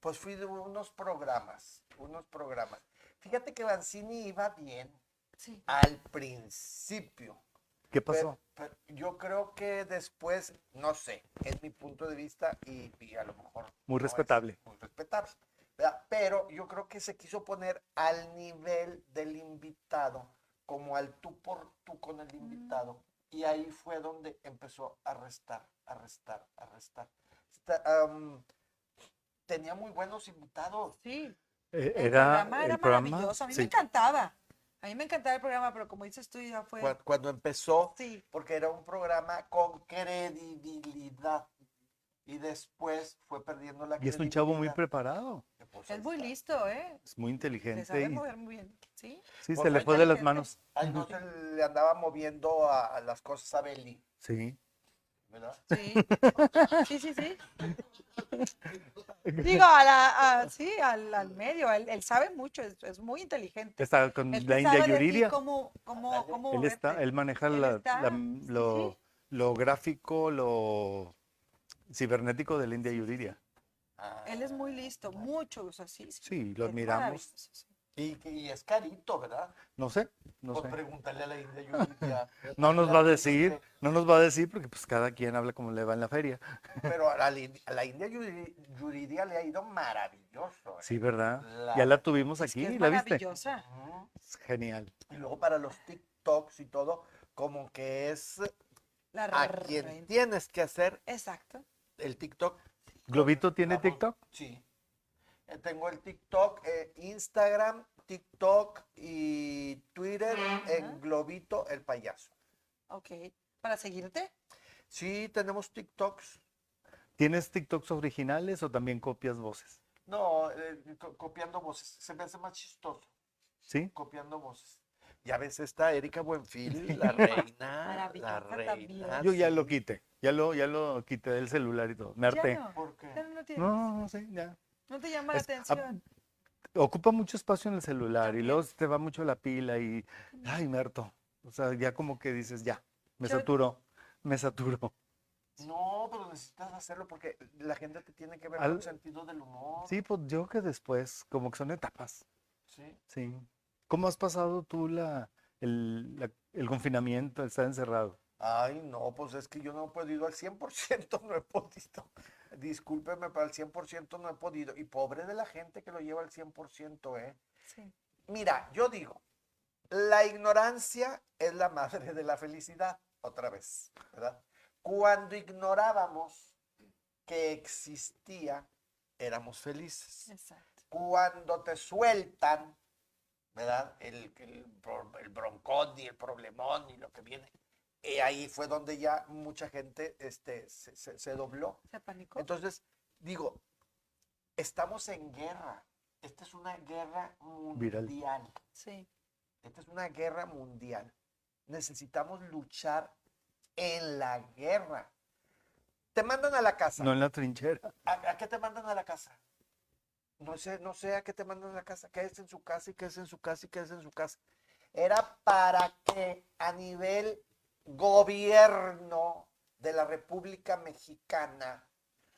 Speaker 3: pues fui de unos programas, unos programas. Fíjate que Banzini iba bien
Speaker 5: Sí.
Speaker 3: al principio.
Speaker 4: ¿Qué
Speaker 5: Pues,
Speaker 3: pe-
Speaker 4: pasó?
Speaker 3: pe- yo creo que después, no sé, es mi punto de vista y, y a lo mejor.
Speaker 4: Muy
Speaker 3: no es
Speaker 4: respetable.
Speaker 3: Muy respetable. ¿verdad? Pero yo creo que se quiso poner al nivel del invitado, como al tú por tú con el invitado. Y ahí fue donde empezó a restar, a restar, a restar. Esta- am, tenía muy buenos invitados.
Speaker 5: Sí.
Speaker 4: Eh,
Speaker 5: El
Speaker 4: era
Speaker 5: programa
Speaker 4: el
Speaker 5: era
Speaker 4: programa.
Speaker 5: maravilloso. A mí
Speaker 4: sí.
Speaker 5: me encantaba. A mí me encantaba el programa, pero como dices tú, ya fue.
Speaker 3: Cuan- Cuando empezó,
Speaker 5: Sí.
Speaker 3: porque era un programa con credibilidad. Y después fue perdiendo la
Speaker 4: Y es un chavo muy
Speaker 3: credibilidad.
Speaker 4: preparado,
Speaker 3: Pues ahí
Speaker 5: Es muy
Speaker 3: está.
Speaker 5: listo, ¿eh?
Speaker 4: es muy
Speaker 5: Se
Speaker 4: inteligente
Speaker 5: sabe
Speaker 4: y
Speaker 5: mover muy bien. Sí.
Speaker 4: sí,
Speaker 3: Pues
Speaker 4: se le
Speaker 3: muy
Speaker 4: fue de las
Speaker 5: inteligente.
Speaker 4: manos.
Speaker 3: Ahí no se le andaba moviendo a, a las cosas a Beli,
Speaker 4: Sí.
Speaker 3: ¿verdad?
Speaker 5: Sí. Sí, sí, sí. Digo, a la- a- sí, al, al medio. Él, él sabe mucho, es, es muy inteligente.
Speaker 4: Está con
Speaker 5: Él
Speaker 4: la
Speaker 5: sabe
Speaker 4: India
Speaker 5: de ti
Speaker 4: Yuridia.
Speaker 5: Cómo, cómo,
Speaker 3: Ándale.
Speaker 5: cómo
Speaker 4: Él está,
Speaker 5: moverte.
Speaker 4: él maneja
Speaker 5: este, Él
Speaker 4: la-
Speaker 5: está,
Speaker 4: la-
Speaker 5: sí,
Speaker 4: lo,
Speaker 5: sí.
Speaker 4: lo gráfico, lo cibernético de la India Yuridia.
Speaker 3: Ah,
Speaker 5: Él es muy listo, mucho, o sea, sí.
Speaker 4: Sí, lo
Speaker 5: es
Speaker 4: admiramos.
Speaker 5: maravilloso, sí.
Speaker 3: Y, y es carito, ¿verdad?
Speaker 4: No sé, no
Speaker 3: pues
Speaker 4: sé.
Speaker 3: pregúntale a la India Yuridia.
Speaker 4: No nos va a
Speaker 3: La-
Speaker 4: decir, no nos va a decir porque pues cada quien habla como le va en la feria.
Speaker 3: Pero a la, Lin- a la India Yuri- Yuridia le ha ido maravilloso. ¿eh?
Speaker 4: Sí, ¿verdad?
Speaker 3: La-
Speaker 4: Ya la tuvimos
Speaker 5: Es que
Speaker 4: aquí,
Speaker 5: es
Speaker 4: ¿la viste?
Speaker 5: maravillosa.
Speaker 3: Ujú.
Speaker 4: Es Genial.
Speaker 3: Y luego para los TikToks y todo, como que es
Speaker 5: La
Speaker 3: a
Speaker 5: reina.
Speaker 3: quien tienes que hacer
Speaker 5: Exacto.
Speaker 3: el TikTok.
Speaker 4: ¿Globito tiene
Speaker 3: La voz-
Speaker 4: TikTok?
Speaker 3: Sí. Eh, tengo el TikTok, eh, Instagram, TikTok y Twitter en Globito el Payaso.
Speaker 5: Ok. ¿Para seguirte?
Speaker 3: Sí, tenemos TikToks.
Speaker 4: ¿Tienes TikToks originales o también copias voces?
Speaker 3: No, eh, co- copiando voces. Se me hace más chistoso,
Speaker 4: ¿Sí?
Speaker 3: copiando voces. Ya ves, está Erika Buenfil, la reina, la
Speaker 5: Maravillosa
Speaker 3: reina.
Speaker 5: también.
Speaker 4: Yo ya
Speaker 3: sí.
Speaker 4: lo quité, ya lo, ya lo quité del celular y todo. Me
Speaker 5: Ya
Speaker 4: harté.
Speaker 5: no.
Speaker 3: ¿Por qué?
Speaker 5: Ya no lo tienes.
Speaker 4: No, no sé, ya.
Speaker 5: No te llama la
Speaker 4: Es- ah,
Speaker 5: atención.
Speaker 4: Ocupa mucho espacio en el celular y luego se te va mucho la pila y, ay, me harto. O sea, ya como que dices, ya, me
Speaker 5: Yo-
Speaker 4: saturó, me saturó.
Speaker 3: No, pero necesitas hacerlo porque la gente te tiene que ver
Speaker 4: Al-
Speaker 3: con sentido del humor.
Speaker 4: Sí, pues yo que después, como que son etapas.
Speaker 3: Sí.
Speaker 4: Sí. ¿Cómo has pasado tú la, el, la- el confinamiento, el estar encerrado?
Speaker 3: Ay, no, pues es que yo no he podido al 100%, no he podido. Discúlpeme, pero al 100% no he podido. Y pobre de la gente que lo lleva al 100%, ¿eh?
Speaker 5: Sí.
Speaker 3: Mira, yo digo, la ignorancia es la madre de la felicidad, otra vez, ¿verdad? Cuando ignorábamos que existía, éramos felices
Speaker 5: Exacto.
Speaker 3: cuando te sueltan, ¿verdad? El, el, bro- el broncón y el problemón y lo que viene. Y ahí fue donde ya mucha gente este, se, se- se dobló.
Speaker 5: ¿Se apanicó?
Speaker 3: Entonces, digo, estamos en guerra. Esta es una guerra
Speaker 4: Viral.
Speaker 3: mundial.
Speaker 5: Sí.
Speaker 3: Esta es una guerra mundial. Necesitamos luchar en la guerra. Te mandan a la casa.
Speaker 4: No en la trinchera.
Speaker 3: ¿A, a qué te mandan a la casa? No sé, no sé a qué te mandan a la casa. ¿Qué es en su casa y qué es en su casa y qué es en su casa? Era para que a nivel gobierno de la República Mexicana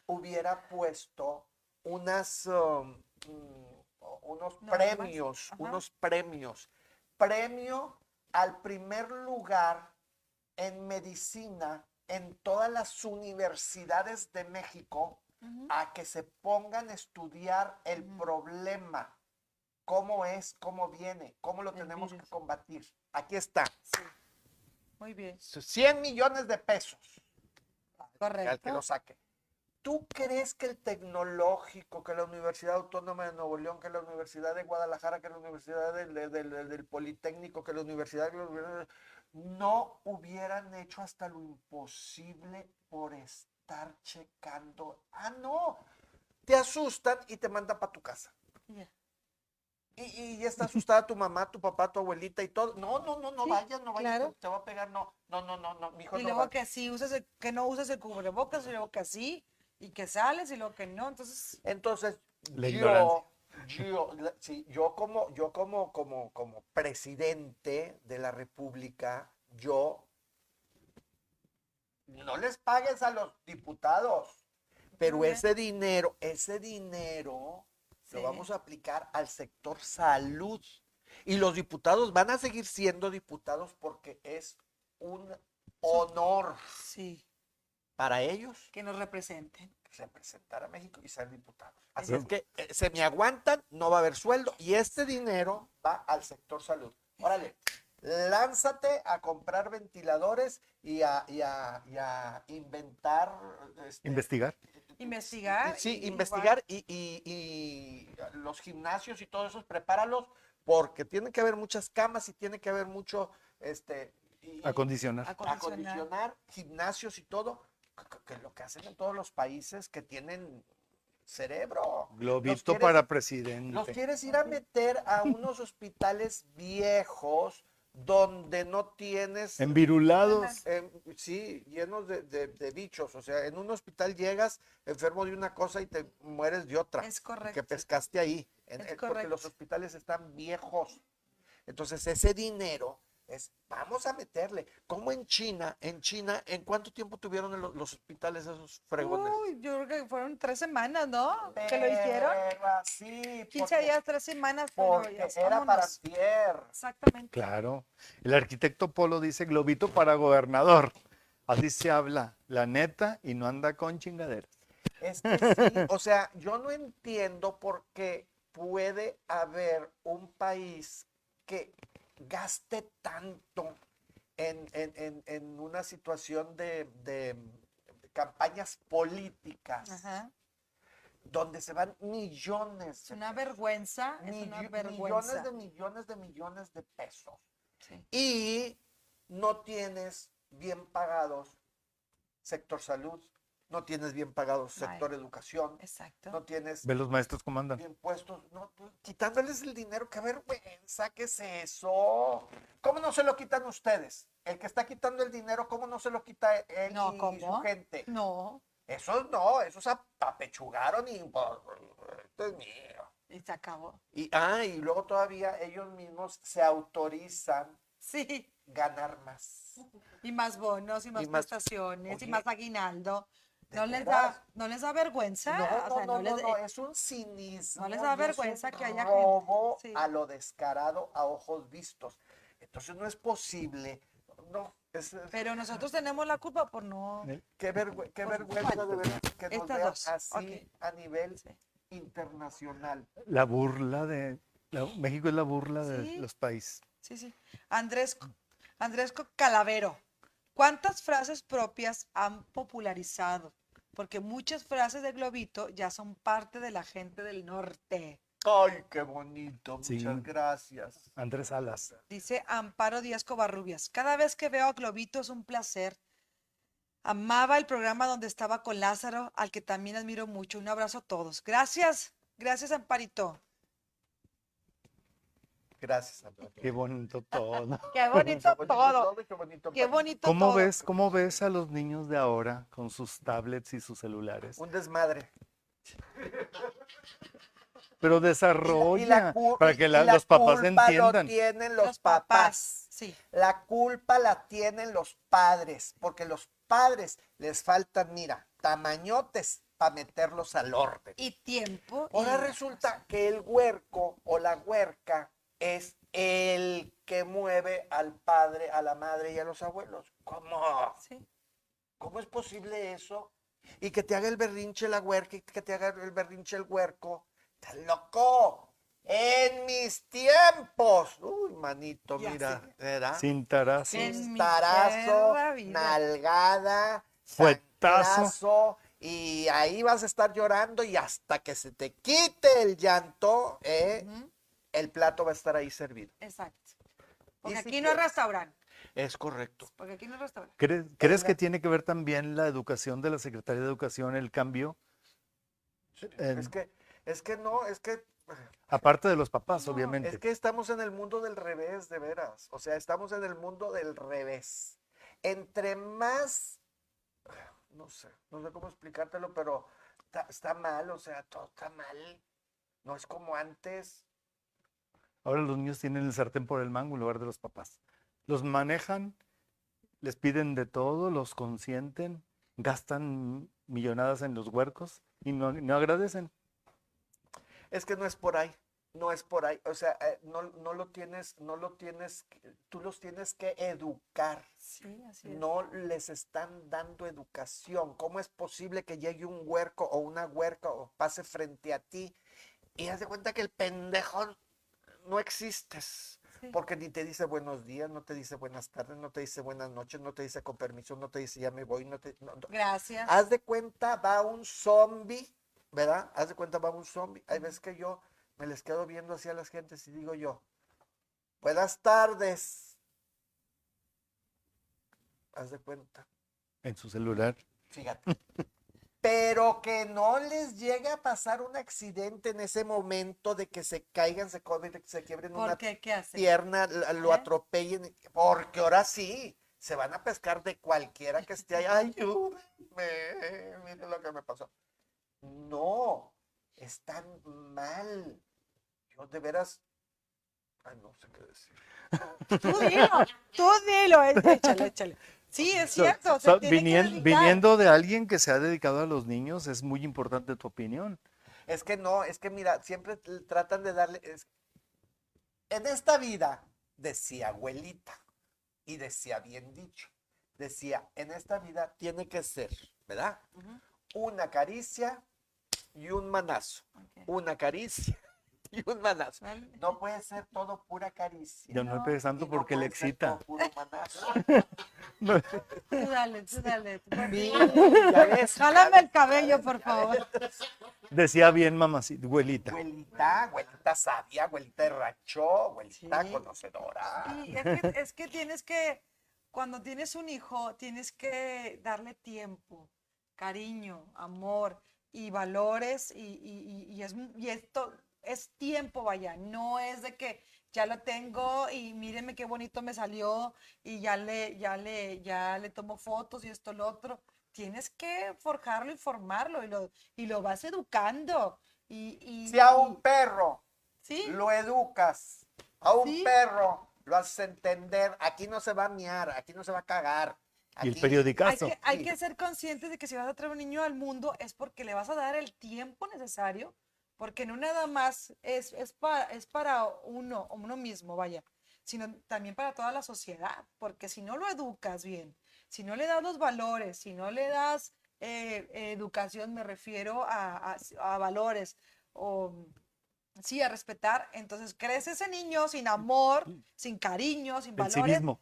Speaker 3: hubiera puesto unas, um, mm, o- unos
Speaker 5: Normas,
Speaker 3: premios,
Speaker 5: ajá.
Speaker 3: unos premios. Premio al primer lugar en medicina en todas las universidades de México
Speaker 5: Ujú.
Speaker 3: a que se pongan a estudiar el
Speaker 5: Ujú.
Speaker 3: problema, cómo es, cómo viene, cómo lo
Speaker 5: El
Speaker 3: tenemos que
Speaker 5: virus.
Speaker 3: combatir. Aquí está,
Speaker 5: Sí. Muy bien.
Speaker 3: 100 millones de pesos al que
Speaker 5: Correcto.
Speaker 3: lo saque. ¿Tú crees que el tecnológico, que la Universidad Autónoma de Nuevo León, que la Universidad de Guadalajara, que la Universidad del, del- del- del Politécnico, que la Universidad no hubieran hecho hasta lo imposible por estar checando? Ah, no, te asustan y te mandan para tu casa.
Speaker 5: Ya.
Speaker 3: Y, y ya está asustada tu mamá, tu papá, tu abuelita y todo. No, no, no, no
Speaker 5: Sí,
Speaker 3: vayas, no vayas,
Speaker 5: claro.
Speaker 3: te va a pegar, no, no, no, no, no, mijo,
Speaker 5: Y
Speaker 3: no
Speaker 5: luego
Speaker 3: vayas.
Speaker 5: que sí, usas el- que no usas el cubrebocas, y luego que sí, y que sales, y luego que no. Entonces,
Speaker 3: Entonces,
Speaker 4: La
Speaker 3: yo,
Speaker 4: ignorancia.
Speaker 3: yo, la- sí, yo como, yo como, como, como presidente de la República, yo no les pagues a los diputados. Pero
Speaker 5: Ujú.
Speaker 3: ese dinero, ese dinero
Speaker 5: Sí.
Speaker 3: lo vamos a aplicar al sector salud. Y los diputados van a seguir siendo diputados porque es un honor
Speaker 5: Sí,
Speaker 3: para ellos
Speaker 5: que nos representen.
Speaker 3: representar a México y ser diputados. Así es que eh, se me aguantan, no va a haber sueldo y este dinero va al sector salud. Órale, lánzate a comprar ventiladores y a, y a- y a inventar. este,
Speaker 4: Investigar.
Speaker 5: Investigar.
Speaker 3: Sí,
Speaker 5: y-
Speaker 3: investigar y, y- y los gimnasios y todo eso, prepáralos porque tiene que haber muchas camas y tiene que haber mucho. este y-
Speaker 4: Acondicionar.
Speaker 5: igual, acondicionar.
Speaker 3: acondicionar gimnasios y todo, que- que- que lo que hacen en todos los países que tienen cerebro. Los
Speaker 4: Globito
Speaker 3: quieres-
Speaker 4: para
Speaker 3: Los
Speaker 4: presidente.
Speaker 3: quieres ir a meter a unos hospitales viejos donde no tienes...
Speaker 4: Envirulados.
Speaker 3: em, sí, llenos de, de- de bichos. O sea, en un hospital llegas enfermo de una cosa y te mueres de otra.
Speaker 5: Es
Speaker 3: Que
Speaker 5: correcto.
Speaker 3: pescaste ahí. en-
Speaker 5: Es
Speaker 3: eh, porque los
Speaker 5: correcto.
Speaker 3: hospitales están viejos. Entonces, ese dinero es, vamos a meterle. Como en China? En China, ¿en cuánto tiempo tuvieron el- los hospitales esos fregones?
Speaker 5: Uy, yo creo que fueron tres semanas, ¿no? Que lo hicieron.
Speaker 3: Pero así,
Speaker 5: 15
Speaker 3: porque-
Speaker 5: días, tres semanas. pero
Speaker 3: Porque
Speaker 5: ya,
Speaker 3: era para
Speaker 5: vámonos.
Speaker 3: hacer.
Speaker 5: Exactamente.
Speaker 4: Claro. El arquitecto Polo dice globito para gobernador. Así se habla, la neta, y no anda con chingaderas.
Speaker 3: Es que sí, o sea, yo no entiendo por qué puede haber un país que gaste tanto en, en- en- en una situación de, de campañas políticas
Speaker 5: Ajá.
Speaker 3: donde se van millones
Speaker 5: Es
Speaker 3: de
Speaker 5: una
Speaker 3: pesos,
Speaker 5: vergüenza. Es una
Speaker 3: millo-
Speaker 5: vergüenza.
Speaker 3: millones de millones de millones de pesos
Speaker 5: Sí.
Speaker 3: y no tienes bien pagados sector salud, no tienes bien pagados
Speaker 5: Ay.
Speaker 3: sector educación,
Speaker 5: Exacto.
Speaker 3: no tienes
Speaker 4: Ve los maestros cómo andan.
Speaker 3: bien puestos, no, pues, quitándoles el dinero, qué vergüenza, ¿qué es eso? ¿Cómo no se lo quitan ustedes? El que está quitando el dinero, ¿cómo no se lo quita él
Speaker 5: No,
Speaker 3: y su
Speaker 5: ¿cómo?
Speaker 3: gente?
Speaker 5: No,
Speaker 3: Eso no, esos ap- apechugaron y pues, esto es mío.
Speaker 5: y se acabó.
Speaker 3: Y, ah, y luego todavía ellos mismos se autorizan
Speaker 5: Sí,
Speaker 3: ganar más.
Speaker 5: y más bonos, y más,
Speaker 3: más-
Speaker 5: prestaciones, y
Speaker 3: Oye,
Speaker 5: más aguinaldo.
Speaker 3: ¿de
Speaker 5: No les,
Speaker 3: veras?
Speaker 5: da, no les da vergüenza.
Speaker 3: No,
Speaker 5: o sea,
Speaker 3: no, no, no,
Speaker 5: les-
Speaker 3: no,
Speaker 5: eh,
Speaker 3: es un cinismo.
Speaker 5: no les da
Speaker 3: y es
Speaker 5: vergüenza
Speaker 3: un
Speaker 5: que haya gente,
Speaker 3: robo
Speaker 5: sí.
Speaker 3: a lo descarado, a ojos vistos. Entonces no es posible. No, es, es-
Speaker 5: Pero nosotros tenemos la culpa por no.
Speaker 4: Eh,
Speaker 3: qué, vergüe- qué
Speaker 5: Por
Speaker 3: vergüenza de verdad que nos
Speaker 5: Pues, Estas
Speaker 3: vean
Speaker 5: dos,
Speaker 3: así
Speaker 5: ok.
Speaker 3: a nivel
Speaker 5: Sí.
Speaker 3: internacional.
Speaker 4: La burla de. la- México es la burla de
Speaker 5: Sí.
Speaker 4: los países.
Speaker 5: Sí, sí. Andrés, Co- Andrés Co- Calavero. ¿Cuántas frases propias han popularizado? Porque muchas frases de Globito ya son parte de la gente del norte.
Speaker 3: Ay, qué bonito,
Speaker 4: Sí.
Speaker 3: muchas gracias.
Speaker 4: Andrés Alas.
Speaker 5: Dice Amparo Díaz Covarrubias. Cada vez que veo a Globito es un placer. Amaba el programa donde estaba con Lázaro, al que también admiro mucho. Un abrazo a todos. Gracias, gracias Amparito.
Speaker 3: Gracias, Antonio.
Speaker 4: Qué bonito todo.
Speaker 5: Qué bonito todo.
Speaker 3: y qué bonito
Speaker 5: Qué
Speaker 3: país.
Speaker 5: bonito
Speaker 4: ¿Cómo
Speaker 5: todo.
Speaker 4: ves, ¿Cómo ves a los niños de ahora con sus tablets y sus celulares?
Speaker 3: Un desmadre.
Speaker 4: Pero
Speaker 3: Y la
Speaker 4: desarrolla
Speaker 3: cu-
Speaker 4: para
Speaker 3: y-
Speaker 4: que
Speaker 3: y
Speaker 4: la- los papás
Speaker 3: culpa lo
Speaker 4: entiendan.
Speaker 3: tienen los papás.
Speaker 5: Sí,
Speaker 3: La culpa la tienen los padres, porque los padres les faltan, mira, tamañotes para meterlos al orden.
Speaker 5: y tiempo.
Speaker 3: Ahora
Speaker 5: y-
Speaker 3: resulta que el huerco o la huerca es el que mueve al padre, a la madre y a los abuelos. ¿Cómo?
Speaker 5: Sí.
Speaker 3: ¿Cómo es posible eso? Y que te haga el berrinche la huerca y que te haga el berrinche el huerco. ¡Estás loco! En mis tiempos. Uy, manito,
Speaker 5: Ya
Speaker 3: mira.
Speaker 5: sé.
Speaker 3: ¿Era?
Speaker 4: Sin tarazos.
Speaker 5: Sí. En mi
Speaker 3: Cintarazo,
Speaker 5: tierra vida.
Speaker 3: nalgada,
Speaker 4: Fuetazo.
Speaker 3: zanclazo, Y ahí vas a estar llorando y hasta que se te quite el llanto, ¿eh?
Speaker 5: Ujú,
Speaker 3: el plato va a estar ahí servido.
Speaker 5: Exacto. Porque
Speaker 3: si
Speaker 5: aquí no es
Speaker 3: quieres-
Speaker 5: restaurante.
Speaker 3: Es correcto.
Speaker 5: Porque aquí no es restaurante.
Speaker 4: ¿Crees, crees que tiene que ver también la educación de la Secretaría de Educación, el cambio? En-
Speaker 3: Es que, es que no, es que
Speaker 4: aparte de los papás,
Speaker 5: No,
Speaker 4: obviamente.
Speaker 3: Es que estamos en el mundo del revés, de veras. O sea, estamos en el mundo del revés. Entre más, no sé, no sé cómo explicártelo, pero está, está mal, o sea, todo está mal. No es como antes.
Speaker 4: Ahora los niños tienen el sartén por el mango en lugar de los papás. Los manejan les piden de todo, los consienten, gastan millonadas en los huercos y no, no agradecen.
Speaker 3: Es que no es por ahí, no es por ahí. O sea, eh, no, no lo tienes, no lo tienes, que- tú los tienes que educar.
Speaker 5: Sí, así es.
Speaker 3: No les están dando educación. ¿Cómo es posible que llegue un huerco o una huerca o pase frente a ti y haz de cuenta que el pendejo no existes?
Speaker 5: Sí.
Speaker 3: Porque ni te dice buenos días, no te dice buenas tardes, no te dice buenas noches, no te dice con permiso, no te dice ya me voy, no te... no- no-
Speaker 4: Ah,
Speaker 5: Gracias.
Speaker 3: Haz de cuenta, va un zombie, ¿verdad? Haz de cuenta, va un zombie. Hay veces que yo me les quedo viendo así a las gentes y digo yo, buenas tardes. Haz de cuenta.
Speaker 4: En su celular.
Speaker 3: Fíjate. Pero que no les llegue a pasar un accidente en ese momento de que se caigan, se, comen, se quiebren una
Speaker 5: ¿Por qué? ¿Qué hace?
Speaker 3: pierna, la- lo
Speaker 5: ¿Eh?
Speaker 3: atropellen, porque ahora sí, se van a pescar de cualquiera que esté ahí. Ayúdenme, miren lo que me pasó. No, están mal. Yo de veras, ay, no sé qué decir.
Speaker 5: Tú dilo, tú dilo, eh, échale, échale. Sí, es
Speaker 4: So-
Speaker 5: cierto. se
Speaker 4: so-
Speaker 5: tiene que
Speaker 4: vinien-
Speaker 5: dedicar.
Speaker 4: viniendo de alguien que se ha dedicado a los niños, es muy importante tu opinión.
Speaker 3: Es que no, es que mira, siempre t- tratan de darle. es- En esta vida, decía abuelita, y decía bien dicho, decía, en esta vida tiene que ser, ¿verdad?
Speaker 5: Ujú.
Speaker 3: Una caricia y un manazo.
Speaker 5: Ok.
Speaker 3: Una caricia y un manazo.
Speaker 5: Vale.
Speaker 3: No puede ser todo pura caricia.
Speaker 4: Ya no,
Speaker 5: No,
Speaker 4: pegues
Speaker 3: y
Speaker 4: tanto
Speaker 3: no
Speaker 4: porque le
Speaker 3: puede ser
Speaker 4: excita.
Speaker 3: todo puro manazo.
Speaker 5: Tú dale, tú dale. tú dale.
Speaker 3: Sí, ya ves,
Speaker 5: Jálame el cabello, por favor.
Speaker 4: Decía bien mamacita, abuelita.
Speaker 3: Abuelita, abuelita sabia, abuelita de rancho, abuelita
Speaker 5: Sí.
Speaker 3: conocedora.
Speaker 5: Sí, es que, es que tienes que, cuando tienes un hijo, tienes que darle tiempo, cariño, amor y valores y, y- y- y es, y esto es tiempo, vaya, no es de que ya lo tengo y mírenme qué bonito me salió y ya le, ya le, ya le tomo fotos y esto, lo otro. Tienes que forjarlo y formarlo y lo, y lo vas educando. Y, y-
Speaker 3: Si a
Speaker 5: y-
Speaker 3: un perro
Speaker 5: ¿sí?
Speaker 3: lo educas, a un
Speaker 5: Sí.
Speaker 3: perro lo haces entender, aquí no se va a miar, aquí no se va a cagar.
Speaker 4: Y el
Speaker 3: aquí-
Speaker 5: Hay
Speaker 4: periodicazo.
Speaker 5: que, hay
Speaker 3: Sí.
Speaker 5: que ser conscientes de que si vas a traer un niño al mundo es porque le vas a dar el tiempo necesario, porque no nada más es, es, para, es para uno, uno mismo, vaya, sino también para toda la sociedad, porque si no lo educas bien, si no le das los valores, si no le das eh, educación, me refiero a, a- a valores o sí, a respetar, entonces crece ese niño sin amor, sin cariño, sin
Speaker 4: El
Speaker 5: valores,
Speaker 4: cinismo.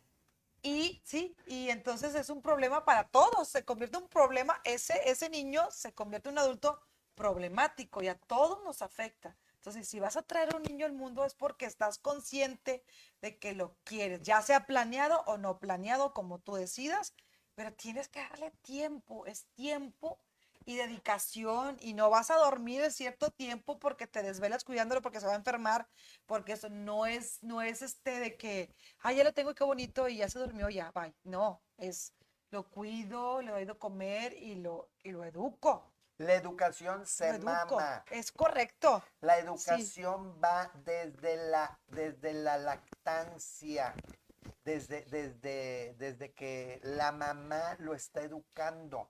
Speaker 5: y sí, y entonces es un problema para todos, se convierte en un problema, ese, ese niño se convierte en un adulto problemático y a todos nos afecta. Entonces, si vas a traer un niño al mundo es porque estás consciente de que lo quieres, ya sea planeado o no planeado, como tú decidas, pero tienes que darle tiempo, es tiempo y dedicación y no vas a dormir en cierto tiempo porque te desvelas cuidándolo porque se va a enfermar, porque eso no es, no es este de que, ah, ya lo tengo, qué bonito, y ya se durmió, ya, bye. No, es, lo cuido, le doy de comer y lo, y lo educo.
Speaker 3: La educación
Speaker 5: Lo
Speaker 3: se
Speaker 5: educo.
Speaker 3: mama.
Speaker 5: Es correcto.
Speaker 3: La educación va desde la, desde la lactancia, desde, desde, desde que la mamá lo está educando.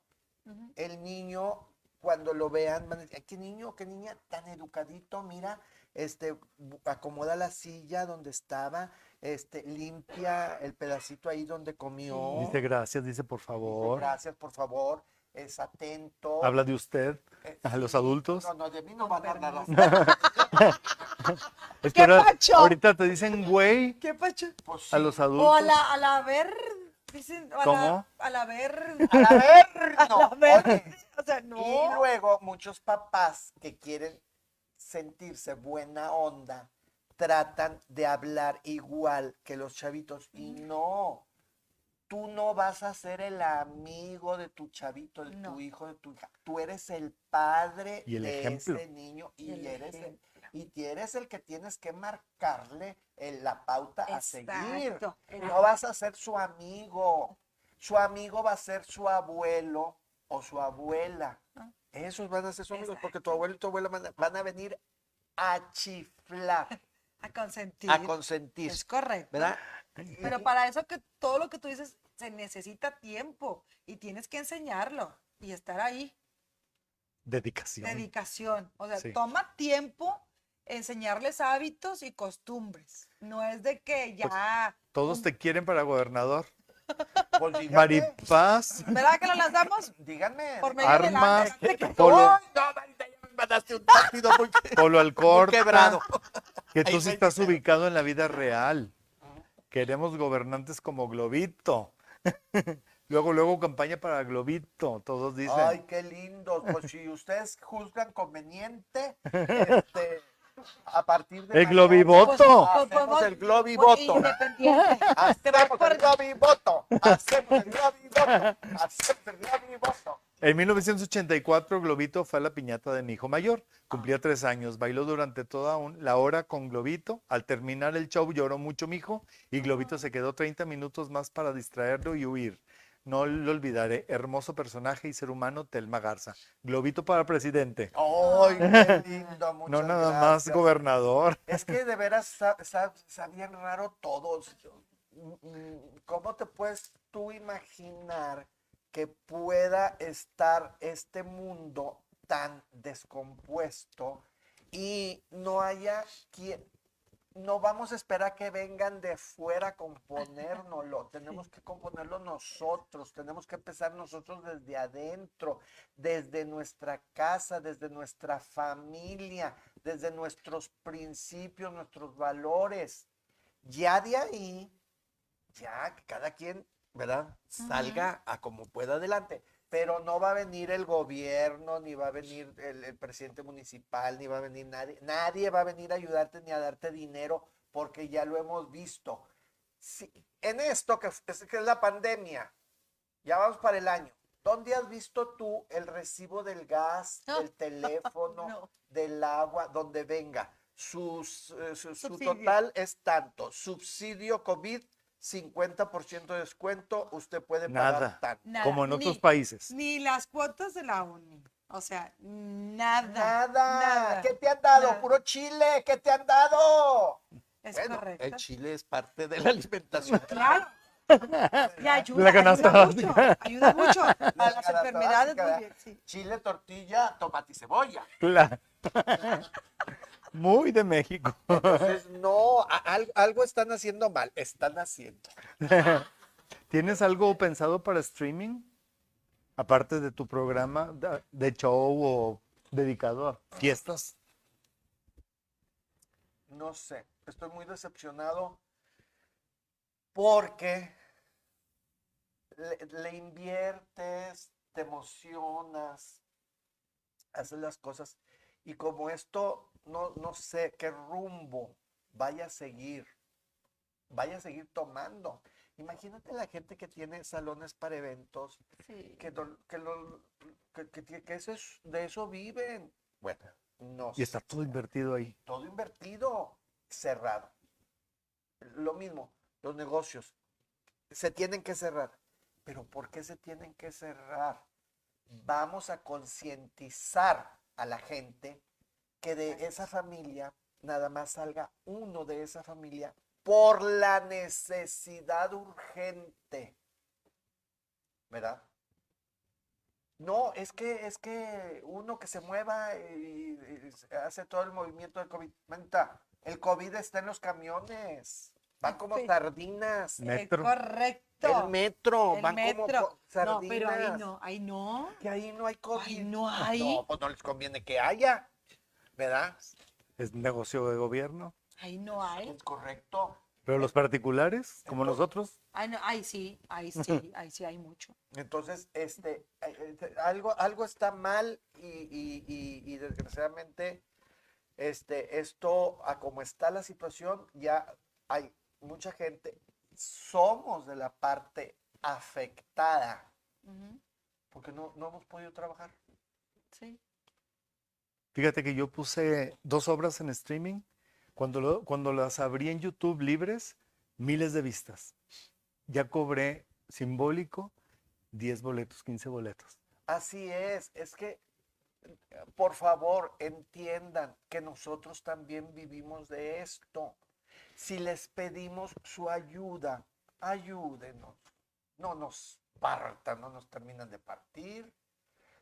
Speaker 5: Ujú.
Speaker 3: el niño, cuando lo vean, van a decir, "Ay, qué niño, qué niña tan educadito, mira, este, bu- acomoda la silla donde estaba, este, limpia el pedacito ahí donde comió.
Speaker 4: Dice gracias, dice por
Speaker 3: dice,
Speaker 4: favor.
Speaker 3: Gracias, por favor, es atento.
Speaker 4: Habla de usted
Speaker 3: eh,
Speaker 4: a los
Speaker 3: sí".
Speaker 4: adultos.
Speaker 3: No, no, de mí no van a hablar así.
Speaker 4: Es
Speaker 5: ¡Qué
Speaker 4: ahora-
Speaker 5: pacho!
Speaker 4: ahorita te dicen güey
Speaker 5: ¿Qué pacho?
Speaker 3: Pues sí,
Speaker 4: a los
Speaker 5: O a
Speaker 4: adultos.
Speaker 5: la, a la ver, dicen, a
Speaker 4: ¿Cómo?
Speaker 5: la, a la ver,
Speaker 3: a la ver,
Speaker 5: a
Speaker 3: no,
Speaker 5: la ver,
Speaker 3: oye,
Speaker 5: o sea,
Speaker 3: Y
Speaker 5: no.
Speaker 3: luego muchos papás que quieren sentirse buena onda tratan de hablar igual que los chavitos y no. Tú no vas a ser el amigo de tu chavito, de
Speaker 5: No.
Speaker 3: tu hijo, de tu hija. Tú eres el padre
Speaker 4: Y el
Speaker 3: de
Speaker 4: ejemplo.
Speaker 3: ese niño y
Speaker 5: El
Speaker 3: eres el,
Speaker 5: ejemplo.
Speaker 3: y eres el que tienes que marcarle el- la pauta a seguir.
Speaker 5: Exacto.
Speaker 3: No vas a ser su amigo. Su amigo va a ser su abuelo o su abuela.
Speaker 5: Ah.
Speaker 3: Esos van a ser sus amigos porque tu abuelo y tu abuela van a, van a venir a chiflar,
Speaker 5: A consentir.
Speaker 3: a consentir.
Speaker 5: Es correcto.
Speaker 3: ¿Verdad?
Speaker 5: Pero para eso que todo lo que tú dices se necesita tiempo y tienes que enseñarlo y estar ahí.
Speaker 4: Dedicación.
Speaker 5: Dedicación. O sea,
Speaker 4: Sí.
Speaker 5: toma tiempo enseñarles hábitos y costumbres. No es de que ya.
Speaker 4: Todos te quieren para gobernador.
Speaker 3: Pues díganme,
Speaker 4: Maripaz,
Speaker 5: ¿Verdad que lo lanzamos?
Speaker 3: díganme.
Speaker 5: Por medio de la.
Speaker 4: Armas, eh,
Speaker 5: de-
Speaker 4: Polo,
Speaker 3: Ay, no, Marita, ya me mandaste un partido muy, muy
Speaker 4: Polo Alcorta,
Speaker 3: quebrado.
Speaker 4: que tú
Speaker 3: Ahí
Speaker 4: sí
Speaker 3: está el
Speaker 4: estás
Speaker 3: dinero.
Speaker 4: ubicado en la vida real. Queremos gobernantes como Globito. luego, luego campaña para Globito, todos dicen.
Speaker 3: Ay, qué lindo. Pues si ustedes juzgan conveniente, este, a partir de.
Speaker 4: El
Speaker 3: mañana,
Speaker 4: globivoto.
Speaker 5: Pues,
Speaker 3: Hacemos
Speaker 5: podemos-
Speaker 3: el globivoto.
Speaker 5: Independiente.
Speaker 3: Hacemos el globivoto. Hacemos el globivoto. Hacemos el globivoto.
Speaker 4: En 1984, Globito fue a la piñata de mi hijo mayor.
Speaker 5: Ah.
Speaker 4: Cumplía tres años. Bailó durante toda un- la hora con Globito. Al terminar el show lloró mucho mi hijo y
Speaker 5: Ah.
Speaker 4: Globito se quedó 30 minutos más para distraerlo y huir. No lo olvidaré. Hermoso personaje y ser humano, Telma Garza. Globito para presidente.
Speaker 3: Ay, qué lindo. Muchas
Speaker 4: no nada más
Speaker 3: gracias.
Speaker 4: gobernador.
Speaker 3: Es que de veras sa- sa- sabían raro todos. Yo, mm, mm, ¿Cómo te puedes tú imaginar que pueda estar este mundo tan descompuesto y no haya quien... No vamos a esperar que vengan de fuera a componérnoslo. Tenemos que componerlo nosotros. Tenemos que empezar nosotros desde adentro desde nuestra casa, desde nuestra familia, desde nuestros principios, nuestros valores. Ya de ahí, ya que cada quien, ¿verdad? Salga a como pueda adelante. Pero no va a venir el gobierno, ni va a venir el, el presidente municipal, ni va a venir nadie. Nadie va a venir a ayudarte ni a darte dinero porque ya lo hemos visto. Sí, en esto que, f- es- que es la pandemia, ya vamos para el año. ¿Dónde has visto tú el recibo del gas, del teléfono,
Speaker 5: No.
Speaker 3: del agua, donde venga? Sus, eh, su, su
Speaker 5: Subsidio.
Speaker 3: total es tanto. Subsidio COVID, 50% de descuento, usted puede
Speaker 4: Nada.
Speaker 3: pagar tanto.
Speaker 5: Nada,
Speaker 4: como en otros
Speaker 5: ni-
Speaker 4: países.
Speaker 5: Ni las cuotas de la uni. O sea, nada.
Speaker 3: Nada.
Speaker 5: Nada.
Speaker 3: ¿Qué te han dado?
Speaker 5: Nada.
Speaker 3: Puro chile, ¿qué te han dado?
Speaker 5: Es
Speaker 3: Bueno, el
Speaker 5: correcto.
Speaker 3: chile es parte de la alimentación.
Speaker 5: Claro. Y ayuda,
Speaker 4: La canasta
Speaker 5: ayuda mucho,
Speaker 4: básica.
Speaker 5: ayuda mucho a
Speaker 3: La
Speaker 5: las
Speaker 3: canasta
Speaker 5: enfermedades.
Speaker 3: básica,
Speaker 5: muy
Speaker 3: ¿verdad?
Speaker 5: bien, sí.
Speaker 3: Chile, tortilla, tomate y cebolla.
Speaker 4: Claro. Muy de México.
Speaker 3: Entonces, no, a- al- algo están haciendo mal, están haciendo.
Speaker 4: ¿Tienes algo pensado para streaming? Aparte de tu programa da- de show o dedicado a fiestas.
Speaker 3: No sé, estoy muy decepcionado porque le, le inviertes, te emocionas, haces las cosas y como esto, no, no sé qué rumbo vaya a seguir, vaya a seguir tomando. Imagínate la gente que tiene salones para eventos, que, dol- que, lo- que- que tie- que eso es- de eso viven. Bueno, no
Speaker 4: Y está todo invertido ahí.
Speaker 3: todo invertido, cerrado. Lo mismo, los negocios se tienen que cerrar. Pero ¿por qué se tienen que cerrar? Vamos a concientizar a la gente que de esa familia nada más salga uno de esa familia por la necesidad urgente. ¿Verdad? No, es que es que uno que se mueva y, y se hace todo el movimiento del COVID. Menta, el COVID está en los camiones. Van como
Speaker 5: Sí.
Speaker 3: sardinas.
Speaker 5: Eh,
Speaker 4: Metro.
Speaker 5: correcto.
Speaker 3: El metro,
Speaker 5: El
Speaker 3: van como
Speaker 5: metro.
Speaker 3: co-
Speaker 5: No,
Speaker 3: sardinas.
Speaker 5: pero ahí no, ahí no.
Speaker 3: Que ahí no hay COVID.
Speaker 5: Ahí no hay.
Speaker 3: No, pues no les conviene que haya, ¿verdad?
Speaker 4: Es negocio de gobierno.
Speaker 5: Ahí no hay.
Speaker 3: Es correcto.
Speaker 4: Pero los particulares, como nosotros,
Speaker 5: Ahí, no- ahí sí, ahí sí, ahí sí hay mucho.
Speaker 3: Entonces, este, eh, eh, te- algo, algo está mal y, y- y- y desgraciadamente, este, esto, a como está la situación, ya hay mucha gente, somos de la parte afectada,
Speaker 5: Ujú,
Speaker 3: porque no, no hemos podido trabajar.
Speaker 5: Sí.
Speaker 4: fíjate que yo puse dos obras en streaming. Cuando, lo- cuando las abrí en YouTube libres, miles de vistas. Ya cobré simbólico 10 boletos, 15 boletos.
Speaker 3: Así es, es que, eh, por favor, entiendan que nosotros también vivimos de esto. Si les pedimos su ayuda, ayúdenos. no nos partan, no nos terminan de partir.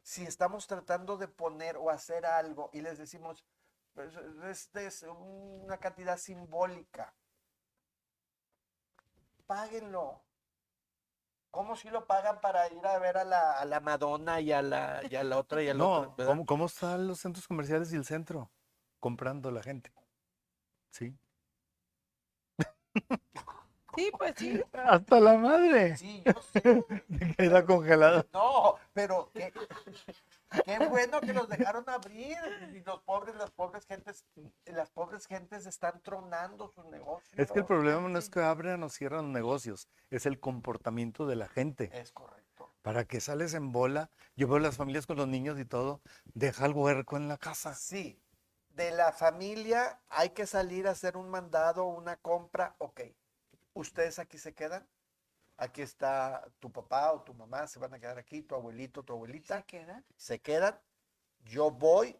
Speaker 3: Si estamos tratando de poner o hacer algo y les decimos, "Pues, este es una cantidad simbólica, páguenlo. ¿Cómo si lo pagan para ir a ver a la, a la Madonna y a la, y a la otra y a la
Speaker 4: No,
Speaker 3: otra? ¿verdad?
Speaker 4: ¿cómo, ¿cómo están los centros comerciales y el centro? Comprando la gente. Sí.
Speaker 1: Sí, pues sí.
Speaker 4: Hasta la madre.
Speaker 3: Sí, yo sé.
Speaker 4: Queda congelado.
Speaker 3: No, pero qué, qué bueno que los dejaron abrir. Y los pobres, las pobres gentes, las pobres gentes están tronando sus negocios.
Speaker 4: Es que el problema no es que abran o cierran los negocios, es el comportamiento de la gente.
Speaker 3: Es correcto.
Speaker 4: ¿Para qué sales en bola? Yo veo las familias con los niños y todo, deja el huerco en la casa.
Speaker 3: Sí, de la familia hay que salir a hacer un mandado, una compra, ok. Ustedes aquí se quedan. Aquí está tu papá o tu mamá, se van a quedar aquí, tu abuelito, tu abuelita.
Speaker 5: ¿Se queda?
Speaker 3: se quedan. Yo voy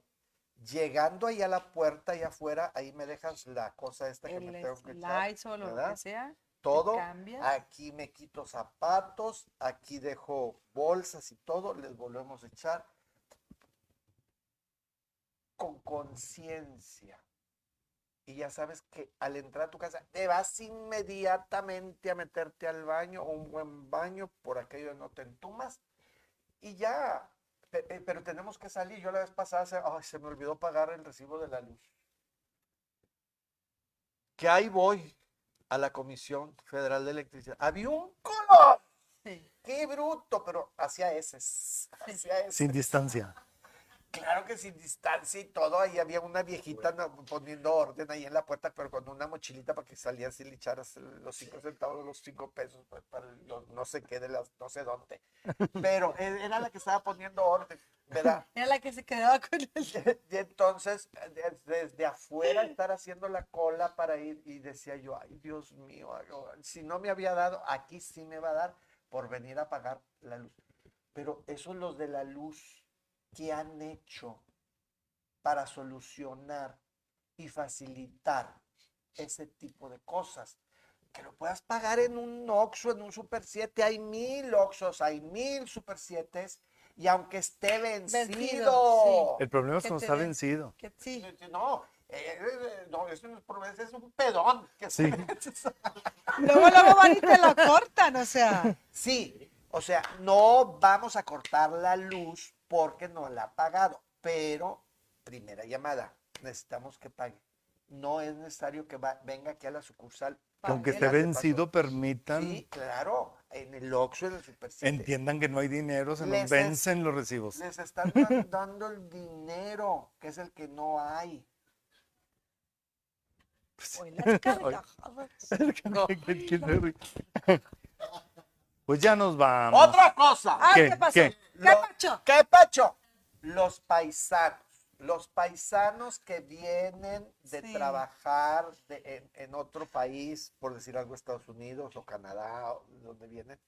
Speaker 3: llegando ahí a la puerta, ahí afuera, ahí me dejas la cosa esta que
Speaker 5: El
Speaker 3: me tengo que echar,
Speaker 5: Lysol o lo
Speaker 3: ¿verdad?
Speaker 5: que sea.
Speaker 3: todo.
Speaker 5: cambias.
Speaker 3: Aquí me quito zapatos, aquí dejo bolsas y todo, les volvemos a echar con conciencia. Y ya sabes que al entrar a tu casa, te vas inmediatamente a meterte al baño, un buen baño, por aquello de no te entumas. Y ya, pe- eh, pero tenemos que salir. Yo la vez pasada, se, ay, se me olvidó pagar el recibo de la luz. Que ahí voy a la Comisión Federal de Electricidad. Había un color,
Speaker 5: Sí.
Speaker 3: qué bruto, pero hacia ese, hacia ese.
Speaker 4: Sin distancia.
Speaker 3: Claro que sin distancia y todo, ahí había una viejita no, poniendo orden ahí en la puerta, pero con una mochilita para que salías y le echaras los cinco centavos, los cinco pesos, pa- para el- lo- no sé qué, de las no sé dónde. Pero e- era la que estaba poniendo orden, ¿verdad?
Speaker 5: Era la que se quedaba con el...
Speaker 3: Y entonces, de- desde afuera estar haciendo la cola para ir, y decía yo, ay Dios mío, ay, oh, si no me había dado, aquí sí me va a dar por venir a pagar la luz. Pero esos los de la luz, ¿qué han hecho para solucionar y facilitar ese tipo de cosas? Que lo puedas pagar en un Oxxo, en un Super 7, hay mil Oxxos, hay mil Super 7 y aunque esté vencido.
Speaker 4: El problema es
Speaker 5: Que
Speaker 4: cuando
Speaker 5: te
Speaker 4: está
Speaker 5: den-
Speaker 4: vencido.
Speaker 5: Que sí.
Speaker 3: No, eh, eh, no, eso no es por- ese es un pedón. Que se
Speaker 4: Sí.
Speaker 3: mete.
Speaker 5: Luego, luego van y te lo cortan, o sea.
Speaker 3: Sí, o sea, no vamos a cortar la luz porque no la ha pagado, pero primera llamada, necesitamos que pague. No es necesario que va- venga aquí a la sucursal.
Speaker 4: Que
Speaker 3: Pamela,
Speaker 4: aunque esté
Speaker 3: ¿qué pasó?
Speaker 4: vencido, permitan,
Speaker 3: Sí, claro, en el Oxxo, en el Super 7.
Speaker 4: entiendan que no hay dinero, se nos
Speaker 3: Les es-
Speaker 4: vencen los recibos.
Speaker 3: Les están dan- dando el dinero, que es el que no hay.
Speaker 5: Hoy las carcajadas.
Speaker 4: Qué- qué terrible. Pues ya nos vamos.
Speaker 3: ¡Otra cosa!
Speaker 5: Ah,
Speaker 4: ¿Qué?
Speaker 5: ¿qué pasó?
Speaker 4: ¿Qué?
Speaker 5: ¿Qué,
Speaker 3: Lo-
Speaker 5: pacho?
Speaker 3: ¿Qué pacho? Los paisanos. Los paisanos que vienen de
Speaker 5: Sí.
Speaker 3: trabajar de- en, en otro país, por decir algo, Estados Unidos o Canadá, o donde vienen.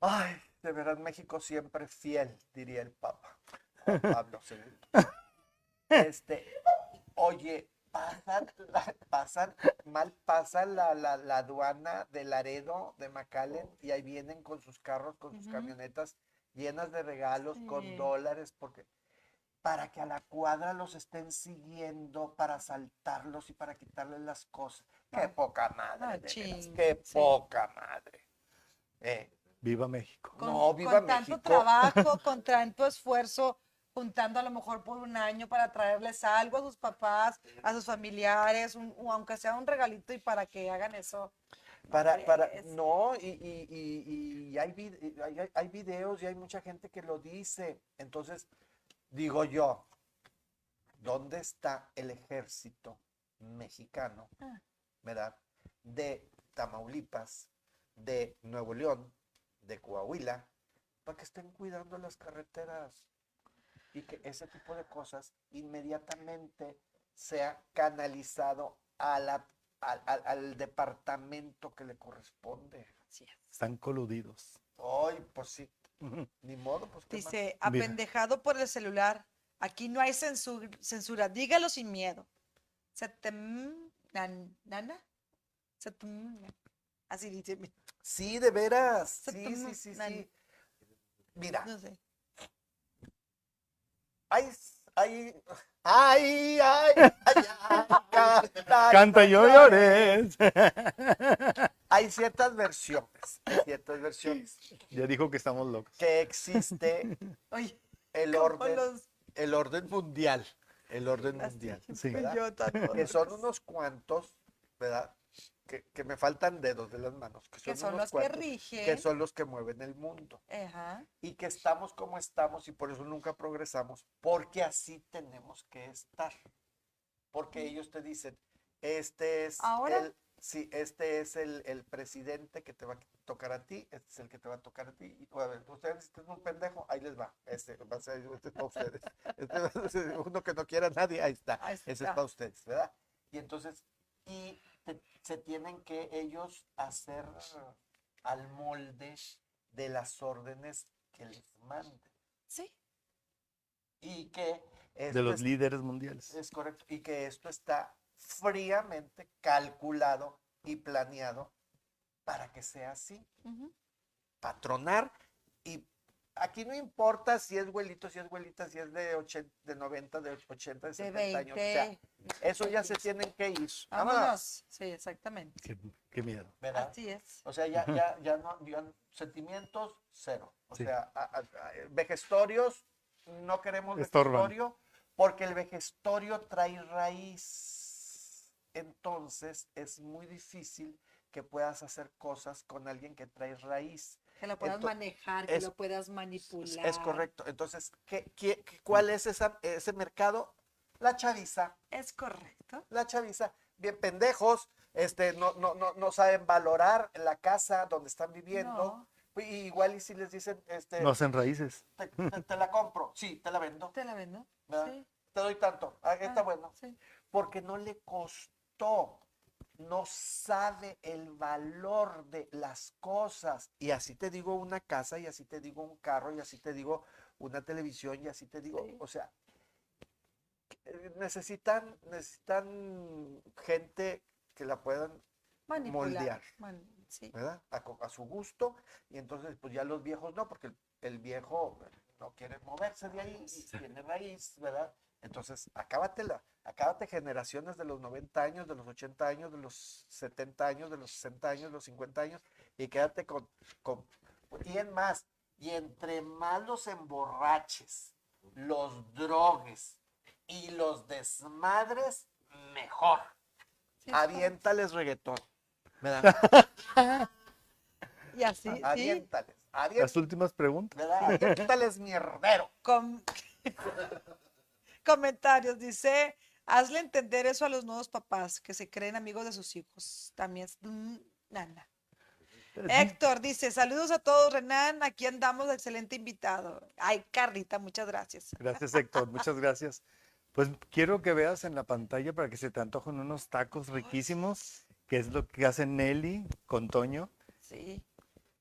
Speaker 3: Ay, de verdad, México siempre fiel, diría el Papa. Juan Pablo II. Este, oye, pasan, la- pasan, mal pasan la, la, la aduana de Laredo, de McAllen, y ahí vienen con sus carros, con sus
Speaker 5: Ujú.
Speaker 3: camionetas llenas de regalos, con
Speaker 5: Sí.
Speaker 3: dólares, porque para que a la cuadra los estén siguiendo, para asaltarlos y para quitarles las cosas. Qué poca madre,
Speaker 5: Ah,
Speaker 3: de veras,
Speaker 5: chin,
Speaker 3: qué
Speaker 5: sí.
Speaker 3: poca madre. Eh,
Speaker 4: Viva México.
Speaker 5: Con,
Speaker 3: no, viva
Speaker 5: con tanto
Speaker 3: México.
Speaker 5: trabajo, con tanto esfuerzo, juntando a lo mejor por un año para traerles algo a sus papás, a sus familiares, un- o aunque sea un regalito y para que hagan eso.
Speaker 3: Para,
Speaker 5: Hombre,
Speaker 3: para,
Speaker 5: es-
Speaker 3: no, y, y- y- y hay, vid- y hay- hay- hay videos y hay mucha gente que lo dice. Entonces, digo yo, ¿dónde está el ejército mexicano,
Speaker 5: Ah.
Speaker 3: verdad? De Tamaulipas, de Nuevo León, de Coahuila, para que estén cuidando las carreteras y que ese tipo de cosas inmediatamente sea canalizado a la al, al- al departamento que le corresponde.
Speaker 5: Así es.
Speaker 4: Están coludidos.
Speaker 3: Ay, pues sí, ni modo, pues qué más.
Speaker 5: Dice,
Speaker 4: más? Mira.
Speaker 5: apendejado por el celular. Aquí no hay censura, censura. Dígalo sin miedo. Se te... m- nan- ¿Nana? Se te... m- Así dice, me-
Speaker 3: Sí, de veras.
Speaker 5: Se
Speaker 3: Sí,
Speaker 5: toma
Speaker 3: sí, sí,
Speaker 5: una-
Speaker 3: sí. Mira,
Speaker 5: no sé.
Speaker 3: ay, ay, ay, ay, ay, ay, canta,
Speaker 4: Canta yo llores.
Speaker 3: Hay ciertas versiones, hay ciertas versiones
Speaker 4: Ya dijo que estamos locos.
Speaker 3: que existe
Speaker 5: Oye,
Speaker 3: el
Speaker 5: como
Speaker 3: orden,
Speaker 5: los-
Speaker 3: el orden mundial, el orden
Speaker 5: las
Speaker 3: mundial,
Speaker 4: Sí.
Speaker 5: Pues,
Speaker 3: ¿verdad?
Speaker 5: bellotas, todos
Speaker 3: que son
Speaker 5: esos.
Speaker 3: unos cuantos, ¿verdad? Que, que me faltan dedos de las manos, que son,
Speaker 5: que son
Speaker 3: unos
Speaker 5: los que
Speaker 3: cuantos,
Speaker 5: rigen.
Speaker 3: que son los que mueven el mundo.
Speaker 5: Ajá.
Speaker 3: y que estamos como estamos y por eso nunca progresamos, porque así tenemos que estar. Porque ellos te dicen, este es
Speaker 5: ¿Ahora?
Speaker 3: el, sí, este es el, el presidente que te va a tocar a ti, este es el que te va a tocar a ti. Y, a ver, ustedes este es un pendejo, ahí les va. Este va a ser este es para ustedes. Este va a ser uno que no quiera a nadie, ahí está.
Speaker 5: Ahí
Speaker 3: Ese es
Speaker 5: está.
Speaker 3: para ustedes, ¿verdad? Y entonces, y te- se tienen que ellos hacer al molde de las órdenes que les manden.
Speaker 5: Sí.
Speaker 3: Y que esto
Speaker 4: De los
Speaker 3: es-
Speaker 4: líderes mundiales.
Speaker 3: es correcto. Y que esto está fríamente calculado y planeado para que sea así.
Speaker 5: Ujú.
Speaker 3: Patronar. Y aquí no importa si es güelito, si es güelita, si es de 80, de 90, de 80, de
Speaker 5: De
Speaker 3: 70 años. o sea,
Speaker 5: 20.
Speaker 3: eso ya se tienen que ir. Vámonos.
Speaker 5: Vámonos. Sí, exactamente.
Speaker 4: Qué, qué miedo.
Speaker 3: ¿verdad?
Speaker 5: Así es.
Speaker 3: O sea, ya, ya, ya no, ya no- sentimientos, cero. O
Speaker 4: Sí.
Speaker 3: sea, a- a- a- vejestorios, no queremos
Speaker 4: Estorban.
Speaker 3: vejestorio, porque el vejestorio trae raíz. Entonces, es muy difícil que puedas hacer cosas con alguien que trae raíz.
Speaker 5: Que lo puedas
Speaker 3: Ento-
Speaker 5: manejar, que
Speaker 3: es-
Speaker 5: lo
Speaker 3: Es-
Speaker 5: puedas manipular.
Speaker 3: Es correcto. Entonces, ¿qué, qué- qué- cuál es esa- ese mercado? La chaviza.
Speaker 5: Es correcto.
Speaker 3: la chaviza, bien pendejos, este, no, no, no, no saben valorar la casa donde están viviendo.
Speaker 5: No.
Speaker 3: Pues, Y igual y si les dicen,
Speaker 5: Eh.
Speaker 3: este,
Speaker 4: No hacen raíces.
Speaker 3: te, te- te la compro, sí, te la vendo,
Speaker 5: Te la vendo.
Speaker 3: ¿verdad?
Speaker 5: Sí.
Speaker 3: te doy tanto, ah, está
Speaker 5: Ah,
Speaker 3: bueno.
Speaker 5: sí.
Speaker 3: Porque no le costó, no sabe el valor de las cosas. Y así te digo una casa, y así te digo un carro, y así te digo una televisión, y así te digo,
Speaker 5: Sí.
Speaker 3: o sea, eh, necesitan, necesitan gente que la puedan
Speaker 5: Manipular.
Speaker 3: moldear.
Speaker 5: man- sí.
Speaker 3: ¿verdad? A, co- a su gusto. Y entonces, pues ya los viejos no, porque el, el viejo no quiere moverse de ahí, y tiene raíz, ¿verdad? Entonces, acábatela. Acábate generaciones de los 90 años, de los 80 años, de los 70 años, de los 60 años, de los 50 años, y quédate con. con y en más, y entre más los emborraches, los drogues y los desmadres, mejor.
Speaker 5: sí,
Speaker 3: Ah,
Speaker 5: es
Speaker 3: Aviéntales reggaetón. ¿Verdad?
Speaker 5: correcto. Y así,
Speaker 3: Ah,
Speaker 5: sí.
Speaker 3: Aviéntales,
Speaker 4: Las
Speaker 3: aviéntales,
Speaker 4: últimas preguntas.
Speaker 3: ¿verdad? Aviéntales mierdero.
Speaker 5: Com- Comentarios. Dice, hazle entender eso a los nuevos papás que se creen amigos de sus hijos. También es... mm, nana. Héctor dice, saludos a todos, Renan, aquí andamos, excelente invitado. Ay, Carlita, muchas gracias.
Speaker 4: Gracias, Héctor. Muchas gracias. Pues quiero que veas en la pantalla para que se te antojen unos tacos riquísimos, que es lo que hace Nelly con Toño.
Speaker 5: Sí,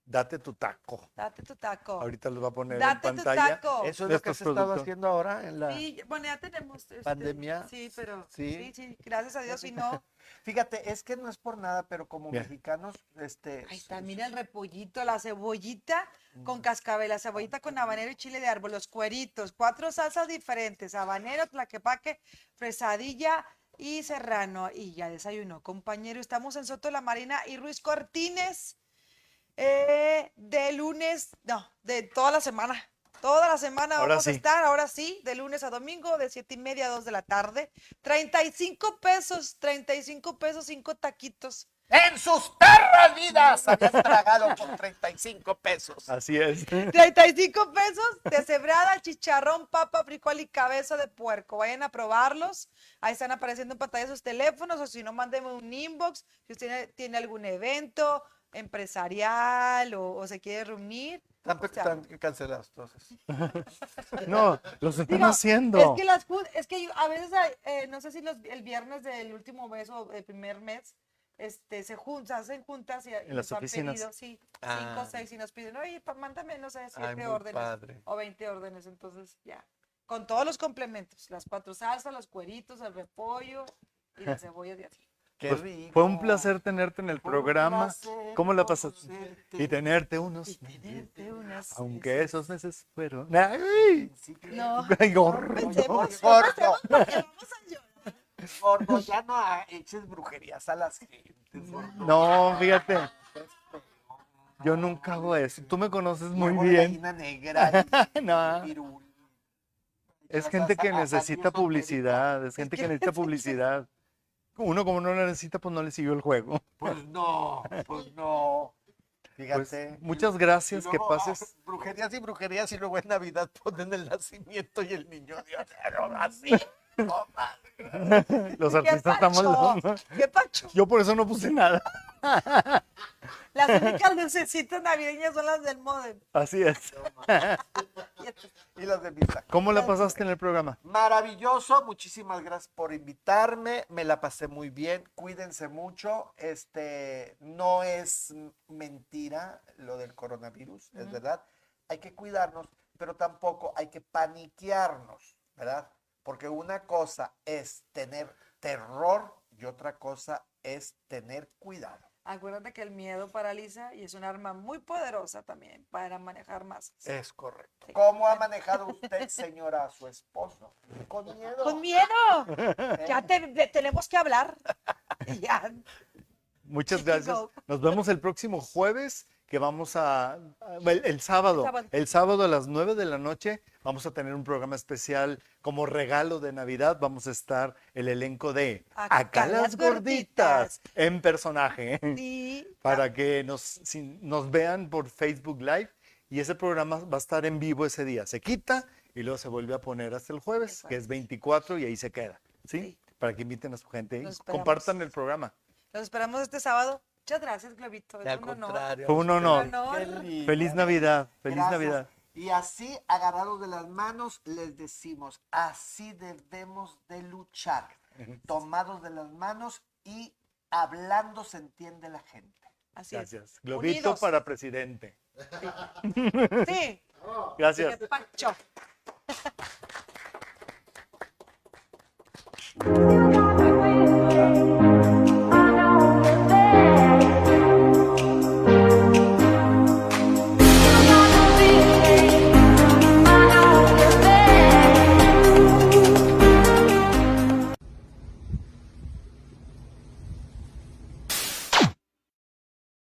Speaker 4: Date tu taco.
Speaker 5: date tu taco.
Speaker 4: Ahorita los va a poner en
Speaker 5: Date tu
Speaker 4: pantalla.
Speaker 5: taco.
Speaker 3: Eso es
Speaker 4: De
Speaker 3: lo que
Speaker 4: estos
Speaker 3: se estaba
Speaker 4: productos.
Speaker 3: haciendo ahora en la.
Speaker 5: Sí, bueno, ya tenemos este,
Speaker 3: Pandemia,
Speaker 5: Sí, pero
Speaker 3: sí.
Speaker 5: sí, sí, gracias a Dios, si no.
Speaker 3: Fíjate, es que no es por nada, pero como
Speaker 4: Mira.
Speaker 3: mexicanos, este.
Speaker 5: Ahí está, mira el repollito, la cebollita
Speaker 4: Mm.
Speaker 5: con cascabel, la cebollita con habanero y chile de árbol, los cueritos, cuatro salsas diferentes, habanero, tlaquepaque, fresadilla y serrano. Y ya desayunó, compañero. Estamos en Soto de la Marina y Ruiz Cortines eh, de lunes, no, de toda la semana. Toda la semana
Speaker 4: Ahora
Speaker 5: vamos a
Speaker 4: sí.
Speaker 5: estar, ahora sí, de lunes a domingo, de siete y media a 2 de la tarde. 35 pesos, 35 pesos, cinco taquitos.
Speaker 3: ¡En sus perras vidas! Habían tragado por 35 pesos.
Speaker 4: Así es.
Speaker 5: 35 pesos de cebrada, chicharrón, papa, frijol y cabeza de puerco. Vayan a probarlos. Ahí están apareciendo en pantalla sus teléfonos o si no, mándenme un inbox. Si usted tiene, tiene algún evento empresarial o, o se quiere reunir.
Speaker 3: Están,
Speaker 5: o sea,
Speaker 3: están cancelados entonces.
Speaker 4: No, los están
Speaker 5: Digo,
Speaker 4: haciendo.
Speaker 5: Es que las ju- es que yo- a veces hay, eh, no sé si los- el viernes del último mes o el primer mes este se juntan, hacen juntas y, y
Speaker 4: las
Speaker 5: nos han
Speaker 4: oficinas.
Speaker 5: pedido, sí,
Speaker 3: Ah.
Speaker 5: cinco, seis y nos piden, oye, pa- mándame, no sé,
Speaker 3: Ay,
Speaker 5: siete
Speaker 3: muy
Speaker 5: órdenes
Speaker 3: padre.
Speaker 5: o 20 órdenes, entonces ya. Con todos los complementos, las cuatro salsas, los cueritos, el repollo y las cebollas de así.
Speaker 3: Qué
Speaker 4: Pues,
Speaker 3: rico.
Speaker 4: Fue un placer tenerte en el
Speaker 3: Fue un
Speaker 4: programa.
Speaker 3: placer.
Speaker 4: ¿Cómo la pasaste?
Speaker 3: conocerte
Speaker 4: Y tenerte unos.
Speaker 3: y tenerte unas
Speaker 4: Aunque esos meses fueron. ¡Ay!
Speaker 5: No,
Speaker 4: Ay, gordo,
Speaker 5: pensemos,
Speaker 3: gordo.
Speaker 5: pensemos porque vamos a llorar.
Speaker 3: Gordo, ya no ha- eches brujerías a las gentes, gordo.
Speaker 4: No, fíjate. Yo nunca hago eso. Tú me conoces muy
Speaker 3: Luego
Speaker 4: bien.
Speaker 3: gallina negra, y-
Speaker 4: No.
Speaker 3: y pirul.
Speaker 4: Es
Speaker 3: Echas
Speaker 4: gente
Speaker 3: a-
Speaker 4: que
Speaker 3: a- a
Speaker 4: necesita
Speaker 3: Dios América.
Speaker 4: publicidad. Es gente que necesita publicidad. Uno como no la necesita, pues no le siguió el juego.
Speaker 3: Pues no, pues no.
Speaker 4: Pues,
Speaker 3: Fíjate.
Speaker 4: muchas
Speaker 3: Y
Speaker 4: gracias, que
Speaker 3: luego,
Speaker 4: pases.
Speaker 3: ah, brujerías y brujerías y luego en Navidad ponen el nacimiento y el niño Dios, pero así. no más.
Speaker 4: Los
Speaker 5: ¿Qué
Speaker 4: artistas estamos
Speaker 5: pacho?
Speaker 4: locos.
Speaker 5: ¿Qué pacho?
Speaker 4: Yo por eso no puse nada.
Speaker 5: Las únicas lucecitas navideñas son las del modem.
Speaker 4: Así es.
Speaker 3: y las de misa.
Speaker 4: ¿Cómo la pasaste en el programa?
Speaker 3: Maravilloso, muchísimas gracias por invitarme, me la pasé muy bien, cuídense mucho, este, no es m- mentira lo del coronavirus, es verdad, hay que cuidarnos, pero tampoco hay que paniquearnos, ¿verdad? Porque una cosa es tener terror y otra cosa es tener cuidado.
Speaker 5: Acuérdate que el miedo paraliza y es un arma muy poderosa también para manejar masas.
Speaker 4: Eh.
Speaker 3: Es correcto.
Speaker 5: Sí.
Speaker 3: ¿Cómo ha manejado usted, señora, a su esposo? Con miedo.
Speaker 5: ¡Con miedo!
Speaker 3: ¿eh?
Speaker 5: Ya te- de- tenemos que hablar. Y ya.
Speaker 4: Muchas
Speaker 5: Chiqui
Speaker 4: gracias.
Speaker 5: Go.
Speaker 4: Nos vemos el próximo jueves, que vamos a... a- El, el sábado.
Speaker 5: El sábado.
Speaker 4: El sábado a las 9 de la noche vamos a tener un programa especial como regalo de Navidad. Vamos a estar el elenco de
Speaker 5: Acá las gorditas.
Speaker 4: en personaje. ¿eh?
Speaker 5: Y
Speaker 4: Para que nos, si- nos vean por Facebook Live. Y ese programa va a estar en vivo ese día. Se quita y luego se vuelve a poner hasta el jueves,
Speaker 5: El
Speaker 4: que es 24 y ahí se queda. ¿Sí?
Speaker 5: Sí.
Speaker 4: Para que inviten a su gente y
Speaker 5: Los esperamos.
Speaker 4: compartan el programa.
Speaker 5: los esperamos este sábado. Muchas gracias, Globito. Es
Speaker 3: Al
Speaker 5: un honor.
Speaker 3: contrario.
Speaker 4: Fue un honor.
Speaker 5: Un honor.
Speaker 3: Qué linda.
Speaker 4: Feliz Navidad, feliz
Speaker 3: Gracias.
Speaker 4: Navidad.
Speaker 3: Y así, agarrados de las manos, les decimos, así debemos de luchar. Tomados de las manos y hablando se entiende la gente.
Speaker 5: Así
Speaker 4: Gracias. Globito
Speaker 5: Unidos.
Speaker 4: para presidente.
Speaker 5: es. Sí,
Speaker 4: Gracias.
Speaker 5: qué pacho.